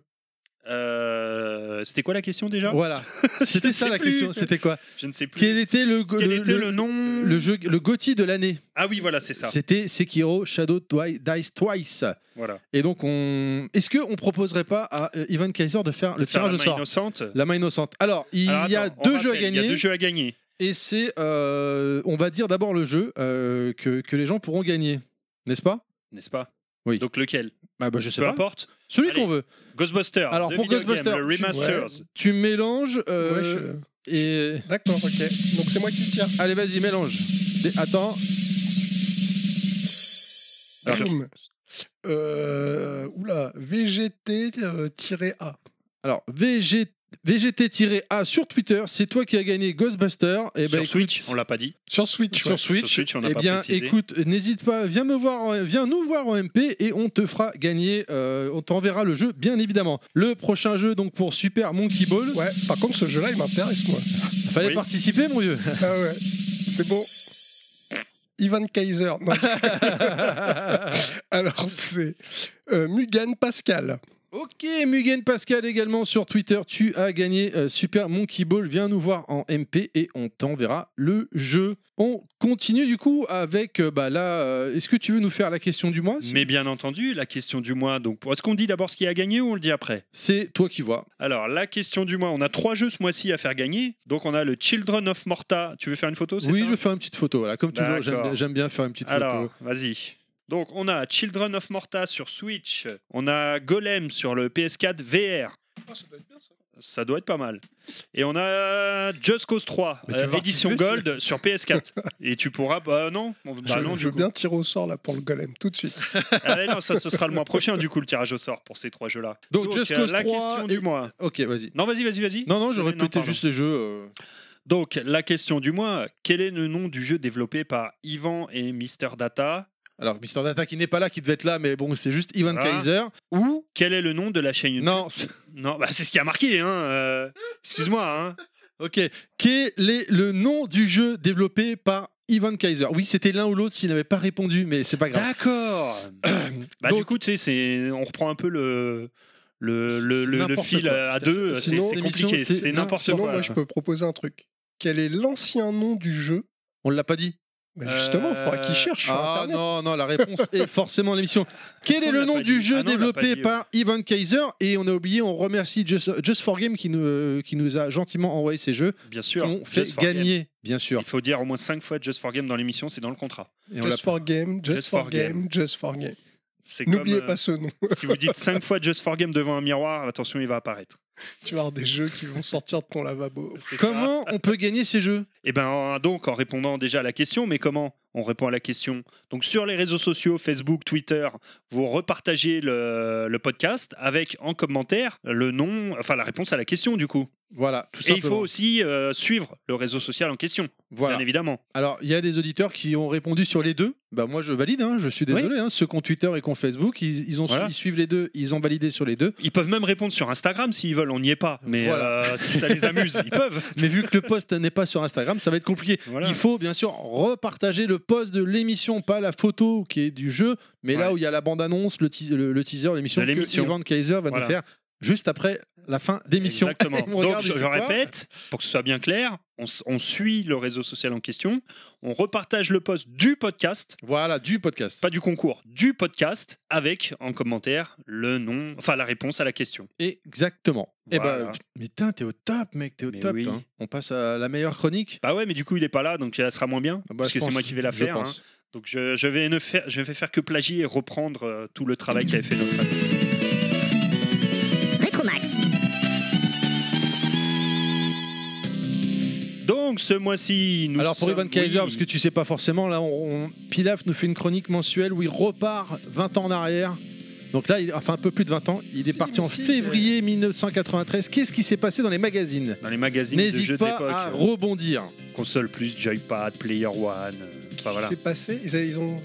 Speaker 4: Euh, C'était quoi la question déjà
Speaker 3: Voilà, c'était
Speaker 4: Je
Speaker 3: ça
Speaker 4: sais
Speaker 3: la
Speaker 4: plus.
Speaker 3: question. C'était quoi
Speaker 4: Je ne sais
Speaker 3: Oh.
Speaker 4: plus.
Speaker 3: Quel était le go-
Speaker 4: Quel
Speaker 3: le,
Speaker 4: était le,
Speaker 3: le-
Speaker 4: nom
Speaker 3: le jeu le Gotti de l'année
Speaker 4: Ah oui, voilà, c'est ça.
Speaker 3: C'était Sekiro Shadow Twi- Dice Twice.
Speaker 4: Voilà.
Speaker 3: Et donc on est-ce que on proposerait pas à euh, Ivan Kaiser de faire le
Speaker 4: Faire la
Speaker 3: tirage au
Speaker 4: main
Speaker 3: sort
Speaker 4: innocente.
Speaker 3: La main innocente. Alors il
Speaker 4: Alors,
Speaker 3: y a
Speaker 4: attends, on
Speaker 3: deux jeux à
Speaker 4: rappelle, Il y a
Speaker 3: gagner
Speaker 4: deux jeux à gagner.
Speaker 3: et c'est euh, on va dire d'abord le jeu euh, que que les gens pourront gagner, n'est-ce pas
Speaker 4: N'est-ce pas
Speaker 3: Oui.
Speaker 4: Donc lequel
Speaker 3: Ah bah je sais
Speaker 4: Peu
Speaker 3: pas.
Speaker 4: importe.
Speaker 3: Celui
Speaker 4: Allez.
Speaker 3: qu'on veut.
Speaker 4: Ghostbusters.
Speaker 3: Alors,
Speaker 4: The
Speaker 3: pour
Speaker 4: Video Game,
Speaker 3: Ghostbusters,
Speaker 4: le Remasters.
Speaker 3: Tu mélanges. euh,
Speaker 6: Ouais, je-
Speaker 3: Et...
Speaker 6: D'accord, ok. Donc c'est moi qui tiens.
Speaker 3: Allez, vas-y, mélange. Des- Attends.
Speaker 4: Alors,
Speaker 6: Boum. Euh, oula, euh, VGT-A.
Speaker 3: Alors, VG... VGT-A sur Twitter, c'est toi qui as gagné Ghostbuster. Et
Speaker 4: sur Switch, on l'a pas dit.
Speaker 6: Sur Switch.
Speaker 3: sur
Speaker 6: ouais.
Speaker 3: Switch.
Speaker 4: Sur Switch, on n'a
Speaker 3: eh
Speaker 4: pas
Speaker 3: bien,
Speaker 4: précisé.
Speaker 3: écoute, n'hésite pas, viens me voir, en- viens nous voir en MP et on te fera gagner. euh, on t'enverra le jeu, bien évidemment. Le prochain jeu, donc pour Super Monkey Ball,
Speaker 6: Ouais, par contre, ce jeu-là, il m'intéresse, moi.
Speaker 3: fallait
Speaker 4: Oui.
Speaker 3: participer, mon vieux.
Speaker 6: Ah ouais, c'est bon. Ivan Kaiser. Non. Alors, c'est euh, Mugan Pascal.
Speaker 3: Ok, Mugen Pascal également sur Twitter, tu as gagné euh, Super Monkey Ball, viens nous voir en MP et on t'enverra le jeu. On continue du coup avec, euh, bah là, euh, est-ce que tu veux nous faire la question du mois
Speaker 4: Mais bien entendu, la question du mois. Donc, est-ce qu'on dit d'abord ce qui a gagné ou on le dit après
Speaker 3: C'est toi qui vois.
Speaker 4: Alors, la question du mois. On a trois jeux ce mois-ci à faire gagner. Donc, on a le Children of Morta. Tu veux faire une photo c'est
Speaker 3: Oui,
Speaker 4: ça
Speaker 3: je vais faire une petite photo, voilà, comme toujours, j'aime
Speaker 4: D'accord.
Speaker 3: bien- j'aime bien faire une petite
Speaker 4: Alors,
Speaker 3: photo.
Speaker 4: vas-y. Donc, on a Children of Morta sur Switch. On a Golem sur le PS4 VR. Ça doit être pas mal. Et on a Just Cause 3,
Speaker 3: Mais tu
Speaker 4: euh,
Speaker 3: vas
Speaker 4: édition
Speaker 3: participer,
Speaker 4: Gold sur PS4. Et tu pourras. Bah non, on- bah
Speaker 6: je,
Speaker 4: non,
Speaker 6: je
Speaker 4: du
Speaker 6: veux
Speaker 4: coup.
Speaker 6: bien tirer au sort là pour le golem, tout de suite.
Speaker 4: Ah, non, ça ce sera le mois prochain, du coup, le tirage au sort pour ces trois jeux-là. euh,
Speaker 3: Donc, Just Cause
Speaker 4: la
Speaker 3: 3
Speaker 4: question
Speaker 3: et-
Speaker 4: du mois.
Speaker 3: Ok, vas-y.
Speaker 4: Non, vas-y, vas-y, vas-y.
Speaker 3: Non, non, je
Speaker 4: Vas-y,
Speaker 3: répétais
Speaker 4: pardon.
Speaker 3: juste les jeux. euh.
Speaker 4: Donc, la question du mois quel est le nom du jeu développé par Yvan et Mister Data
Speaker 3: Alors, Mister Data qui n'est pas là, qui devait être là, mais bon, c'est juste Ivan
Speaker 4: Ah.
Speaker 3: Kaiser.
Speaker 4: Ou quel est le nom de la chaîne YouTube
Speaker 3: Non, c'est-
Speaker 4: Non, bah, c'est ce qui a marqué, hein. euh, Excuse-moi, hein.
Speaker 3: ok. Quel est le nom du jeu développé par Ivan Kaiser Oui, c'était l'un ou l'autre s'il n'avait pas répondu, mais c'est pas grave.
Speaker 4: D'accord. bah,
Speaker 3: Donc-
Speaker 4: du coup, tu sais, c'est- on reprend un peu le. Le,
Speaker 3: C'est-
Speaker 4: le,
Speaker 3: c'est
Speaker 4: le- le
Speaker 3: n'importe
Speaker 4: fil
Speaker 3: quoi.
Speaker 4: à
Speaker 3: C'est-
Speaker 4: deux,
Speaker 3: c'est-
Speaker 4: c'est
Speaker 3: sinon,
Speaker 4: c'est
Speaker 3: l'émission,
Speaker 4: compliqué,
Speaker 3: c'est-
Speaker 4: c'est
Speaker 3: non,
Speaker 4: n'importe
Speaker 6: Sinon,
Speaker 4: quoi.
Speaker 6: moi, je peux proposer un truc. Quel est l'ancien nom du jeu
Speaker 3: On l'a pas dit.
Speaker 6: Ben, Justement, il faudra
Speaker 4: Euh,
Speaker 6: qu'il cherche sur
Speaker 3: Ah
Speaker 6: Internet.
Speaker 3: non, non, la réponse est forcément l'émission. Quel est
Speaker 4: qu'on
Speaker 3: le
Speaker 4: l'a
Speaker 3: nom
Speaker 4: pas
Speaker 3: du
Speaker 4: dit
Speaker 3: jeu
Speaker 4: Ah non, on l'a
Speaker 3: développé
Speaker 4: pas dit,
Speaker 3: par Ivan Kaiser Et on a oublié, on remercie Just, Just for Game qui nous, euh, qui nous a gentiment envoyé ces jeux
Speaker 4: Bien sûr,
Speaker 3: qu'on fait
Speaker 4: Just for Game.
Speaker 3: gagner, bien sûr.
Speaker 4: Il faut dire au moins 5 fois Just for Game dans l'émission, c'est dans le contrat.
Speaker 3: Et on l'a-
Speaker 6: Just for game, just,
Speaker 4: Just
Speaker 6: for,
Speaker 4: for
Speaker 6: game, just for game.
Speaker 4: C'est comme,
Speaker 6: N'oubliez
Speaker 4: euh,
Speaker 6: pas ce nom.
Speaker 4: si vous dites 5 fois Just for Game devant un miroir, attention, il va apparaître.
Speaker 6: tu vas avoir des jeux qui vont sortir de ton lavabo.
Speaker 4: C'est ça.
Speaker 3: Comment on peut gagner ces jeux
Speaker 4: Eh ben en- donc en répondant déjà à la question, mais comment on répond à la question Donc sur les réseaux sociaux, Facebook, Twitter, vous repartagez le, le podcast avec en commentaire le nom, enfin la réponse à la question du coup.
Speaker 3: Voilà, tout
Speaker 4: Et il faut
Speaker 3: simplement.
Speaker 4: aussi euh, suivre le réseau social en question,
Speaker 3: Voilà.
Speaker 4: bien évidemment.
Speaker 3: Alors, il y a des auditeurs qui ont répondu sur les deux. Bah, moi, je valide, hein, je suis désolé. hein, ceux qui ont Twitter et qui ont Facebook, ils, ils ont su-
Speaker 4: Voilà.
Speaker 3: ils suivent les deux, ils ont validé sur les deux.
Speaker 4: Ils peuvent même répondre sur Instagram s'ils veulent, on n'y est pas, mais
Speaker 3: Voilà.
Speaker 4: euh, si ça les amuse, ils peuvent.
Speaker 3: Mais vu que le post n'est pas sur Instagram, ça va être compliqué.
Speaker 4: Voilà.
Speaker 3: Il faut bien sûr repartager le post de l'émission, pas la photo qui est du jeu, mais là
Speaker 4: Ouais.
Speaker 3: où il y a la bande-annonce, le, teas- le- le teaser, l'émission
Speaker 4: De
Speaker 3: que
Speaker 4: l'émission.
Speaker 3: Ivan Kaiser va
Speaker 4: Voilà.
Speaker 3: nous faire juste après la fin d'émission.
Speaker 4: Exactement.
Speaker 3: Ils me regardent,
Speaker 4: Donc, je,
Speaker 3: ils
Speaker 4: je
Speaker 3: disent quoi
Speaker 4: répète, pour que ce soit bien clair, on, s- on suit le réseau social en question, on repartage le post du podcast
Speaker 3: Voilà, du podcast.
Speaker 4: pas du concours, du podcast, avec en commentaire le nom, enfin la réponse à la question.
Speaker 3: Exactement. Eh
Speaker 4: Voilà.
Speaker 3: ben, mais tain, t'es au top, mec, t'es au
Speaker 4: Mais
Speaker 3: top.
Speaker 4: oui.
Speaker 3: hein. On passe à la meilleure chronique.
Speaker 4: Bah ouais, mais du coup il est pas là, donc elle sera moins bien,
Speaker 3: Ah bah,
Speaker 4: parce
Speaker 3: je
Speaker 4: que c'est
Speaker 3: pense.
Speaker 4: moi qui vais la
Speaker 3: Je
Speaker 4: faire.
Speaker 3: pense.
Speaker 4: hein. Donc je, je vais ne faire, je vais faire que plagier et reprendre euh, tout le travail qu'avait fait notre ami.
Speaker 1: Rétromax.
Speaker 4: Donc ce mois-ci, nous
Speaker 3: Alors pour
Speaker 4: sommes-
Speaker 3: Ivan Kaiser,
Speaker 4: oui.
Speaker 3: parce que tu sais pas forcément, là, on, on- Pilaf nous fait une chronique mensuelle où il repart 20 ans en arrière. Donc là, il, enfin un peu plus de 20 ans, il est
Speaker 6: Si,
Speaker 3: parti
Speaker 6: mais
Speaker 3: en
Speaker 6: si,
Speaker 3: février 1993. Qu'est-ce qui s'est passé dans les magazines
Speaker 4: dans les magazines de
Speaker 3: N'hésite
Speaker 4: jeux
Speaker 3: pas
Speaker 4: d'époque,
Speaker 3: à
Speaker 4: euh,
Speaker 3: rebondir.
Speaker 4: console plus, joypad, player one, euh, enfin,
Speaker 6: Qu'est-ce
Speaker 4: voilà.
Speaker 6: qui s'est passé ils, a- ils ont.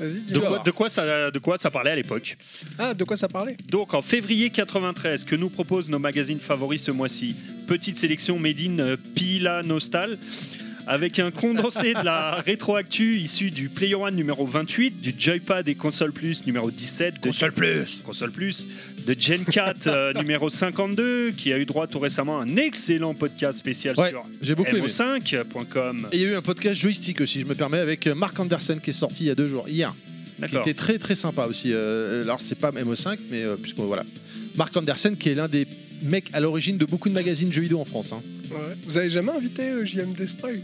Speaker 6: Vas-y,
Speaker 4: De
Speaker 6: dis-moi.
Speaker 4: quoi, de quoi ça, de quoi ça parlait à l'époque
Speaker 6: Ah, de quoi ça parlait
Speaker 4: Donc en février 93, que nous proposent nos magazines favoris ce mois-ci Petite sélection made in euh, Pila Nostal avec un condensé de la rétroactu issue du Player One numéro 28, du Joypad et Console Plus numéro 17, de Console Plus, Console Plus, de Gen 4 euh, numéro 52, qui a eu droit tout récemment à un excellent podcast spécial
Speaker 3: Ouais,
Speaker 4: sur
Speaker 3: J'ai beaucoup aimé.
Speaker 4: mo5.com.
Speaker 3: Et il y a eu un podcast joystick aussi, je me permets, avec euh, Mark Anderson qui est sorti il y a deux jours, hier, qui
Speaker 4: D'accord.
Speaker 3: était très très sympa aussi. Euh, alors c'est pas MO5, mais euh, puisque voilà. Mark Anderson qui est l'un des mecs à l'origine de beaucoup de magazines jeux vidéo en France. hein.
Speaker 6: Vous avez jamais invité euh, JM Destroy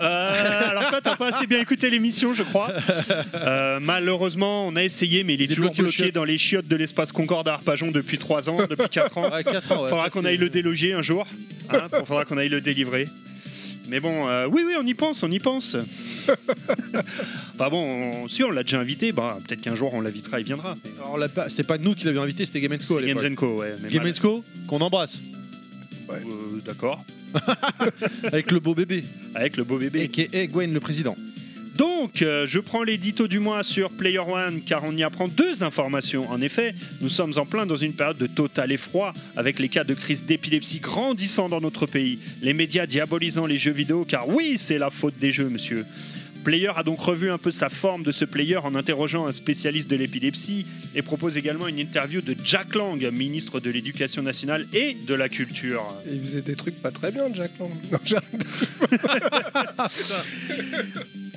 Speaker 4: Euh, alors toi, t'as pas assez bien écouté l'émission, je crois. Euh, malheureusement, on a essayé, mais il est
Speaker 3: Il est
Speaker 4: toujours
Speaker 3: bloqué aux
Speaker 4: bloqué
Speaker 3: chiottes.
Speaker 4: dans les chiottes de l'espace Concorde à Arpajon depuis 3 ans, depuis 4 ans.
Speaker 3: Ouais, quatre ans, ouais.
Speaker 4: Faudra
Speaker 3: Ça,
Speaker 4: qu'on
Speaker 3: c'est-
Speaker 4: aille le déloger un jour. Hein, pour- faudra qu'on aille le délivrer. Mais bon, euh, oui, oui, on y pense, on y pense. bah bon, on- si on l'a déjà invité, bah, peut-être qu'un jour on l'invitera, il viendra.
Speaker 3: Alors, on l'a pas- c'était pas nous qui l'avions invité, c'était Game
Speaker 4: C'est
Speaker 3: Co à
Speaker 4: Games
Speaker 3: l'époque.
Speaker 4: and Co, ouais. mais
Speaker 3: Game
Speaker 4: mal-
Speaker 3: Co, qu'on embrasse,
Speaker 4: euh, D'accord.
Speaker 3: avec le beau bébé,
Speaker 4: Avec le beau bébé.
Speaker 3: et Gwen le président.
Speaker 4: Donc, euh, je prends l'édito du mois sur Player One car on y apprend deux informations. En effet, nous sommes en plein dans une période de total effroi avec les cas de crise d'épilepsie grandissant dans notre pays, les médias diabolisant les jeux vidéo car oui, c'est la faute des jeux, monsieur. Player a donc revu un peu sa forme de ce player en interrogeant un spécialiste de l'épilepsie et propose également une interview de Jack Lang, ministre de l'Éducation nationale et de la Culture.
Speaker 6: Et il faisait des trucs pas très bien, Jack Lang. Non, j'arrête.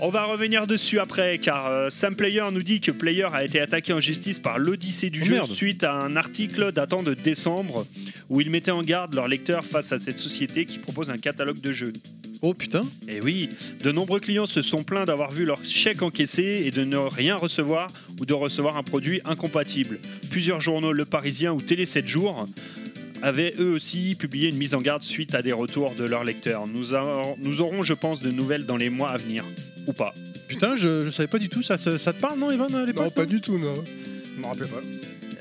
Speaker 4: On va revenir dessus après, car euh, Sam Player nous dit que Player a été attaqué en justice par l'Odyssée du
Speaker 3: Oh
Speaker 4: jeu
Speaker 3: merde.
Speaker 4: suite à un article datant de décembre où il mettait en garde leurs lecteurs face à cette société qui propose un catalogue de jeux.
Speaker 3: Oh putain,
Speaker 4: Et oui, de nombreux clients se sont plaints d'avoir vu leur chèque encaissé et de ne rien recevoir ou de recevoir un produit incompatible. Plusieurs journaux, Le Parisien ou Télé 7 jours, avaient eux aussi publié une mise en garde suite à des retours de leurs lecteurs. Nous, aurons- nous aurons, je pense, de nouvelles dans les mois à venir. Ou pas.
Speaker 3: putain, je, je savais pas du tout, ça, ça, ça te parle non, Evan, à l'époque
Speaker 6: Non, pas du tout, non.
Speaker 3: Je me rappelais pas.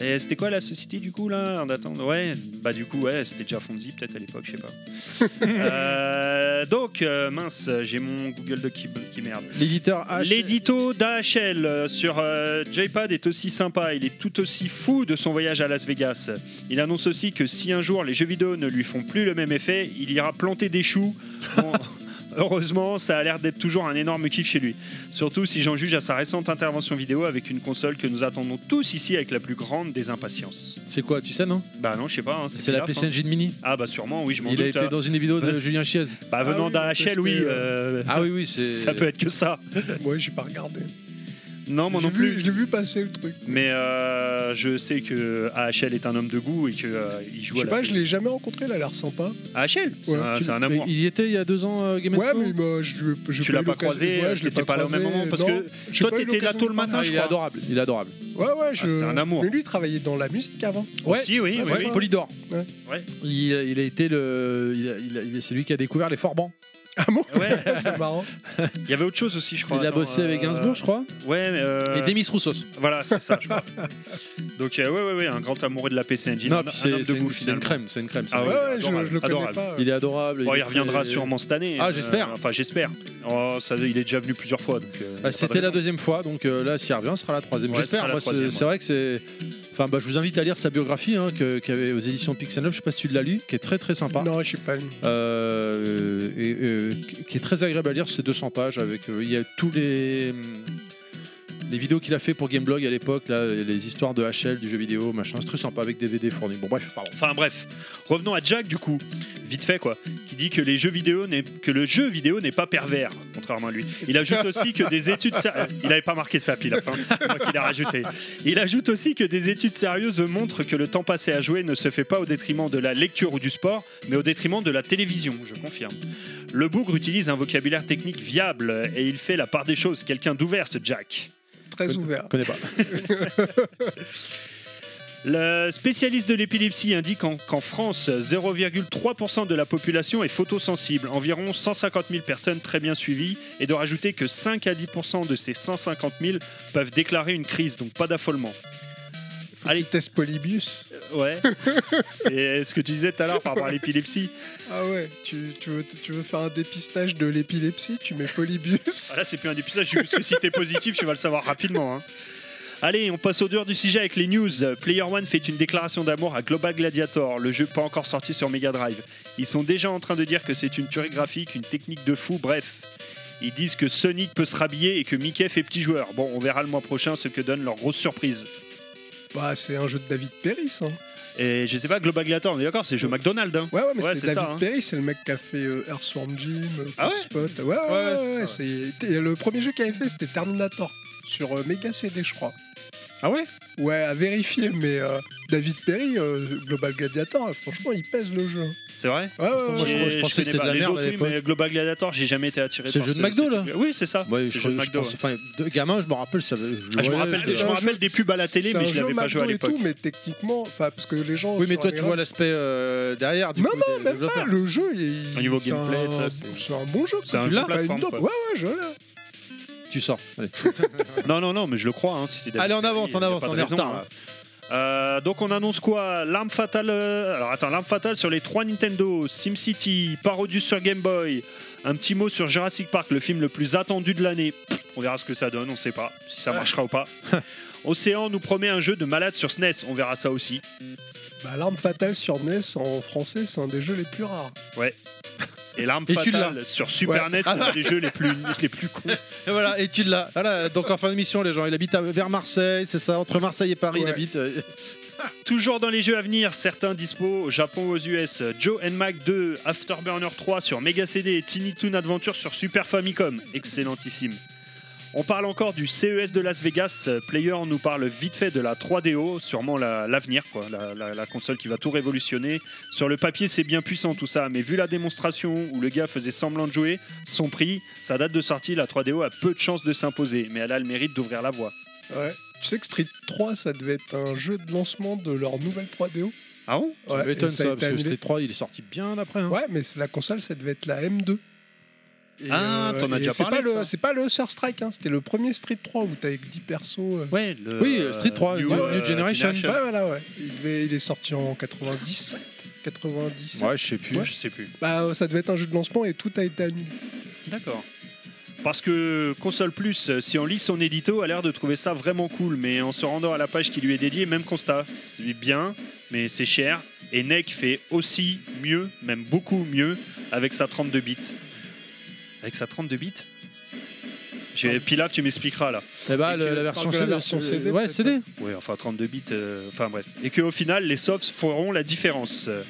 Speaker 4: Et c'était quoi la société du coup là en attendant Ouais, bah du coup ouais, c'était déjà Fonzie peut-être à l'époque, je sais pas. Euh, donc euh, mince, j'ai mon Google Doc qui, qui merde.
Speaker 3: L'éditeur H.
Speaker 4: L'édito d'AHL euh, sur euh, JPad est aussi sympa, il est tout aussi fou de son voyage à Las Vegas. Il annonce aussi que si un jour les jeux vidéo ne lui font plus le même effet, il ira planter des choux. Bon, heureusement, ça a l'air d'être toujours un énorme kiff chez lui. Surtout si j'en juge à sa récente intervention vidéo avec une console que nous attendons tous ici avec la plus grande des impatiences.
Speaker 3: C'est quoi, tu sais, non
Speaker 4: Bah non, je sais pas, hein,
Speaker 3: C'est la
Speaker 4: Pilaf,
Speaker 3: PC
Speaker 4: hein.
Speaker 3: Engine Mini.
Speaker 4: Ah bah sûrement, oui, je m'en
Speaker 3: Il a
Speaker 4: doute.
Speaker 3: été Ah
Speaker 4: hein.
Speaker 3: dans une vidéo de Julien Chiez.
Speaker 4: Bah venant
Speaker 6: oui,
Speaker 4: d'AHL, oui,
Speaker 6: testé, euh,
Speaker 4: euh,
Speaker 3: Ah oui, oui, c'est.
Speaker 4: ça peut être que ça.
Speaker 6: Moi, j'ai pas regardé.
Speaker 4: Non, moi
Speaker 6: J'ai
Speaker 4: non
Speaker 6: vu-
Speaker 4: plus.
Speaker 6: Je l'ai vu passer le truc.
Speaker 4: Mais euh, je sais que AHL est un homme de goût et qu'il il joue
Speaker 6: Je sais
Speaker 4: à la-
Speaker 6: pas, je l'ai jamais rencontré, il a l'air sympa.
Speaker 4: AHL, c'est
Speaker 6: Ouais,
Speaker 4: un,
Speaker 6: tu-
Speaker 4: c'est un amour.
Speaker 3: Il y était il y a deux ans, euh, Game
Speaker 6: Ouais,
Speaker 3: Co
Speaker 6: mais bah, je, je
Speaker 4: Tu l'as pas croisé,
Speaker 6: ouais,
Speaker 4: euh,
Speaker 6: je l'ai
Speaker 4: t'étais pas là au même
Speaker 6: croisé,
Speaker 4: moment, parce
Speaker 6: non.
Speaker 4: que
Speaker 6: J'ai
Speaker 4: toi,
Speaker 6: pas eu
Speaker 4: t'étais là
Speaker 6: l'occasion
Speaker 4: tôt le
Speaker 6: de parler.
Speaker 4: matin,
Speaker 3: Ah,
Speaker 4: je
Speaker 3: il est
Speaker 4: crois.
Speaker 3: adorable, il est adorable.
Speaker 6: Ouais, ouais, je...
Speaker 4: Ah, c'est un amour.
Speaker 6: Mais lui, il travaillait dans la musique avant.
Speaker 3: Ouais,
Speaker 4: Aussi, oui, oui,
Speaker 6: ouais,
Speaker 4: oui.
Speaker 6: ça.
Speaker 3: Polydor.
Speaker 6: Ouais.
Speaker 4: Ouais.
Speaker 3: Il, a- il a été le. il a- il a- il a- c'est lui qui a découvert les forbans.
Speaker 6: Ah bon
Speaker 4: Ouais.
Speaker 6: C'est marrant.
Speaker 4: Il y avait autre chose aussi, je crois.
Speaker 3: Il a bossé avec Gainsbourg, je crois.
Speaker 4: crois. Ouais, mais euh,
Speaker 3: Et Demis Roussos.
Speaker 4: voilà, c'est ça, je crois. Donc, euh, ouais, ouais, ouais, un grand amoureux de la PC Engine. un,
Speaker 3: Non,
Speaker 4: un
Speaker 3: puis c'est
Speaker 4: homme
Speaker 3: c'est
Speaker 4: de goût,
Speaker 3: une, c'est une
Speaker 4: finalement.
Speaker 3: crème, c'est une crème. c'est
Speaker 4: Ah
Speaker 3: une
Speaker 6: Ouais,
Speaker 3: crème.
Speaker 6: ouais, je,
Speaker 4: adorable,
Speaker 6: je le connais
Speaker 4: adorable.
Speaker 6: pas. ouais.
Speaker 3: Il est adorable.
Speaker 4: Bon, il
Speaker 3: est
Speaker 4: reviendra
Speaker 3: très-
Speaker 4: sûrement cette année.
Speaker 3: Ah, j'espère.
Speaker 4: Euh, Enfin, j'espère. Oh, ça, il est déjà venu plusieurs fois. donc, euh, y a pas
Speaker 3: Bah,
Speaker 4: de
Speaker 3: C'était la
Speaker 4: raison.
Speaker 3: deuxième fois, donc euh, là, s'il revient, ce sera la troisième.
Speaker 4: Ouais, ce
Speaker 3: J'espère.
Speaker 4: sera la
Speaker 3: moi, C'est
Speaker 4: troisième,
Speaker 3: c'est
Speaker 4: ouais.
Speaker 3: vrai que c'est. Enfin, bah, je vous invite à lire sa biographie hein, que- qu'il y avait aux éditions Pixel 9. Je sais pas si tu l'as lu, qui est très très sympa.
Speaker 6: Non, je suis pas lui.
Speaker 3: Euh, et, euh, qui est très agréable à lire. C'est 200 pages avec. euh, Il y a tous les. Les vidéos qu'il a fait pour Gameblog à l'époque, là, les histoires de HL, du jeu vidéo, machin, c'est très sympa avec DVD fournis. Bon, bref, pardon.
Speaker 4: Enfin bref, revenons à Jack du coup, vite fait quoi, qui dit que les jeux vidéo n'est- que le jeu vidéo n'est pas pervers, contrairement à lui. Il ajoute aussi que des études ser- euh, il avait pas marqué ça pile, hein, c'est moi qui l'ai rajouté. Il ajoute aussi que des études sérieuses montrent que le temps passé à jouer ne se fait pas au détriment de la lecture ou du sport, mais au détriment de la télévision, je confirme. Le bougre utilise un vocabulaire technique viable et il fait la part des choses, quelqu'un d'ouvert ce Jack.
Speaker 6: Très ouvert.
Speaker 3: Je connais pas.
Speaker 4: Le spécialiste de l'épilepsie indique en- qu'en France, 0,3% de la population est photosensible, environ 150 000 personnes très bien suivies, et de rajouter que 5 à 10% de ces 150 000 peuvent déclarer une crise, donc pas d'affolement.
Speaker 6: Faut
Speaker 4: Allez.
Speaker 6: qu'il teste Polybius.
Speaker 4: Ouais, c'est ce que tu disais tout à l'heure par rapport à l'épilepsie.
Speaker 6: Ah ouais, tu, tu veux, tu veux faire un dépistage de l'épilepsie, tu mets Polybius.
Speaker 4: Ah, là, c'est plus un dépistage, parce que si t'es positif, tu vas le savoir rapidement. hein. Allez, on passe au dur du sujet avec les news. Player One fait une déclaration d'amour à Global Gladiator, le jeu pas encore sorti sur Mega Drive. Ils sont déjà en train de dire que c'est une tuerie graphique, une technique de fou, bref. Ils disent que Sonic peut se rhabiller et que Mickey fait petit joueur. Bon, on verra le mois prochain ce que donne leur grosse surprise.
Speaker 6: Bah, c'est un jeu de David Perry, ça.
Speaker 4: Et je sais pas, Global Gladiator, on est d'accord, c'est le jeu McDonald's. hein.
Speaker 6: Ouais, ouais, mais
Speaker 4: Ouais,
Speaker 6: c'est
Speaker 4: c'est
Speaker 6: David
Speaker 4: ça, hein.
Speaker 6: Perry, c'est le mec qui a fait euh, Earthworm Jim, euh,
Speaker 4: Ah ouais
Speaker 6: Spot. Ouais, ouais, ouais.
Speaker 3: ouais,
Speaker 6: ouais,
Speaker 3: c'est
Speaker 6: c'est- et Le premier jeu qu'il avait fait, c'était Terminator, sur euh, Mega CD, je crois.
Speaker 3: Ah ouais
Speaker 6: Ouais, à vérifier, mais euh, David Perry, euh, Global Gladiator, euh, franchement, il pèse le jeu.
Speaker 4: C'est vrai
Speaker 6: Ouais, ouais,
Speaker 3: Attends, moi,
Speaker 6: ouais.
Speaker 3: Euh, je-
Speaker 4: J'ai-
Speaker 3: pensais que
Speaker 4: connais
Speaker 3: c'était de
Speaker 4: pas.
Speaker 3: la
Speaker 4: Les
Speaker 3: merde
Speaker 4: autres,
Speaker 3: à
Speaker 4: oui,
Speaker 3: l'époque.
Speaker 4: mais Global Gladiator, j'ai jamais été attiré
Speaker 3: C'est
Speaker 4: par
Speaker 3: le jeu de
Speaker 4: ce-
Speaker 3: McDo,
Speaker 4: ce
Speaker 3: là
Speaker 4: truc. Oui, c'est ça.
Speaker 3: Ouais,
Speaker 4: C'est
Speaker 3: je,
Speaker 4: le jeu de
Speaker 3: je
Speaker 4: McDo.
Speaker 3: pense-
Speaker 4: ouais.
Speaker 3: enfin, de- gamin, je me rappelle, ça.
Speaker 4: Ah, je me
Speaker 3: ouais,
Speaker 4: rappelle,
Speaker 3: de-
Speaker 4: je me rappelle des pubs à la télé,
Speaker 6: C'est
Speaker 4: mais
Speaker 6: un
Speaker 4: je
Speaker 6: jeu
Speaker 4: l'avais pas joué à
Speaker 6: McDo et
Speaker 4: l'époque.
Speaker 6: tout, mais techniquement, enfin, parce que les gens.
Speaker 3: Oui, mais
Speaker 6: sur
Speaker 3: toi, tu
Speaker 6: Instagram,
Speaker 3: vois l'aspect euh, derrière du
Speaker 6: Non,
Speaker 3: coup,
Speaker 6: non,
Speaker 3: des
Speaker 6: même
Speaker 3: développeurs.
Speaker 6: pas. Le jeu, il.
Speaker 4: Au niveau
Speaker 6: c'est
Speaker 4: gameplay, ça,
Speaker 6: un-
Speaker 4: c'est-
Speaker 6: c'est un bon jeu.
Speaker 4: C'est un
Speaker 6: quoi.
Speaker 4: jeu
Speaker 6: l'as
Speaker 4: plateforme,
Speaker 6: Bah, une dope.
Speaker 4: quoi.
Speaker 6: Ouais, ouais, je l'ai.
Speaker 3: Tu sors. Allez,
Speaker 4: Non, non, non, mais je le crois. hein, si c'est David
Speaker 3: Allez, on
Speaker 4: Perry,
Speaker 3: avance,
Speaker 4: y a
Speaker 3: on
Speaker 4: pas
Speaker 3: avance,
Speaker 4: de
Speaker 3: on est en
Speaker 4: raison,
Speaker 3: retard.
Speaker 4: hein.
Speaker 3: là.
Speaker 4: Euh, donc on annonce quoi L'arme fatale. euh, Alors attends, l'arme fatale sur les trois Nintendo, SimCity, Parodius sur Game Boy. Un petit mot sur Jurassic Park, le film le plus attendu de l'année. Pff, On verra ce que ça donne, on sait pas si ça marchera ou pas. Océan nous promet un jeu de malade sur SNES, on verra ça aussi.
Speaker 6: Bah, L'arme fatale sur NES en français, c'est un des jeux les plus rares.
Speaker 4: Et l'arme
Speaker 3: Et tu Ah,
Speaker 4: fatale sur Super
Speaker 6: Ouais.
Speaker 4: NES, c'est un des jeux les plus, les plus cons.
Speaker 3: Et voilà, et tu l'as. Voilà, donc en fin d'émission, les gens, il habite à- vers Marseille, c'est ça, entre Marseille et Paris, il
Speaker 6: Ouais.
Speaker 3: habite. euh,
Speaker 4: Toujours dans les jeux à venir, certains dispo au Japon aux US, Joe and Mac 2, Afterburner 3 sur Mega CD et Tiny Toon Adventure sur Super Famicom, excellentissime. On parle encore du CES de Las Vegas, Euh, Player nous parle vite fait de la 3DO, sûrement la- l'avenir, quoi, la, la- la console qui va tout révolutionner. Sur le papier c'est bien puissant tout ça, mais vu la démonstration où le gars faisait semblant de jouer, son prix, sa date de sortie, la 3DO a peu de chances de s'imposer, mais elle a le mérite d'ouvrir la voie.
Speaker 6: Ouais. Tu sais que Street 3, ça devait être un jeu de lancement de leur nouvelle 3DO.
Speaker 4: Ah bon
Speaker 3: ça
Speaker 6: Ouais,
Speaker 3: m'étonne
Speaker 6: et ça
Speaker 3: ça,
Speaker 6: a été
Speaker 3: parce que
Speaker 6: annulé.
Speaker 3: Street 3, il est sorti bien après. hein.
Speaker 6: Ouais, mais c'est- la console, ça devait être la M2. Et, euh,
Speaker 4: Ah, t'en as
Speaker 6: et
Speaker 4: déjà
Speaker 6: c'est
Speaker 4: parlé
Speaker 6: pas
Speaker 4: de
Speaker 6: le-
Speaker 4: ça.
Speaker 6: C'est pas le Sur Strike, hein, c'était le premier Street 3 où t'avais que 10 persos. euh.
Speaker 4: Ouais, le-
Speaker 3: Oui, euh, Street 3, New- New Generation. Bah
Speaker 6: Ouais, voilà, ouais. Il, devait- il est sorti en 97. 97.
Speaker 3: Ouais, je sais plus.
Speaker 4: Puis je sais plus.
Speaker 6: Bah, euh, ça devait être un jeu de lancement et tout a été annulé.
Speaker 4: D'accord. Parce que Console Plus, euh, si on lit son édito, a l'air de trouver ça vraiment cool, mais en se rendant à la page qui lui est dédiée, même constat. C'est bien, mais c'est cher. Et NEC fait aussi mieux, même beaucoup mieux, avec sa 32 bits. Avec sa 32 bits J'ai- Pilaf, tu m'expliqueras là.
Speaker 3: Eh ben,
Speaker 6: Et
Speaker 3: le-
Speaker 6: que-
Speaker 3: la version
Speaker 6: parle de
Speaker 3: CD.
Speaker 6: la version CD,
Speaker 3: Ouais,
Speaker 6: peut-être.
Speaker 3: CD.
Speaker 4: Oui, enfin 32 bits, euh, enfin bref. Et qu'au final, les softs feront la différence. Euh,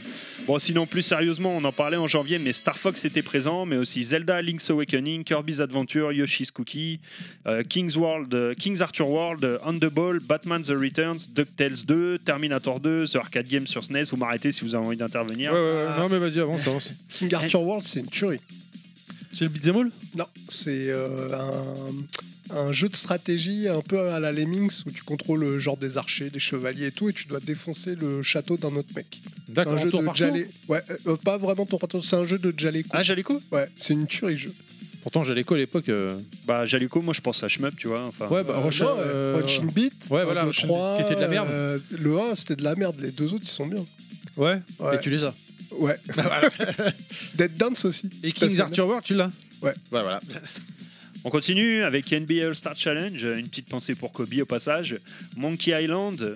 Speaker 4: Bon, sinon, plus sérieusement, on en parlait en janvier, mais Star Fox était présent, mais aussi Zelda, Link's Awakening, Kirby's Adventure, Yoshi's Cookie, euh, King's, World, euh, King's Arthur World, euh, On the Ball, Batman The Returns, DuckTales 2, Terminator 2, The Arcade Game sur SNES. Vous m'arrêtez si vous avez
Speaker 3: Ouais,
Speaker 4: envie d'intervenir.
Speaker 3: ouais, ouais. Non, mais vas-y, avance, avance.
Speaker 6: King Arthur World, c'est une tuerie.
Speaker 3: C'est le beat'em all
Speaker 6: Non, c'est euh, un, un jeu de stratégie un peu à la Lemmings où tu contrôles euh, genre des archers, des chevaliers et tout et tu dois défoncer le château d'un autre mec. C'est
Speaker 3: D'accord,
Speaker 6: un jeu
Speaker 3: tour
Speaker 6: de
Speaker 3: par tour.
Speaker 6: Jale- Ouais, euh, pas vraiment tour par tour, c'est un jeu de Jaleco.
Speaker 4: Ah, Jalico
Speaker 6: Ouais, c'est une tuerie jeu.
Speaker 3: Pourtant, j'allais quoi à l'époque euh,
Speaker 4: Bah, Jalico, moi je pense à Shmup, tu vois. Enfin,
Speaker 3: Ouais, bah,
Speaker 6: Euh,
Speaker 3: Russian,
Speaker 6: non, ouais,
Speaker 3: euh,
Speaker 6: Punching Beat,
Speaker 3: Ouais,
Speaker 6: un,
Speaker 3: voilà,
Speaker 6: deux,
Speaker 3: Russian Beat,
Speaker 6: trois,
Speaker 3: qui était de la merde.
Speaker 6: euh, le 1, c'était de la merde, les deux autres, ils sont bien.
Speaker 3: Ouais,
Speaker 6: Ouais.
Speaker 3: et tu les as.
Speaker 6: Ouais. Dead Dance aussi.
Speaker 3: Et
Speaker 6: Tout à
Speaker 3: King's
Speaker 6: fait.
Speaker 3: Arthur World, tu l'as
Speaker 6: Ouais.
Speaker 3: Bah voilà.
Speaker 4: On continue avec NBA All-Star Challenge, une petite pensée pour Kobe au passage, Monkey Island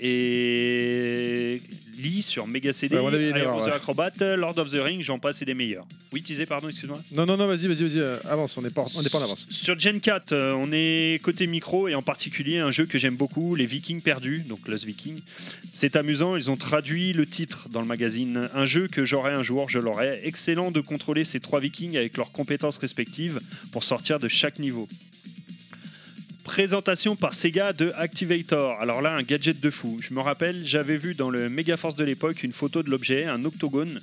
Speaker 4: et Lee sur Mega CD,
Speaker 3: Ouais, on avait une
Speaker 4: Iron
Speaker 3: erreur,
Speaker 4: the
Speaker 3: ouais.
Speaker 4: Acrobat, Lord of the Ring, j'en passe et des meilleurs. Oui, tu disais, pardon, excuse-moi.
Speaker 3: Non, non, non, vas-y, vas-y, vas-y, euh, avance, on n'est pas, on n'est pas en avance.
Speaker 4: Sur Gen 4, euh, on est côté micro et en particulier un jeu que j'aime beaucoup, Les Vikings perdus, donc Lost Vikings. C'est amusant, ils ont traduit le titre dans le magazine. Un jeu que j'aurai un jour, je l'aurai. Excellent de contrôler ces trois Vikings avec leurs compétences respectives pour sortir de chaque niveau. Présentation par Sega de Activator. Alors là, un gadget de fou. Je me rappelle, j'avais vu dans le Mega Force de l'époque une photo de l'objet, un octogone.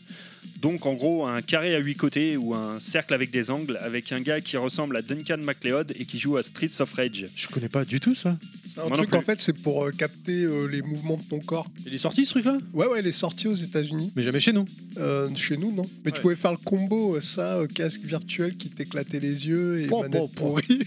Speaker 4: Donc en gros, un carré à huit côtés ou un cercle avec des angles avec un gars qui ressemble à Duncan MacLeod et qui joue à Streets of Rage.
Speaker 3: Je connais pas du tout ça.
Speaker 6: C'est un
Speaker 4: Moi non
Speaker 6: truc,
Speaker 4: plus.
Speaker 6: en fait, c'est pour euh, capter euh, les mouvements de ton corps.
Speaker 3: Il est sorti ce truc-là
Speaker 6: Ouais, ouais, il est sorti aux États-Unis.
Speaker 3: Mais jamais chez nous.
Speaker 6: Euh, chez nous, non. Mais tu pouvais faire le combo, euh, ça, euh, casque virtuel qui t'éclatait les yeux et
Speaker 3: Pouah,
Speaker 6: manette
Speaker 3: pouah, pouah.
Speaker 6: pourrie.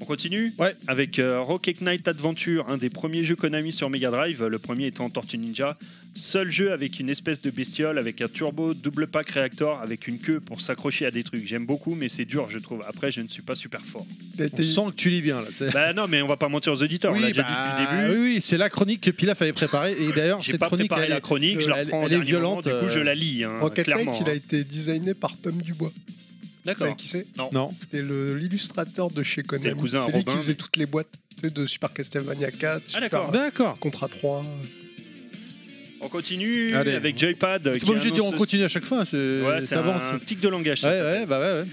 Speaker 4: On continue
Speaker 3: Ouais.
Speaker 4: Avec euh, Rocket Knight Adventure, un des premiers jeux Konami sur Mega Drive, le premier étant Tortue Ninja. Seul jeu avec une espèce de bestiole, avec un turbo double pack réacteur, avec une queue pour s'accrocher à des trucs. J'aime beaucoup, mais c'est dur, je trouve. Après, je ne suis pas super fort.
Speaker 6: T'as
Speaker 3: On
Speaker 6: été-
Speaker 3: sent que tu lis bien là. c'est-
Speaker 4: bah non, mais on va pas mentir aux auditeurs, on l'a déjà
Speaker 3: bah,
Speaker 4: dit depuis le début.
Speaker 3: oui, oui, c'est la chronique que Pilaf avait préparée. Et d'ailleurs,
Speaker 4: J'ai
Speaker 3: cette
Speaker 4: pas
Speaker 3: chronique,
Speaker 4: préparé
Speaker 3: elle
Speaker 4: la
Speaker 3: est-
Speaker 4: chronique, je la
Speaker 3: elle-
Speaker 4: reprends au
Speaker 3: elle est
Speaker 4: dernier moment,
Speaker 3: violente,
Speaker 4: du coup je
Speaker 3: euh,
Speaker 4: la lis, hein,
Speaker 6: Rocket
Speaker 4: clairement.
Speaker 6: Knight, il a
Speaker 4: hein.
Speaker 6: été designé par Tom Dubois. Vous savez
Speaker 4: D'accord.
Speaker 6: qui c'est
Speaker 3: Non.
Speaker 6: C'était le- l'illustrateur de chez Konami.
Speaker 4: le cousin à
Speaker 6: C'est lui qui
Speaker 4: Robin,
Speaker 6: faisait
Speaker 4: mais-
Speaker 6: toutes les boîtes tu sais, de Super Castlevania 4,
Speaker 4: d'accord.
Speaker 6: Super
Speaker 3: D'accord.
Speaker 6: Contra 3.
Speaker 4: On continue
Speaker 3: Allez.
Speaker 4: avec Joypad.
Speaker 3: Tu
Speaker 4: qui
Speaker 3: pas obligé de dire on
Speaker 4: annonce-
Speaker 3: continue à chaque fois. C'est
Speaker 4: Ouais, c'est
Speaker 3: t'avances.
Speaker 4: un tic de langage. ça
Speaker 3: Ouais,
Speaker 4: s'appelle.
Speaker 3: ouais, bah ouais. ouais.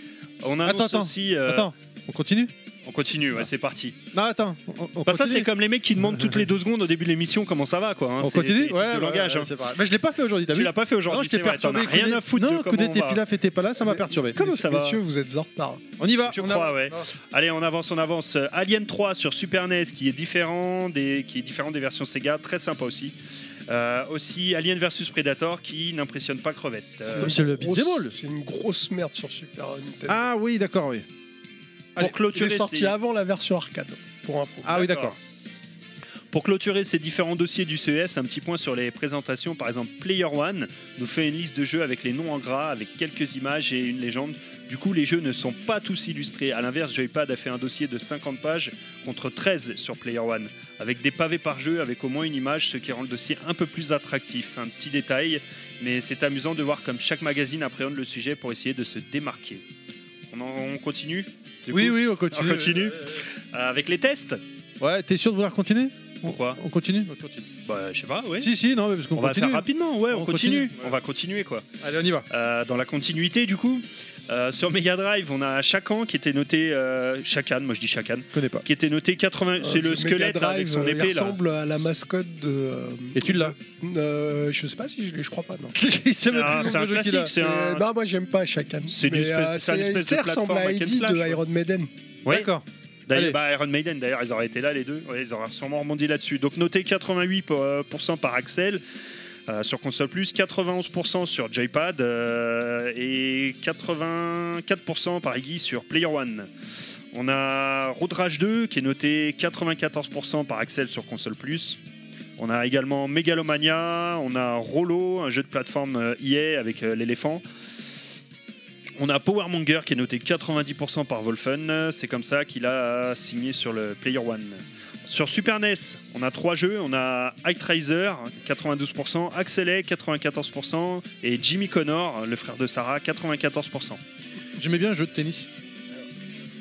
Speaker 4: On annonce
Speaker 3: Attends, attends.
Speaker 4: aussi. euh,
Speaker 3: Attends, on continue
Speaker 4: On On continue, ouais, c'est parti.
Speaker 3: Non, attends. On, on
Speaker 4: Bah, ça,
Speaker 3: continue.
Speaker 4: c'est comme les mecs qui demandent toutes les deux secondes au début de l'émission comment ça va, quoi. hein.
Speaker 3: On
Speaker 4: C'est- c'est
Speaker 3: continue bah,
Speaker 4: éthique de langage. hein.
Speaker 3: c'est pas grave. Mais je l'ai pas fait aujourd'hui, t'as
Speaker 4: Tu
Speaker 3: vu
Speaker 4: l'as pas fait
Speaker 3: Non,
Speaker 4: aujourd'hui,
Speaker 3: je t'ai
Speaker 4: c'est vrai, t'en
Speaker 3: perturbé.
Speaker 4: as rien
Speaker 3: Coudé-
Speaker 4: à foutre
Speaker 3: Non,
Speaker 4: de comment
Speaker 3: Coudé,
Speaker 4: on
Speaker 3: t'es
Speaker 4: va.
Speaker 3: pilaf et t'es pas là, ça m'a perturbé.
Speaker 4: Comment ça va
Speaker 6: Messieurs, vous êtes en retard.
Speaker 3: On y va.
Speaker 4: Je
Speaker 3: on
Speaker 4: crois,
Speaker 3: avance.
Speaker 4: ouais.
Speaker 3: Non,
Speaker 4: Allez, on avance, on avance. Euh, Alien 3 sur Super NES, qui est différent des, qui est différent des versions Sega, très sympa aussi. Euh, aussi Alien vs Predator, qui n'impressionne pas crevette. Euh,
Speaker 3: comme c'est le
Speaker 6: grosse-
Speaker 3: beat'em all.
Speaker 6: C'est une grosse merde sur Super Nintendo.
Speaker 3: Ah oui, d'accord, oui.
Speaker 6: Allez,
Speaker 4: Ah, pour clôturer,
Speaker 6: il est sorti
Speaker 4: c'est-
Speaker 6: avant la version arcade, pour info.
Speaker 3: Ah oui, d'accord.
Speaker 4: Pour clôturer ces différents dossiers du CES, un petit point sur les présentations. Par exemple, Player One nous fait une liste de jeux avec les noms en gras, avec quelques images et une légende. Du coup, les jeux ne sont pas tous illustrés. À l'inverse, Joypad a fait un dossier de 50 pages contre 13 sur Player One, avec des pavés par jeu, avec au moins une image, ce qui rend le dossier un peu plus attractif. Un petit détail, mais c'est amusant de voir comme chaque magazine appréhende le sujet pour essayer de se démarquer. On, en- on continue du
Speaker 3: Oui, Euh,
Speaker 4: coup
Speaker 3: oui, on
Speaker 4: On
Speaker 3: continue.
Speaker 4: continue Euh, avec les tests
Speaker 3: Ouais, t'es sûr de vouloir continuer
Speaker 4: Pourquoi
Speaker 3: On continue
Speaker 4: Bah, je sais pas, ouais.
Speaker 3: Si, si, non, mais parce qu'on
Speaker 4: On va
Speaker 3: continue.
Speaker 4: faire rapidement, ouais, on,
Speaker 3: On
Speaker 4: continue.
Speaker 3: continue.
Speaker 4: On va continuer quoi.
Speaker 3: Allez, on y va.
Speaker 4: Euh, dans la continuité du coup, euh, sur Mega Drive, on a Chacan qui était noté euh, Chacan, moi je dis Chacan,
Speaker 3: Je connais pas.
Speaker 4: qui était noté 80.
Speaker 6: Euh,
Speaker 4: c'est le
Speaker 6: Mega
Speaker 4: squelette là,
Speaker 6: Drive,
Speaker 4: avec son
Speaker 6: euh,
Speaker 4: épée
Speaker 6: Il
Speaker 4: là.
Speaker 6: ressemble à la mascotte de. euh,
Speaker 3: Et tu l'as
Speaker 6: euh, je sais pas si je l'ai, je crois pas, non.
Speaker 3: Il sait même
Speaker 4: Ah,
Speaker 3: plus le
Speaker 4: c'est un
Speaker 3: jeu qu'il
Speaker 4: classique,
Speaker 3: a.
Speaker 4: c'est un.
Speaker 6: Non, moi j'aime pas Chakan.
Speaker 4: C'est une
Speaker 6: Mais,
Speaker 4: espèce-
Speaker 6: euh,
Speaker 4: c'est un
Speaker 6: c'est-
Speaker 4: espèce de
Speaker 6: ça ressemble à
Speaker 4: plateforme hack and
Speaker 6: Eddie
Speaker 4: slash,
Speaker 6: de
Speaker 4: ouais.
Speaker 6: Iron Maiden.
Speaker 4: Ouais.
Speaker 3: D'accord.
Speaker 4: D'ailleurs,
Speaker 3: Allez.
Speaker 4: bah, Iron Maiden, d'ailleurs, ils auraient été là les deux. Ouais, ils auraient sûrement rebondi là-dessus. Donc noté 88% pour- euh, pourcent par Axel euh, sur console plus, 91% sur Joypad euh, et 84% par Iggy sur Player One. On a Road Rage 2 qui est noté 94% par Axel sur console plus. On a également Megalomania, on a Rollo, un jeu de plateforme euh, EA avec euh, l'éléphant. On a Powermonger qui est noté 90% par Wolfen, c'est comme ça qu'il a signé sur le Player One. Sur Super NES, on a trois jeux, on a Actraiser 92%, Axelay 94% et Jimmy Connor, le frère de Sarah 94%.
Speaker 3: J'aimais bien le jeu de tennis.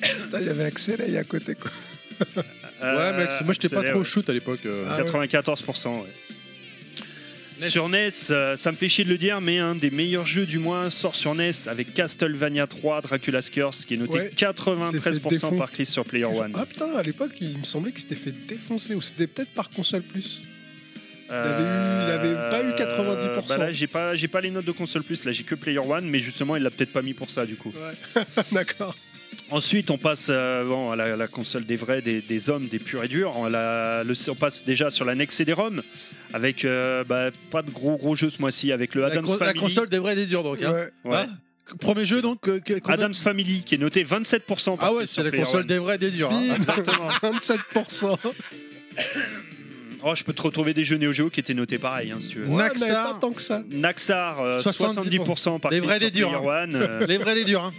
Speaker 6: Putain, Il y avait Axel là, à côté, quoi.
Speaker 4: Euh,
Speaker 3: ouais, Max, moi j'étais pas
Speaker 4: Axelay,
Speaker 3: trop
Speaker 4: ouais.
Speaker 3: shoot à l'époque. euh.
Speaker 6: Ah, ouais. E
Speaker 4: 94%. ouais. Sur NES, euh, ça me fait chier de le dire, mais un des meilleurs jeux du mois sort sur NES avec Castlevania 3, Dracula's Curse, qui est noté
Speaker 6: Ouais, c'est fait
Speaker 4: 93%
Speaker 6: défoncer.
Speaker 4: par Chris sur Player One.
Speaker 6: Ah putain, à l'époque, il me semblait qu'il s'était fait défoncer, ou c'était peut-être par console plus.
Speaker 4: Euh,
Speaker 6: il avait pas eu 90%.
Speaker 4: bah là, j'ai pas, j'ai pas les notes de console plus. Là, j'ai que Player One, mais justement, il l'a peut-être pas mis pour ça du coup.
Speaker 6: Ah, D'accord.
Speaker 4: Ensuite, on passe euh, bon, à la, la console des vrais, des, des hommes, des purs et durs. On, la- le- on passe déjà sur la Next CD-ROM avec euh, bah, pas de gros gros jeux ce mois-ci avec le
Speaker 3: La,
Speaker 4: Adams
Speaker 3: cons- la
Speaker 4: Family.
Speaker 3: console des vrais et des durs, donc. hein.
Speaker 6: Ouais.
Speaker 4: Ouais.
Speaker 3: Hein Premier jeu, donc. euh, que- combien-
Speaker 4: Adams Family qui est noté 27%. par
Speaker 3: Ah ouais,
Speaker 4: Chris
Speaker 3: c'est
Speaker 4: sur
Speaker 3: la
Speaker 4: Player
Speaker 3: console
Speaker 4: One.
Speaker 3: des vrais et des durs. hein.
Speaker 6: Bim,
Speaker 4: Exactement.
Speaker 6: 27%.
Speaker 4: Oh, je peux te retrouver des jeux Neo Geo qui étaient notés pareil, hein, si tu veux.
Speaker 6: Ouais, mais
Speaker 3: Naxar.
Speaker 6: pas tant que ça.
Speaker 4: Naxar, euh,
Speaker 3: 70%,
Speaker 4: 70% par
Speaker 3: des
Speaker 4: Chris
Speaker 3: vrais,
Speaker 4: sur
Speaker 3: des durs, hein.
Speaker 4: Player One, euh,
Speaker 3: Les vrais et les durs. hein.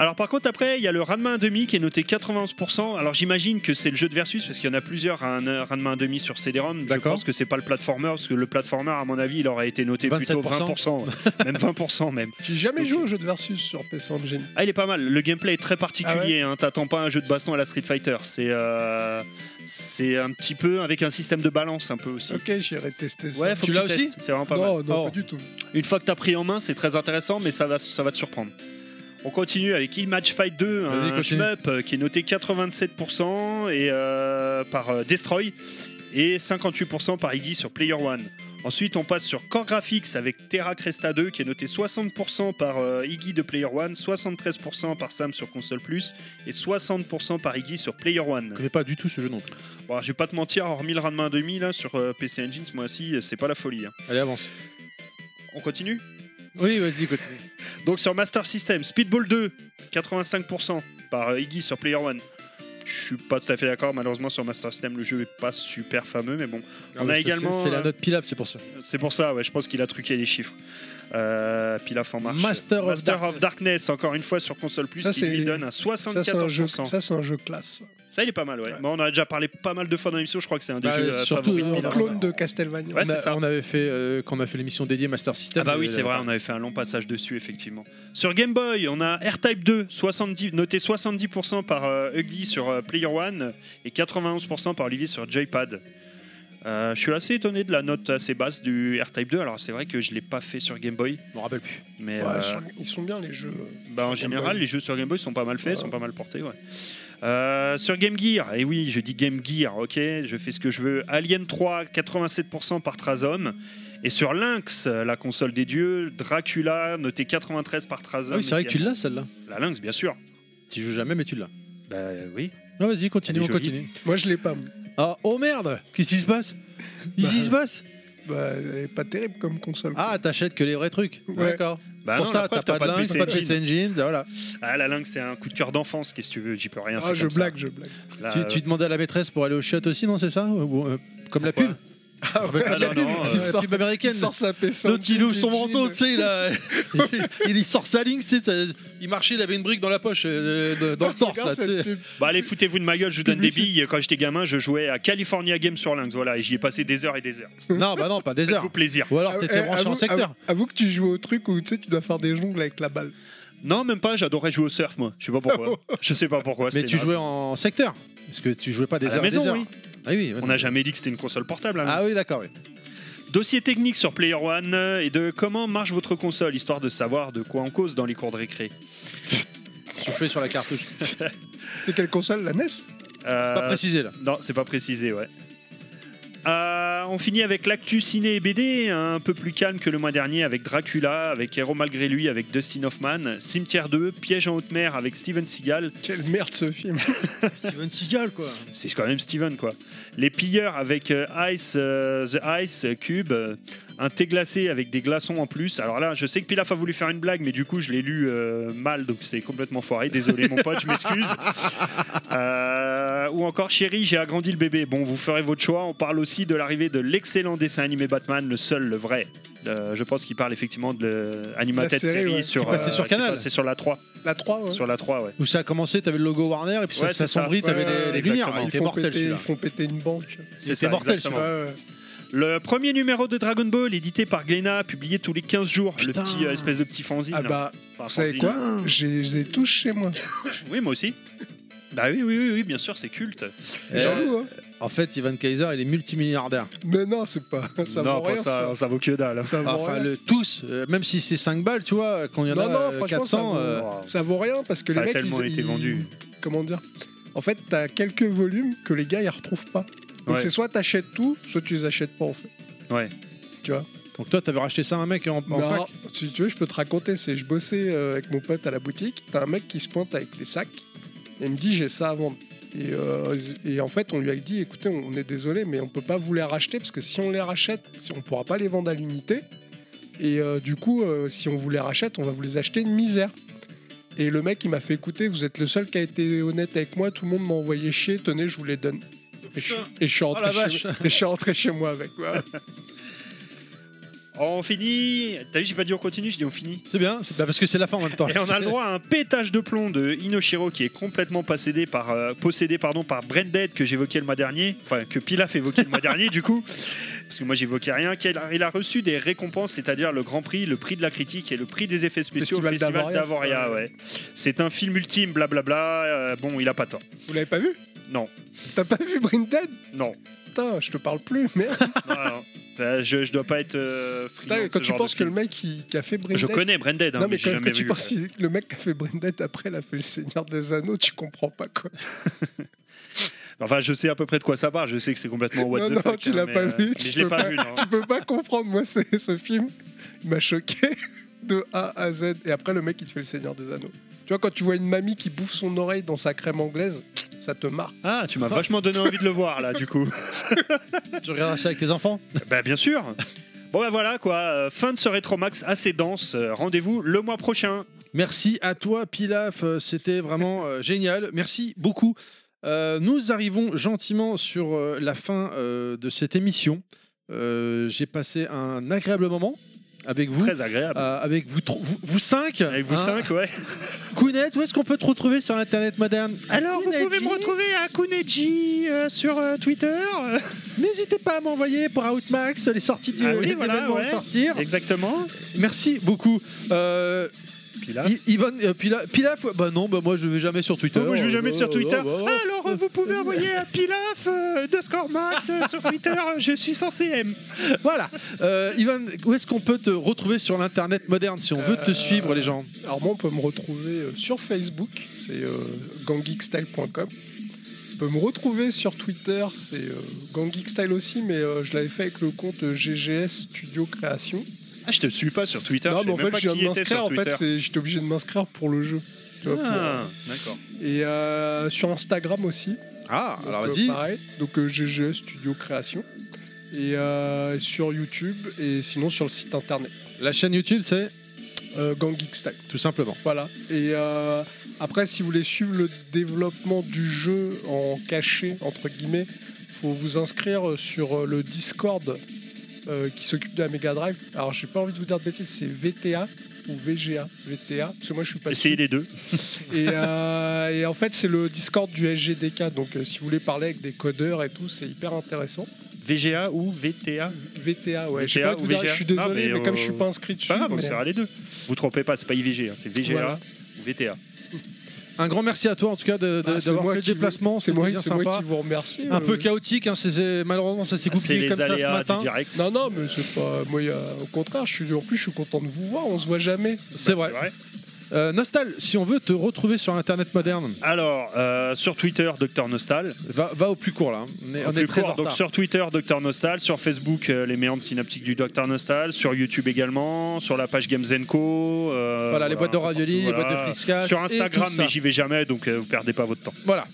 Speaker 4: Alors par contre après il y a le Ranma 1,5 qui est noté 91%. Alors j'imagine que c'est le jeu de versus parce qu'il y en a plusieurs à un euh, Ranma 1,5 sur CD-ROM. Je
Speaker 3: D'accord.
Speaker 4: pense que c'est pas le platformer parce que le platformer à mon avis il aurait été noté plutôt
Speaker 3: 27%.
Speaker 4: 20%, même 20% même.
Speaker 6: J'ai jamais
Speaker 4: Ok.
Speaker 6: joué au jeu de Versus sur PC Engine.
Speaker 4: Ah il est pas mal. Le gameplay est très
Speaker 6: Ah
Speaker 4: particulier. hein. T'attends pas un jeu de baston à la Street Fighter. C'est euh, c'est un petit peu avec un système de balance un peu aussi.
Speaker 6: Ok, j'irai tester ça.
Speaker 4: Ouais, faut
Speaker 3: Euh, Tu
Speaker 4: que
Speaker 3: l'as
Speaker 4: tu
Speaker 3: aussi
Speaker 4: testes. C'est vraiment pas mal.
Speaker 6: non, non,
Speaker 3: Oh.
Speaker 6: pas du tout.
Speaker 4: Une fois que t'as pris en main, c'est très intéressant, mais ça va, ça va te surprendre. On continue avec Image Fight 2,
Speaker 3: Vas-y,
Speaker 4: un
Speaker 3: continue.
Speaker 4: shmup euh, qui est noté 87% et, euh, par euh, Destroy et 58% par Iggy sur Player One. Ensuite, on passe sur Core Graphics avec Terra Cresta 2 qui est noté 60% par euh, Iggy de Player One, 73% par Sam sur console plus et 60% par Iggy sur Player One.
Speaker 3: Je connais pas du tout ce jeu non plus.
Speaker 4: Bon, je vais pas te mentir, hormis le Ranma 1,5 là sur euh, PC Engine ce mois-ci, c'est pas la folie. hein.
Speaker 3: Allez, avance.
Speaker 4: On continue
Speaker 3: Oui, vas-y, continue.
Speaker 4: Donc sur Master System, Speedball 2, 85% par euh, Iggy sur Player One. Je suis pas tout à fait d'accord, malheureusement sur Master System le jeu est pas super fameux, mais bon,
Speaker 3: Ah
Speaker 4: On
Speaker 3: ouais,
Speaker 4: a
Speaker 3: c'est-
Speaker 4: également,
Speaker 3: C'est c'est la
Speaker 4: euh,
Speaker 3: note Pilaf, c'est pour ça.
Speaker 4: c'est pour ça, ouais, je pense qu'il a truqué les chiffres. Euh, puis la fin marche.
Speaker 3: Master of Dark-
Speaker 4: Darkness, encore une fois sur console plus,
Speaker 6: Ça,
Speaker 4: qui
Speaker 6: c'est-
Speaker 4: lui donne un 74%.
Speaker 6: Ça, c'est un, jeu- ça, c'est un jeu classe.
Speaker 4: Ça, il est pas mal, ouais.
Speaker 6: Ouais.
Speaker 4: Bon, on a déjà parlé pas mal de fois dans l'émission, je crois que c'est un des
Speaker 3: Bah,
Speaker 4: jeux euh,
Speaker 3: surtout,
Speaker 4: favoris.
Speaker 3: euh,
Speaker 4: de
Speaker 6: Un
Speaker 4: Miller.
Speaker 6: clone de Castlevania.
Speaker 4: Ouais,
Speaker 3: on, a-
Speaker 4: c'est ça.
Speaker 3: on avait fait euh, quand on a fait l'émission dédiée Master System.
Speaker 4: Ah bah oui,
Speaker 3: euh,
Speaker 4: c'est vrai, on avait fait un long passage dessus, effectivement. Sur Game Boy, on a R-Type 2, 70, noté 70% par euh, Ugly sur euh, Player One et 91% par Olivier sur Joypad. Euh, je suis assez étonné de la note assez basse du R-Type 2. Alors c'est vrai que je l'ai pas fait sur Game Boy,
Speaker 3: Je me rappelle plus.
Speaker 4: mais
Speaker 6: Ouais,
Speaker 4: euh,
Speaker 6: ils sont- Ils sont bien les jeux. euh,
Speaker 4: bah,
Speaker 6: sur
Speaker 4: en
Speaker 6: Game
Speaker 4: général,
Speaker 6: Boy.
Speaker 4: les jeux sur Game Boy sont pas mal faits,
Speaker 6: Ouais.
Speaker 4: sont pas mal portés. Ouais. Euh, sur Game Gear, et oui, je dis Game Gear, ok, je fais ce que je veux. Alien 3, 87% par Trazom. Et sur Lynx, euh, la console des dieux, Dracula, noté 93 par Trazom.
Speaker 3: Ah oui, c'est vrai que tu l'as celle-là.
Speaker 4: La Lynx, bien sûr.
Speaker 3: Tu joues jamais, mais tu l'as.
Speaker 4: Bah euh, oui.
Speaker 3: Non, vas-y, continue,
Speaker 4: Elle
Speaker 3: on
Speaker 4: est jolie.
Speaker 3: continue.
Speaker 6: Moi, je l'ai pas.
Speaker 3: Ah, oh merde Qu'est-ce qui se passe Qu'est-ce qui se passe
Speaker 6: Bah, elle est pas terrible comme console. quoi.
Speaker 3: Ah, t'achètes que les vrais trucs.
Speaker 6: Ouais.
Speaker 3: D'accord.
Speaker 4: Bah
Speaker 3: Pour
Speaker 4: non, la
Speaker 3: ça,
Speaker 4: preuve,
Speaker 3: t'as pas, de linge,
Speaker 4: PC
Speaker 3: pas de
Speaker 4: Engine.
Speaker 3: PC Engine, bah voilà.
Speaker 4: Ah, la Lynx, c'est un coup de cœur d'enfance, qu'est-ce que tu veux, j'y peux rien.
Speaker 6: Ah,
Speaker 4: c'est
Speaker 6: je
Speaker 4: comme ça.
Speaker 6: blague, je blague.
Speaker 4: Là,
Speaker 3: Tu,
Speaker 4: euh,
Speaker 3: tu demandais à la maîtresse pour aller au chiottes aussi, non, c'est ça Ou, euh, Comme la pub
Speaker 4: Pourquoi Ah, non, non, euh,
Speaker 6: Il sort-
Speaker 3: La pub américaine.
Speaker 6: Il sort sa PC.
Speaker 3: L'autre, il ouvre son manteau, tu
Speaker 6: tu
Speaker 3: sais, il, a- il, il sort sa ligne, tu sais, ça- il marchait, il avait une brique dans la poche, euh, de- dans le torse, là, tu sais.
Speaker 4: Bah allez, foutez-vous de ma gueule, je vous donne des
Speaker 3: Publicité.
Speaker 4: billes. Quand j'étais gamin, je jouais à California Games sur Lynx, voilà, et j'y ai passé des heures et des heures.
Speaker 3: Non, bah non, pas des heures.
Speaker 4: Faites-vous plaisir.
Speaker 3: Ou alors
Speaker 4: eh,
Speaker 3: t'étais branché en secteur.
Speaker 6: Eh, Avoue que tu joues au truc où tu sais, tu dois faire des jongles avec la balle.
Speaker 4: Non, même pas, j'adorais jouer au surf, moi. Je sais pas pourquoi. je sais pas pourquoi.
Speaker 3: Mais
Speaker 4: c'était
Speaker 3: tu
Speaker 4: une
Speaker 3: jouais en secteur. Parce que tu jouais pas des
Speaker 4: À la
Speaker 3: heures et
Speaker 4: maison,
Speaker 3: des heures.
Speaker 4: oui.
Speaker 3: Ah oui,
Speaker 4: On n'a jamais dit que c'était une console portable. hein.
Speaker 3: Ah oui, d'accord. oui.
Speaker 4: Dossier technique sur Player One euh, et de comment marche votre console, histoire de savoir de quoi on cause dans les cours de récré.
Speaker 3: Souffler sur la cartouche.
Speaker 6: C'était quelle console La E NES
Speaker 3: C'est pas
Speaker 4: Euh,
Speaker 3: précisé là.
Speaker 4: Non, c'est pas précisé, ouais. Euh, on finit avec l'actu ciné et BD, un peu plus calme que le mois dernier avec Dracula, avec Héros malgré lui, avec Dustin Hoffman, Cimetière 2, Piège en haute mer avec Steven Seagal,
Speaker 6: Quelle merde ce film.
Speaker 3: Steven Seagal, quoi.
Speaker 4: c'est quand même Steven quoi. Les Pilleurs avec euh, Ice, euh, The Ice Cube, euh, un thé glacé avec des glaçons en plus. Alors là, je sais que Pilaf a voulu faire une blague, mais du coup, je l'ai lu euh, mal, donc c'est complètement foiré. Désolé, mon pote, je m'excuse. Euh, ou encore, chérie, j'ai agrandi le bébé. Bon, vous ferez votre choix. On parle aussi de l'arrivée de l'excellent dessin animé Batman, le seul, le vrai. Euh, je pense qu'il parle effectivement de l'animated
Speaker 6: La série,
Speaker 4: série,
Speaker 6: ouais.
Speaker 4: sur,
Speaker 3: Qui passait sur Canal.
Speaker 4: C'est sur la 3.
Speaker 6: La 3, ouais.
Speaker 4: Sur la 3, ouais.
Speaker 3: Où ça a commencé, t'avais le logo Warner et puis ça
Speaker 4: Ouais, c'est ça.
Speaker 3: s'assombrit, t'avais
Speaker 6: Ouais,
Speaker 3: les- les,
Speaker 4: exactement.
Speaker 3: lumières.
Speaker 4: Ah,
Speaker 3: Il
Speaker 6: ils,
Speaker 3: était
Speaker 6: font
Speaker 3: mortel
Speaker 6: péter, ils
Speaker 3: celui-là.
Speaker 6: font péter une banque. Ah,
Speaker 3: Il
Speaker 4: ça,
Speaker 3: était mortel
Speaker 4: exactement.
Speaker 3: celui-là.
Speaker 6: Ouais, ouais.
Speaker 4: Le premier numéro de Dragon Ball, édité par Glénat, publié tous les 15 jours.
Speaker 3: Putain.
Speaker 4: Le petit euh, espèce de petit fanzine. hein.
Speaker 6: Ah bah,
Speaker 4: Enfin,
Speaker 6: vous savez
Speaker 4: fanzine.
Speaker 6: quoi Je les ai tous chez moi.
Speaker 4: Oui, moi aussi. Bah oui, oui, oui, oui, bien sûr, c'est culte.
Speaker 3: Euh,
Speaker 6: Jaloux, hein
Speaker 3: En fait, Ivan Kaiser, il est multimilliardaire.
Speaker 6: Mais non, c'est pas. Ça
Speaker 4: non,
Speaker 6: vaut rien,
Speaker 4: pas
Speaker 6: ça.
Speaker 4: vaut que dalle.
Speaker 6: Ça vaut
Speaker 3: Enfin,
Speaker 6: rien.
Speaker 3: le, tous, euh, même si c'est 5 balles, tu vois, quand il y en
Speaker 6: Non,
Speaker 3: a
Speaker 6: non,
Speaker 3: euh,
Speaker 6: franchement,
Speaker 3: 400.
Speaker 6: ça vaut-
Speaker 3: euh,
Speaker 6: Ça vaut rien parce que
Speaker 4: Ça a
Speaker 6: les mecs.
Speaker 4: tellement
Speaker 6: ils,
Speaker 4: été
Speaker 6: ils-
Speaker 4: vendu.
Speaker 6: Comment dire En fait, t'as quelques volumes que les gars ils retrouvent pas. Donc
Speaker 4: Ouais.
Speaker 6: c'est soit t'achètes tout, soit tu les achètes pas en fait.
Speaker 4: Ouais.
Speaker 6: Tu vois
Speaker 3: Donc toi, t'avais racheté ça à un mec en, en
Speaker 6: Non,
Speaker 3: pack.
Speaker 6: si tu veux, je peux te raconter. C'est je bossais euh, avec mon pote à la boutique. T'as un mec qui se pointe avec les sacs et il me dit j'ai ça à vendre. Et, euh, et en fait, on lui a dit écoutez, on est désolé, mais on peut pas vous les racheter parce que si on les rachète, si on pourra pas les vendre à l'unité. Et euh, du coup, euh, si on vous les rachète, on va vous les acheter une misère. Et le mec, il m'a fait écouter vous êtes le seul qui a été honnête avec moi. Tout le monde m'a envoyé chier. Tenez, je vous les donne. Et je, et je suis rentré
Speaker 3: la
Speaker 6: chez, et je suis rentré chez moi avec. Voilà.
Speaker 4: On finit. T'as vu, j'ai pas dit on continue, je dis on finit.
Speaker 3: C'est bien, c'est- bah, parce que c'est la fin en même temps.
Speaker 4: Et on a le droit à un pétage de plomb de Inoshiro qui est complètement possédé par, euh, possédé, pardon, par Branded que j'évoquais le mois dernier, enfin que Pilaf évoquait le mois dernier du coup, parce que moi j'évoquais rien. qu'il a- Il a reçu des récompenses, c'est-à-dire le Grand Prix, le Prix de la critique et le Prix des effets spéciaux
Speaker 6: Festival
Speaker 4: au Festival
Speaker 6: d'Avoria,
Speaker 4: d'Avoria.
Speaker 6: c'est-
Speaker 4: Ouais. C'est un film ultime, blablabla. euh, bon, il a pas tort.
Speaker 6: Vous l'avez pas vu
Speaker 4: Non,
Speaker 6: T'as pas vu Brindead
Speaker 4: non,
Speaker 6: Putain, je te parle plus, merde.
Speaker 4: non, non. Ça, Je, je dois pas être. euh, friand
Speaker 6: Putain,
Speaker 4: de
Speaker 6: quand
Speaker 4: ce
Speaker 6: tu
Speaker 4: genre de
Speaker 6: penses que
Speaker 4: film.
Speaker 6: le mec qui, qui a fait Brindead.
Speaker 4: Je connais Branded, hein,
Speaker 6: Non,
Speaker 4: mais,
Speaker 6: mais
Speaker 4: j'ai
Speaker 6: quand,
Speaker 4: jamais
Speaker 6: quand tu
Speaker 4: vu.
Speaker 6: penses que le mec qui a fait Brindead après, il a fait le Seigneur des Anneaux, tu comprends pas quoi.
Speaker 4: Enfin, je sais à peu près de quoi ça parle. Je sais que c'est complètement what
Speaker 6: non,
Speaker 4: the
Speaker 6: non,
Speaker 4: fuck,
Speaker 6: tu
Speaker 4: hein,
Speaker 6: l'as
Speaker 4: mais,
Speaker 6: pas
Speaker 4: euh,
Speaker 6: vu.
Speaker 4: mais
Speaker 6: tu
Speaker 4: je l'ai
Speaker 6: peux
Speaker 4: pas vu, non.
Speaker 6: Tu peux pas comprendre, moi, c'est- ce film il m'a choqué de A à Z. Et après, le mec, il te fait le Seigneur des Anneaux. Tu vois, quand tu vois une mamie qui bouffe son oreille dans sa crème anglaise, ça te marque.
Speaker 4: Ah, tu m'as vachement donné envie de le voir là, du coup.
Speaker 3: Tu regarderas ça avec les enfants
Speaker 4: bah bien sûr. Bon bah voilà quoi, Euh, fin de ce Rétromax assez dense. Euh, Rendez-vous le mois prochain.
Speaker 3: Merci à toi, Pilaf. euh, C'était vraiment euh, génial. Merci beaucoup. Euh, nous arrivons gentiment sur euh, la fin euh, de cette émission. Euh, J'ai passé un agréable moment avec vous.
Speaker 4: Très agréable.
Speaker 3: euh, avec vous, tro- vous, vous cinq.
Speaker 4: Avec vous
Speaker 3: hein.
Speaker 4: cinq, ouais.
Speaker 3: Kounet, où est-ce qu'on peut te retrouver sur l'internet, madame Kounet,
Speaker 4: à Kuneji sur euh, Twitter.
Speaker 3: N'hésitez pas à m'envoyer pour Outmax les sorties du
Speaker 4: Ah oui,
Speaker 3: les
Speaker 4: voilà,
Speaker 3: événements à
Speaker 4: ouais.
Speaker 3: sortir.
Speaker 4: Exactement.
Speaker 3: Merci beaucoup. Euh,
Speaker 6: Pilaf.
Speaker 3: I- Ivan, euh, Pilaf, Pilaf, ouais, bah non, bah moi je vais jamais sur Twitter.
Speaker 4: Oh, Hein? moi, je vais jamais
Speaker 3: Bah,
Speaker 4: sur Twitter.
Speaker 3: bah, bah, bah.
Speaker 4: Alors, euh, vous pouvez envoyer à Pilaf euh, de Scoremax euh, sur Twitter. euh, Je suis sans CM.
Speaker 3: Voilà. Euh, Ivan, où est-ce qu'on peut te retrouver sur l'internet moderne si on veut te
Speaker 6: Euh,
Speaker 3: suivre, les gens
Speaker 6: Alors moi, on peut me retrouver euh, sur Facebook, c'est euh, ganggeekstyle.com. On peut me retrouver sur Twitter, c'est euh, ganggeekstyle aussi, mais euh, je l'avais fait avec le compte euh, GGS Studio Création.
Speaker 4: Ah, je te suis pas sur Twitter.
Speaker 6: non,
Speaker 4: je sais
Speaker 6: mais en
Speaker 4: même
Speaker 6: fait,
Speaker 4: pas
Speaker 6: je viens
Speaker 4: qui
Speaker 6: de
Speaker 4: était
Speaker 6: m'inscrire,
Speaker 4: sur
Speaker 6: en fait,
Speaker 4: Twitter.
Speaker 6: c'est- j'étais obligé de m'inscrire pour le jeu. tu vois, pour, euh,
Speaker 4: Ah, d'accord.
Speaker 6: Et euh, sur Instagram aussi.
Speaker 3: Ah,
Speaker 6: Donc,
Speaker 3: alors
Speaker 6: euh,
Speaker 3: vas-y.
Speaker 6: pareil. Donc euh, GGS Studio Création. Et euh, sur YouTube et sinon sur le site internet.
Speaker 3: La chaîne YouTube, c'est
Speaker 6: Euh, ganggeekstyle.
Speaker 3: tout simplement.
Speaker 6: Voilà. Et euh, après, si vous voulez suivre le développement du jeu en cachet, entre guillemets, faut vous inscrire sur euh, le Discord euh, qui s'occupe de la Mega Drive. Alors, j'ai pas envie de vous dire de bêtises, c'est VTA ou VGA. VTA, parce que moi, je suis pas.
Speaker 4: Essayez les deux.
Speaker 6: Et, euh, et en fait, c'est le Discord du SGDK. Donc, euh, si vous voulez parler avec des codeurs et tout, c'est hyper intéressant.
Speaker 4: VGA ou VTA
Speaker 6: VTA, ouais. je sais
Speaker 4: VTA
Speaker 6: pas
Speaker 4: ou
Speaker 6: vous dire,
Speaker 4: VGA.
Speaker 6: je suis désolé,
Speaker 4: Ah, mais,
Speaker 6: mais, comme je suis
Speaker 4: euh,
Speaker 6: pas inscrit dessus.
Speaker 4: Pas grave, on
Speaker 6: mais-
Speaker 4: sert à les deux. Vous trompez pas, c'est pas IVG, hein, c'est VGA
Speaker 6: Voilà.
Speaker 4: ou VTA.
Speaker 3: Un grand merci à toi en tout cas de- de-
Speaker 6: Bah, c'est
Speaker 3: d'avoir
Speaker 6: moi
Speaker 3: fait le
Speaker 6: qui vous-
Speaker 3: déplacement.
Speaker 6: C'est
Speaker 3: c'était
Speaker 6: moi,
Speaker 3: bien
Speaker 6: c'est moi
Speaker 3: sympa.
Speaker 6: qui vous Ah, remercie.
Speaker 3: Un
Speaker 6: euh,
Speaker 3: peu chaotique, hein, c'est- c'est- malheureusement ça s'est
Speaker 4: C'est
Speaker 3: goupillé
Speaker 4: les
Speaker 3: comme ça ce
Speaker 6: hein,
Speaker 4: aléas du
Speaker 3: matin.
Speaker 4: direct.
Speaker 6: Non, non, mais c'est pas. Moi, y a- au contraire, je suis... en plus, je suis content de vous voir, on se voit jamais.
Speaker 3: C'est
Speaker 4: Bah,
Speaker 3: vrai. Euh, Nostal, si on veut te retrouver sur l'internet moderne,
Speaker 4: Alors, euh, sur Twitter, Docteur Nostal.
Speaker 3: va, va au plus court là. hein. On est, on est
Speaker 4: Plus
Speaker 3: très
Speaker 4: court,
Speaker 3: en
Speaker 4: donc
Speaker 3: retard.
Speaker 4: sur Twitter, Docteur Nostal. Sur Facebook, euh, les méandres synaptiques du Docteur Nostal. Sur YouTube également. Sur la page Games Co. euh,
Speaker 3: Voilà, les boîtes de
Speaker 4: n'importe
Speaker 3: Radioli,
Speaker 4: où,
Speaker 3: les
Speaker 4: voilà.
Speaker 3: boîtes de Flixcast
Speaker 4: Sur
Speaker 3: et
Speaker 4: Instagram,
Speaker 3: tout ça.
Speaker 4: mais j'y vais jamais, donc euh, vous perdez pas votre temps.
Speaker 3: Voilà.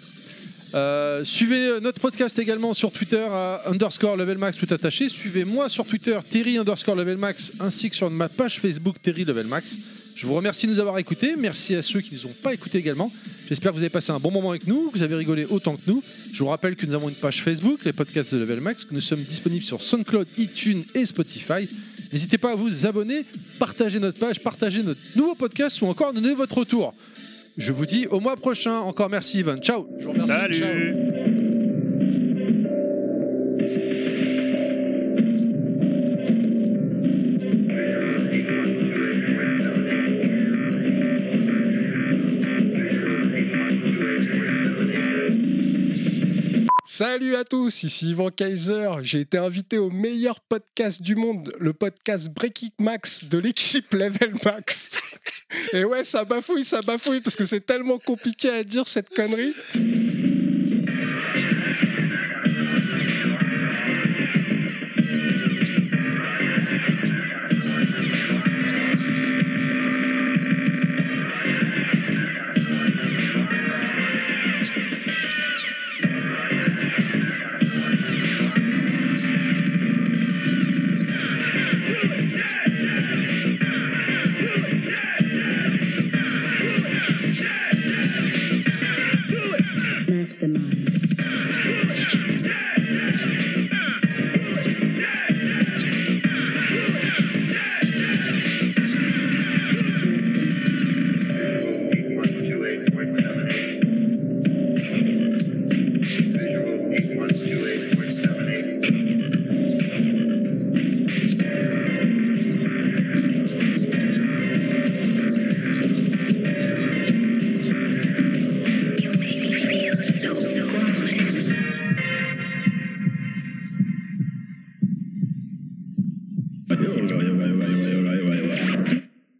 Speaker 3: Euh, suivez euh, notre podcast également sur Twitter à underscore level max tout attaché. Suivez-moi sur Twitter Terry underscore level max ainsi que sur ma page Facebook Terry level max. Je vous remercie de nous avoir écoutés. Merci à ceux qui ne nous ont pas écoutés également. J'espère que vous avez passé un bon moment avec nous, que vous avez rigolé autant que nous. Je vous rappelle que nous avons une page Facebook, les podcasts de Level Max, que nous sommes disponibles sur SoundCloud, iTunes et Spotify. N'hésitez pas à vous abonner, partager notre page, partager notre nouveau podcast ou encore donner votre retour. Je vous dis au mois prochain. Encore merci, Ivan. Ciao.
Speaker 6: Je vous remercie.
Speaker 4: Salut
Speaker 6: ciao. Salut à tous, ici Yvan Kaiser. J'ai été invité au meilleur podcast du monde, le podcast Breaking Max de l'équipe Level Max. Et ouais, ça bafouille, ça bafouille, parce que c'est tellement compliqué à dire cette connerie.
Speaker 2: Mastermind.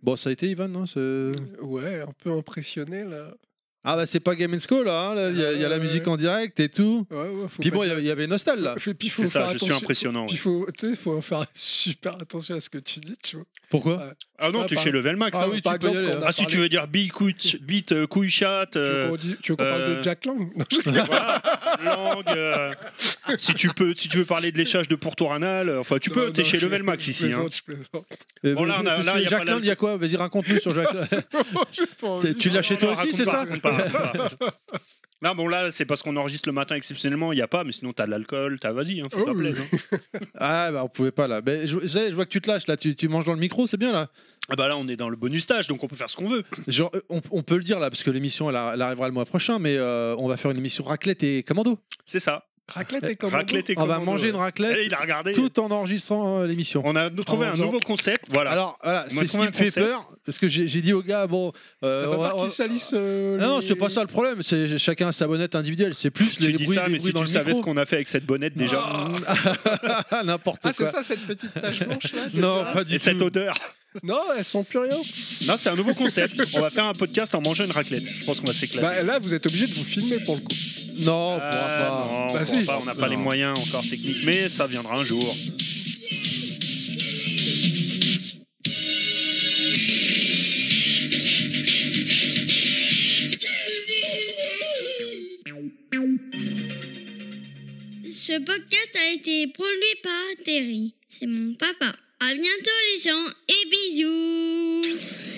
Speaker 3: Bon, ça a été, Ivan, non ce-
Speaker 6: Ouais, un peu impressionné là.
Speaker 3: Ah, bah, c'est pas Game School, là. hein, là, Il y, a- il y a la
Speaker 6: Euh,
Speaker 3: musique en direct et tout.
Speaker 6: Ouais, ouais, faut
Speaker 3: Puis
Speaker 6: pas
Speaker 3: bon, il y
Speaker 6: dire-
Speaker 3: avait- il y avait Nostal, là.
Speaker 6: Fait- puis faut
Speaker 4: C'est ça,
Speaker 6: faire
Speaker 4: je suis
Speaker 6: attention-
Speaker 4: impressionnant.
Speaker 6: Puis
Speaker 4: ouais.
Speaker 6: faut, tu sais, faut faire super attention à ce que tu dis, tu vois.
Speaker 3: Pourquoi
Speaker 4: Ah non,
Speaker 6: Ah,
Speaker 4: t'es
Speaker 6: par-
Speaker 4: chez Level Max.
Speaker 3: Ah
Speaker 4: hein.
Speaker 3: oui,
Speaker 6: Par
Speaker 3: tu peux y
Speaker 6: exemple,
Speaker 3: aller,
Speaker 6: qu'on
Speaker 3: hein.
Speaker 6: a
Speaker 4: Ah, si
Speaker 6: parlé-
Speaker 4: tu veux dire bille, couille, ch- bite, euh, couille, chatte,
Speaker 6: Tu veux
Speaker 4: euh,
Speaker 6: qu'on dit- tu veux qu'on parle
Speaker 4: euh,
Speaker 6: de Jack Lang Non, je-
Speaker 4: voilà, langue. euh, si, tu peux, si tu veux parler de l'échage de pourtour anal, euh, enfin, tu peux,
Speaker 6: Non,
Speaker 4: t'es
Speaker 6: non,
Speaker 4: chez
Speaker 6: je-
Speaker 4: Level Max
Speaker 6: je
Speaker 4: ici. hein.
Speaker 6: plaisante, je plaisante.
Speaker 3: Euh,
Speaker 4: Bon, là, on a-
Speaker 3: parce
Speaker 4: là,
Speaker 3: que
Speaker 4: il y a
Speaker 3: Jacques
Speaker 4: pas la-
Speaker 3: Lang, il y a quoi Vas-y, raconte-nous sur Jacques Lang.
Speaker 6: J'ai pas
Speaker 3: T'es-
Speaker 6: envie.
Speaker 3: tu l'as chez toi
Speaker 4: Non,
Speaker 3: aussi,
Speaker 4: raconte
Speaker 3: c'est
Speaker 4: pas,
Speaker 3: ça
Speaker 4: raconte pas, raconte pas. Non, bon, là, c'est parce qu'on enregistre le matin exceptionnellement, il n'y a pas, mais sinon, t'as de l'alcool, t'as vas-y, hein,
Speaker 6: Oh,
Speaker 4: fais-toi
Speaker 6: oui.
Speaker 4: plaisir, hein.
Speaker 3: Ah, bah, on pouvait pas, là. Mais je, je sais, je vois que tu te lâches, là. Tu, tu manges dans le micro, c'est bien, là.
Speaker 4: Ah bah là, on est dans le bonus stage, donc on peut faire ce qu'on veut.
Speaker 3: Genre, euh, on, on peut le dire, là, parce que l'émission, elle, a- elle arrivera le mois prochain, mais euh, on va faire une émission raclette et commando.
Speaker 4: C'est ça.
Speaker 6: Raclette et commando.
Speaker 4: Raclette et
Speaker 3: On va
Speaker 4: commando,
Speaker 3: manger
Speaker 4: ouais.
Speaker 3: une raclette
Speaker 4: Eh, Il a regardé.
Speaker 3: tout en enregistrant euh, l'émission.
Speaker 4: On a trouvé
Speaker 3: En
Speaker 4: un
Speaker 3: faisant-
Speaker 4: nouveau concept. Voilà.
Speaker 3: Alors voilà,
Speaker 4: Moi,
Speaker 3: c'est ce qui me
Speaker 4: trouver un
Speaker 3: fait peur parce que j'ai j'ai dit au gars bon. euh,
Speaker 6: T'as
Speaker 3: on
Speaker 4: Oh,
Speaker 6: pas
Speaker 3: va-
Speaker 6: peur
Speaker 3: on-
Speaker 6: qu'ils bah, salissent euh,
Speaker 4: ah
Speaker 3: Ah non, non,
Speaker 6: les-
Speaker 3: c'est pas ça le problème. C'est chacun sa bonnette individuelle. C'est plus
Speaker 4: tu
Speaker 3: les
Speaker 4: dis
Speaker 3: bruits,
Speaker 4: ça,
Speaker 3: les
Speaker 4: mais
Speaker 3: bruits
Speaker 4: si
Speaker 3: dans
Speaker 4: tu
Speaker 3: le
Speaker 4: savais ce
Speaker 3: micro.
Speaker 4: qu'on a fait avec cette bonnette déjà.
Speaker 3: N'importe
Speaker 6: Ah, c'est
Speaker 3: quoi.
Speaker 6: ça, cette petite tache blanche là c'est
Speaker 3: non,
Speaker 6: ça
Speaker 3: pas du
Speaker 4: Et cette
Speaker 3: tout.
Speaker 4: odeur.
Speaker 6: Non, elles sont plus rien.
Speaker 4: Non, c'est un nouveau concept. On va faire un podcast en mangeant une raclette. Je pense qu'on va s'éclater.
Speaker 6: Bah, là, vous êtes obligé de vous filmer pour le coup.
Speaker 3: Non, on pourra
Speaker 4: Ah,
Speaker 3: pas.
Speaker 4: non, on
Speaker 6: Bah,
Speaker 4: pourra
Speaker 6: si.
Speaker 4: pas, on n'a pas
Speaker 3: Non.
Speaker 4: les moyens encore techniques, mais ça viendra un jour.
Speaker 2: Ce podcast a été produit par Terry. C'est mon papa. À bientôt les gens et bisous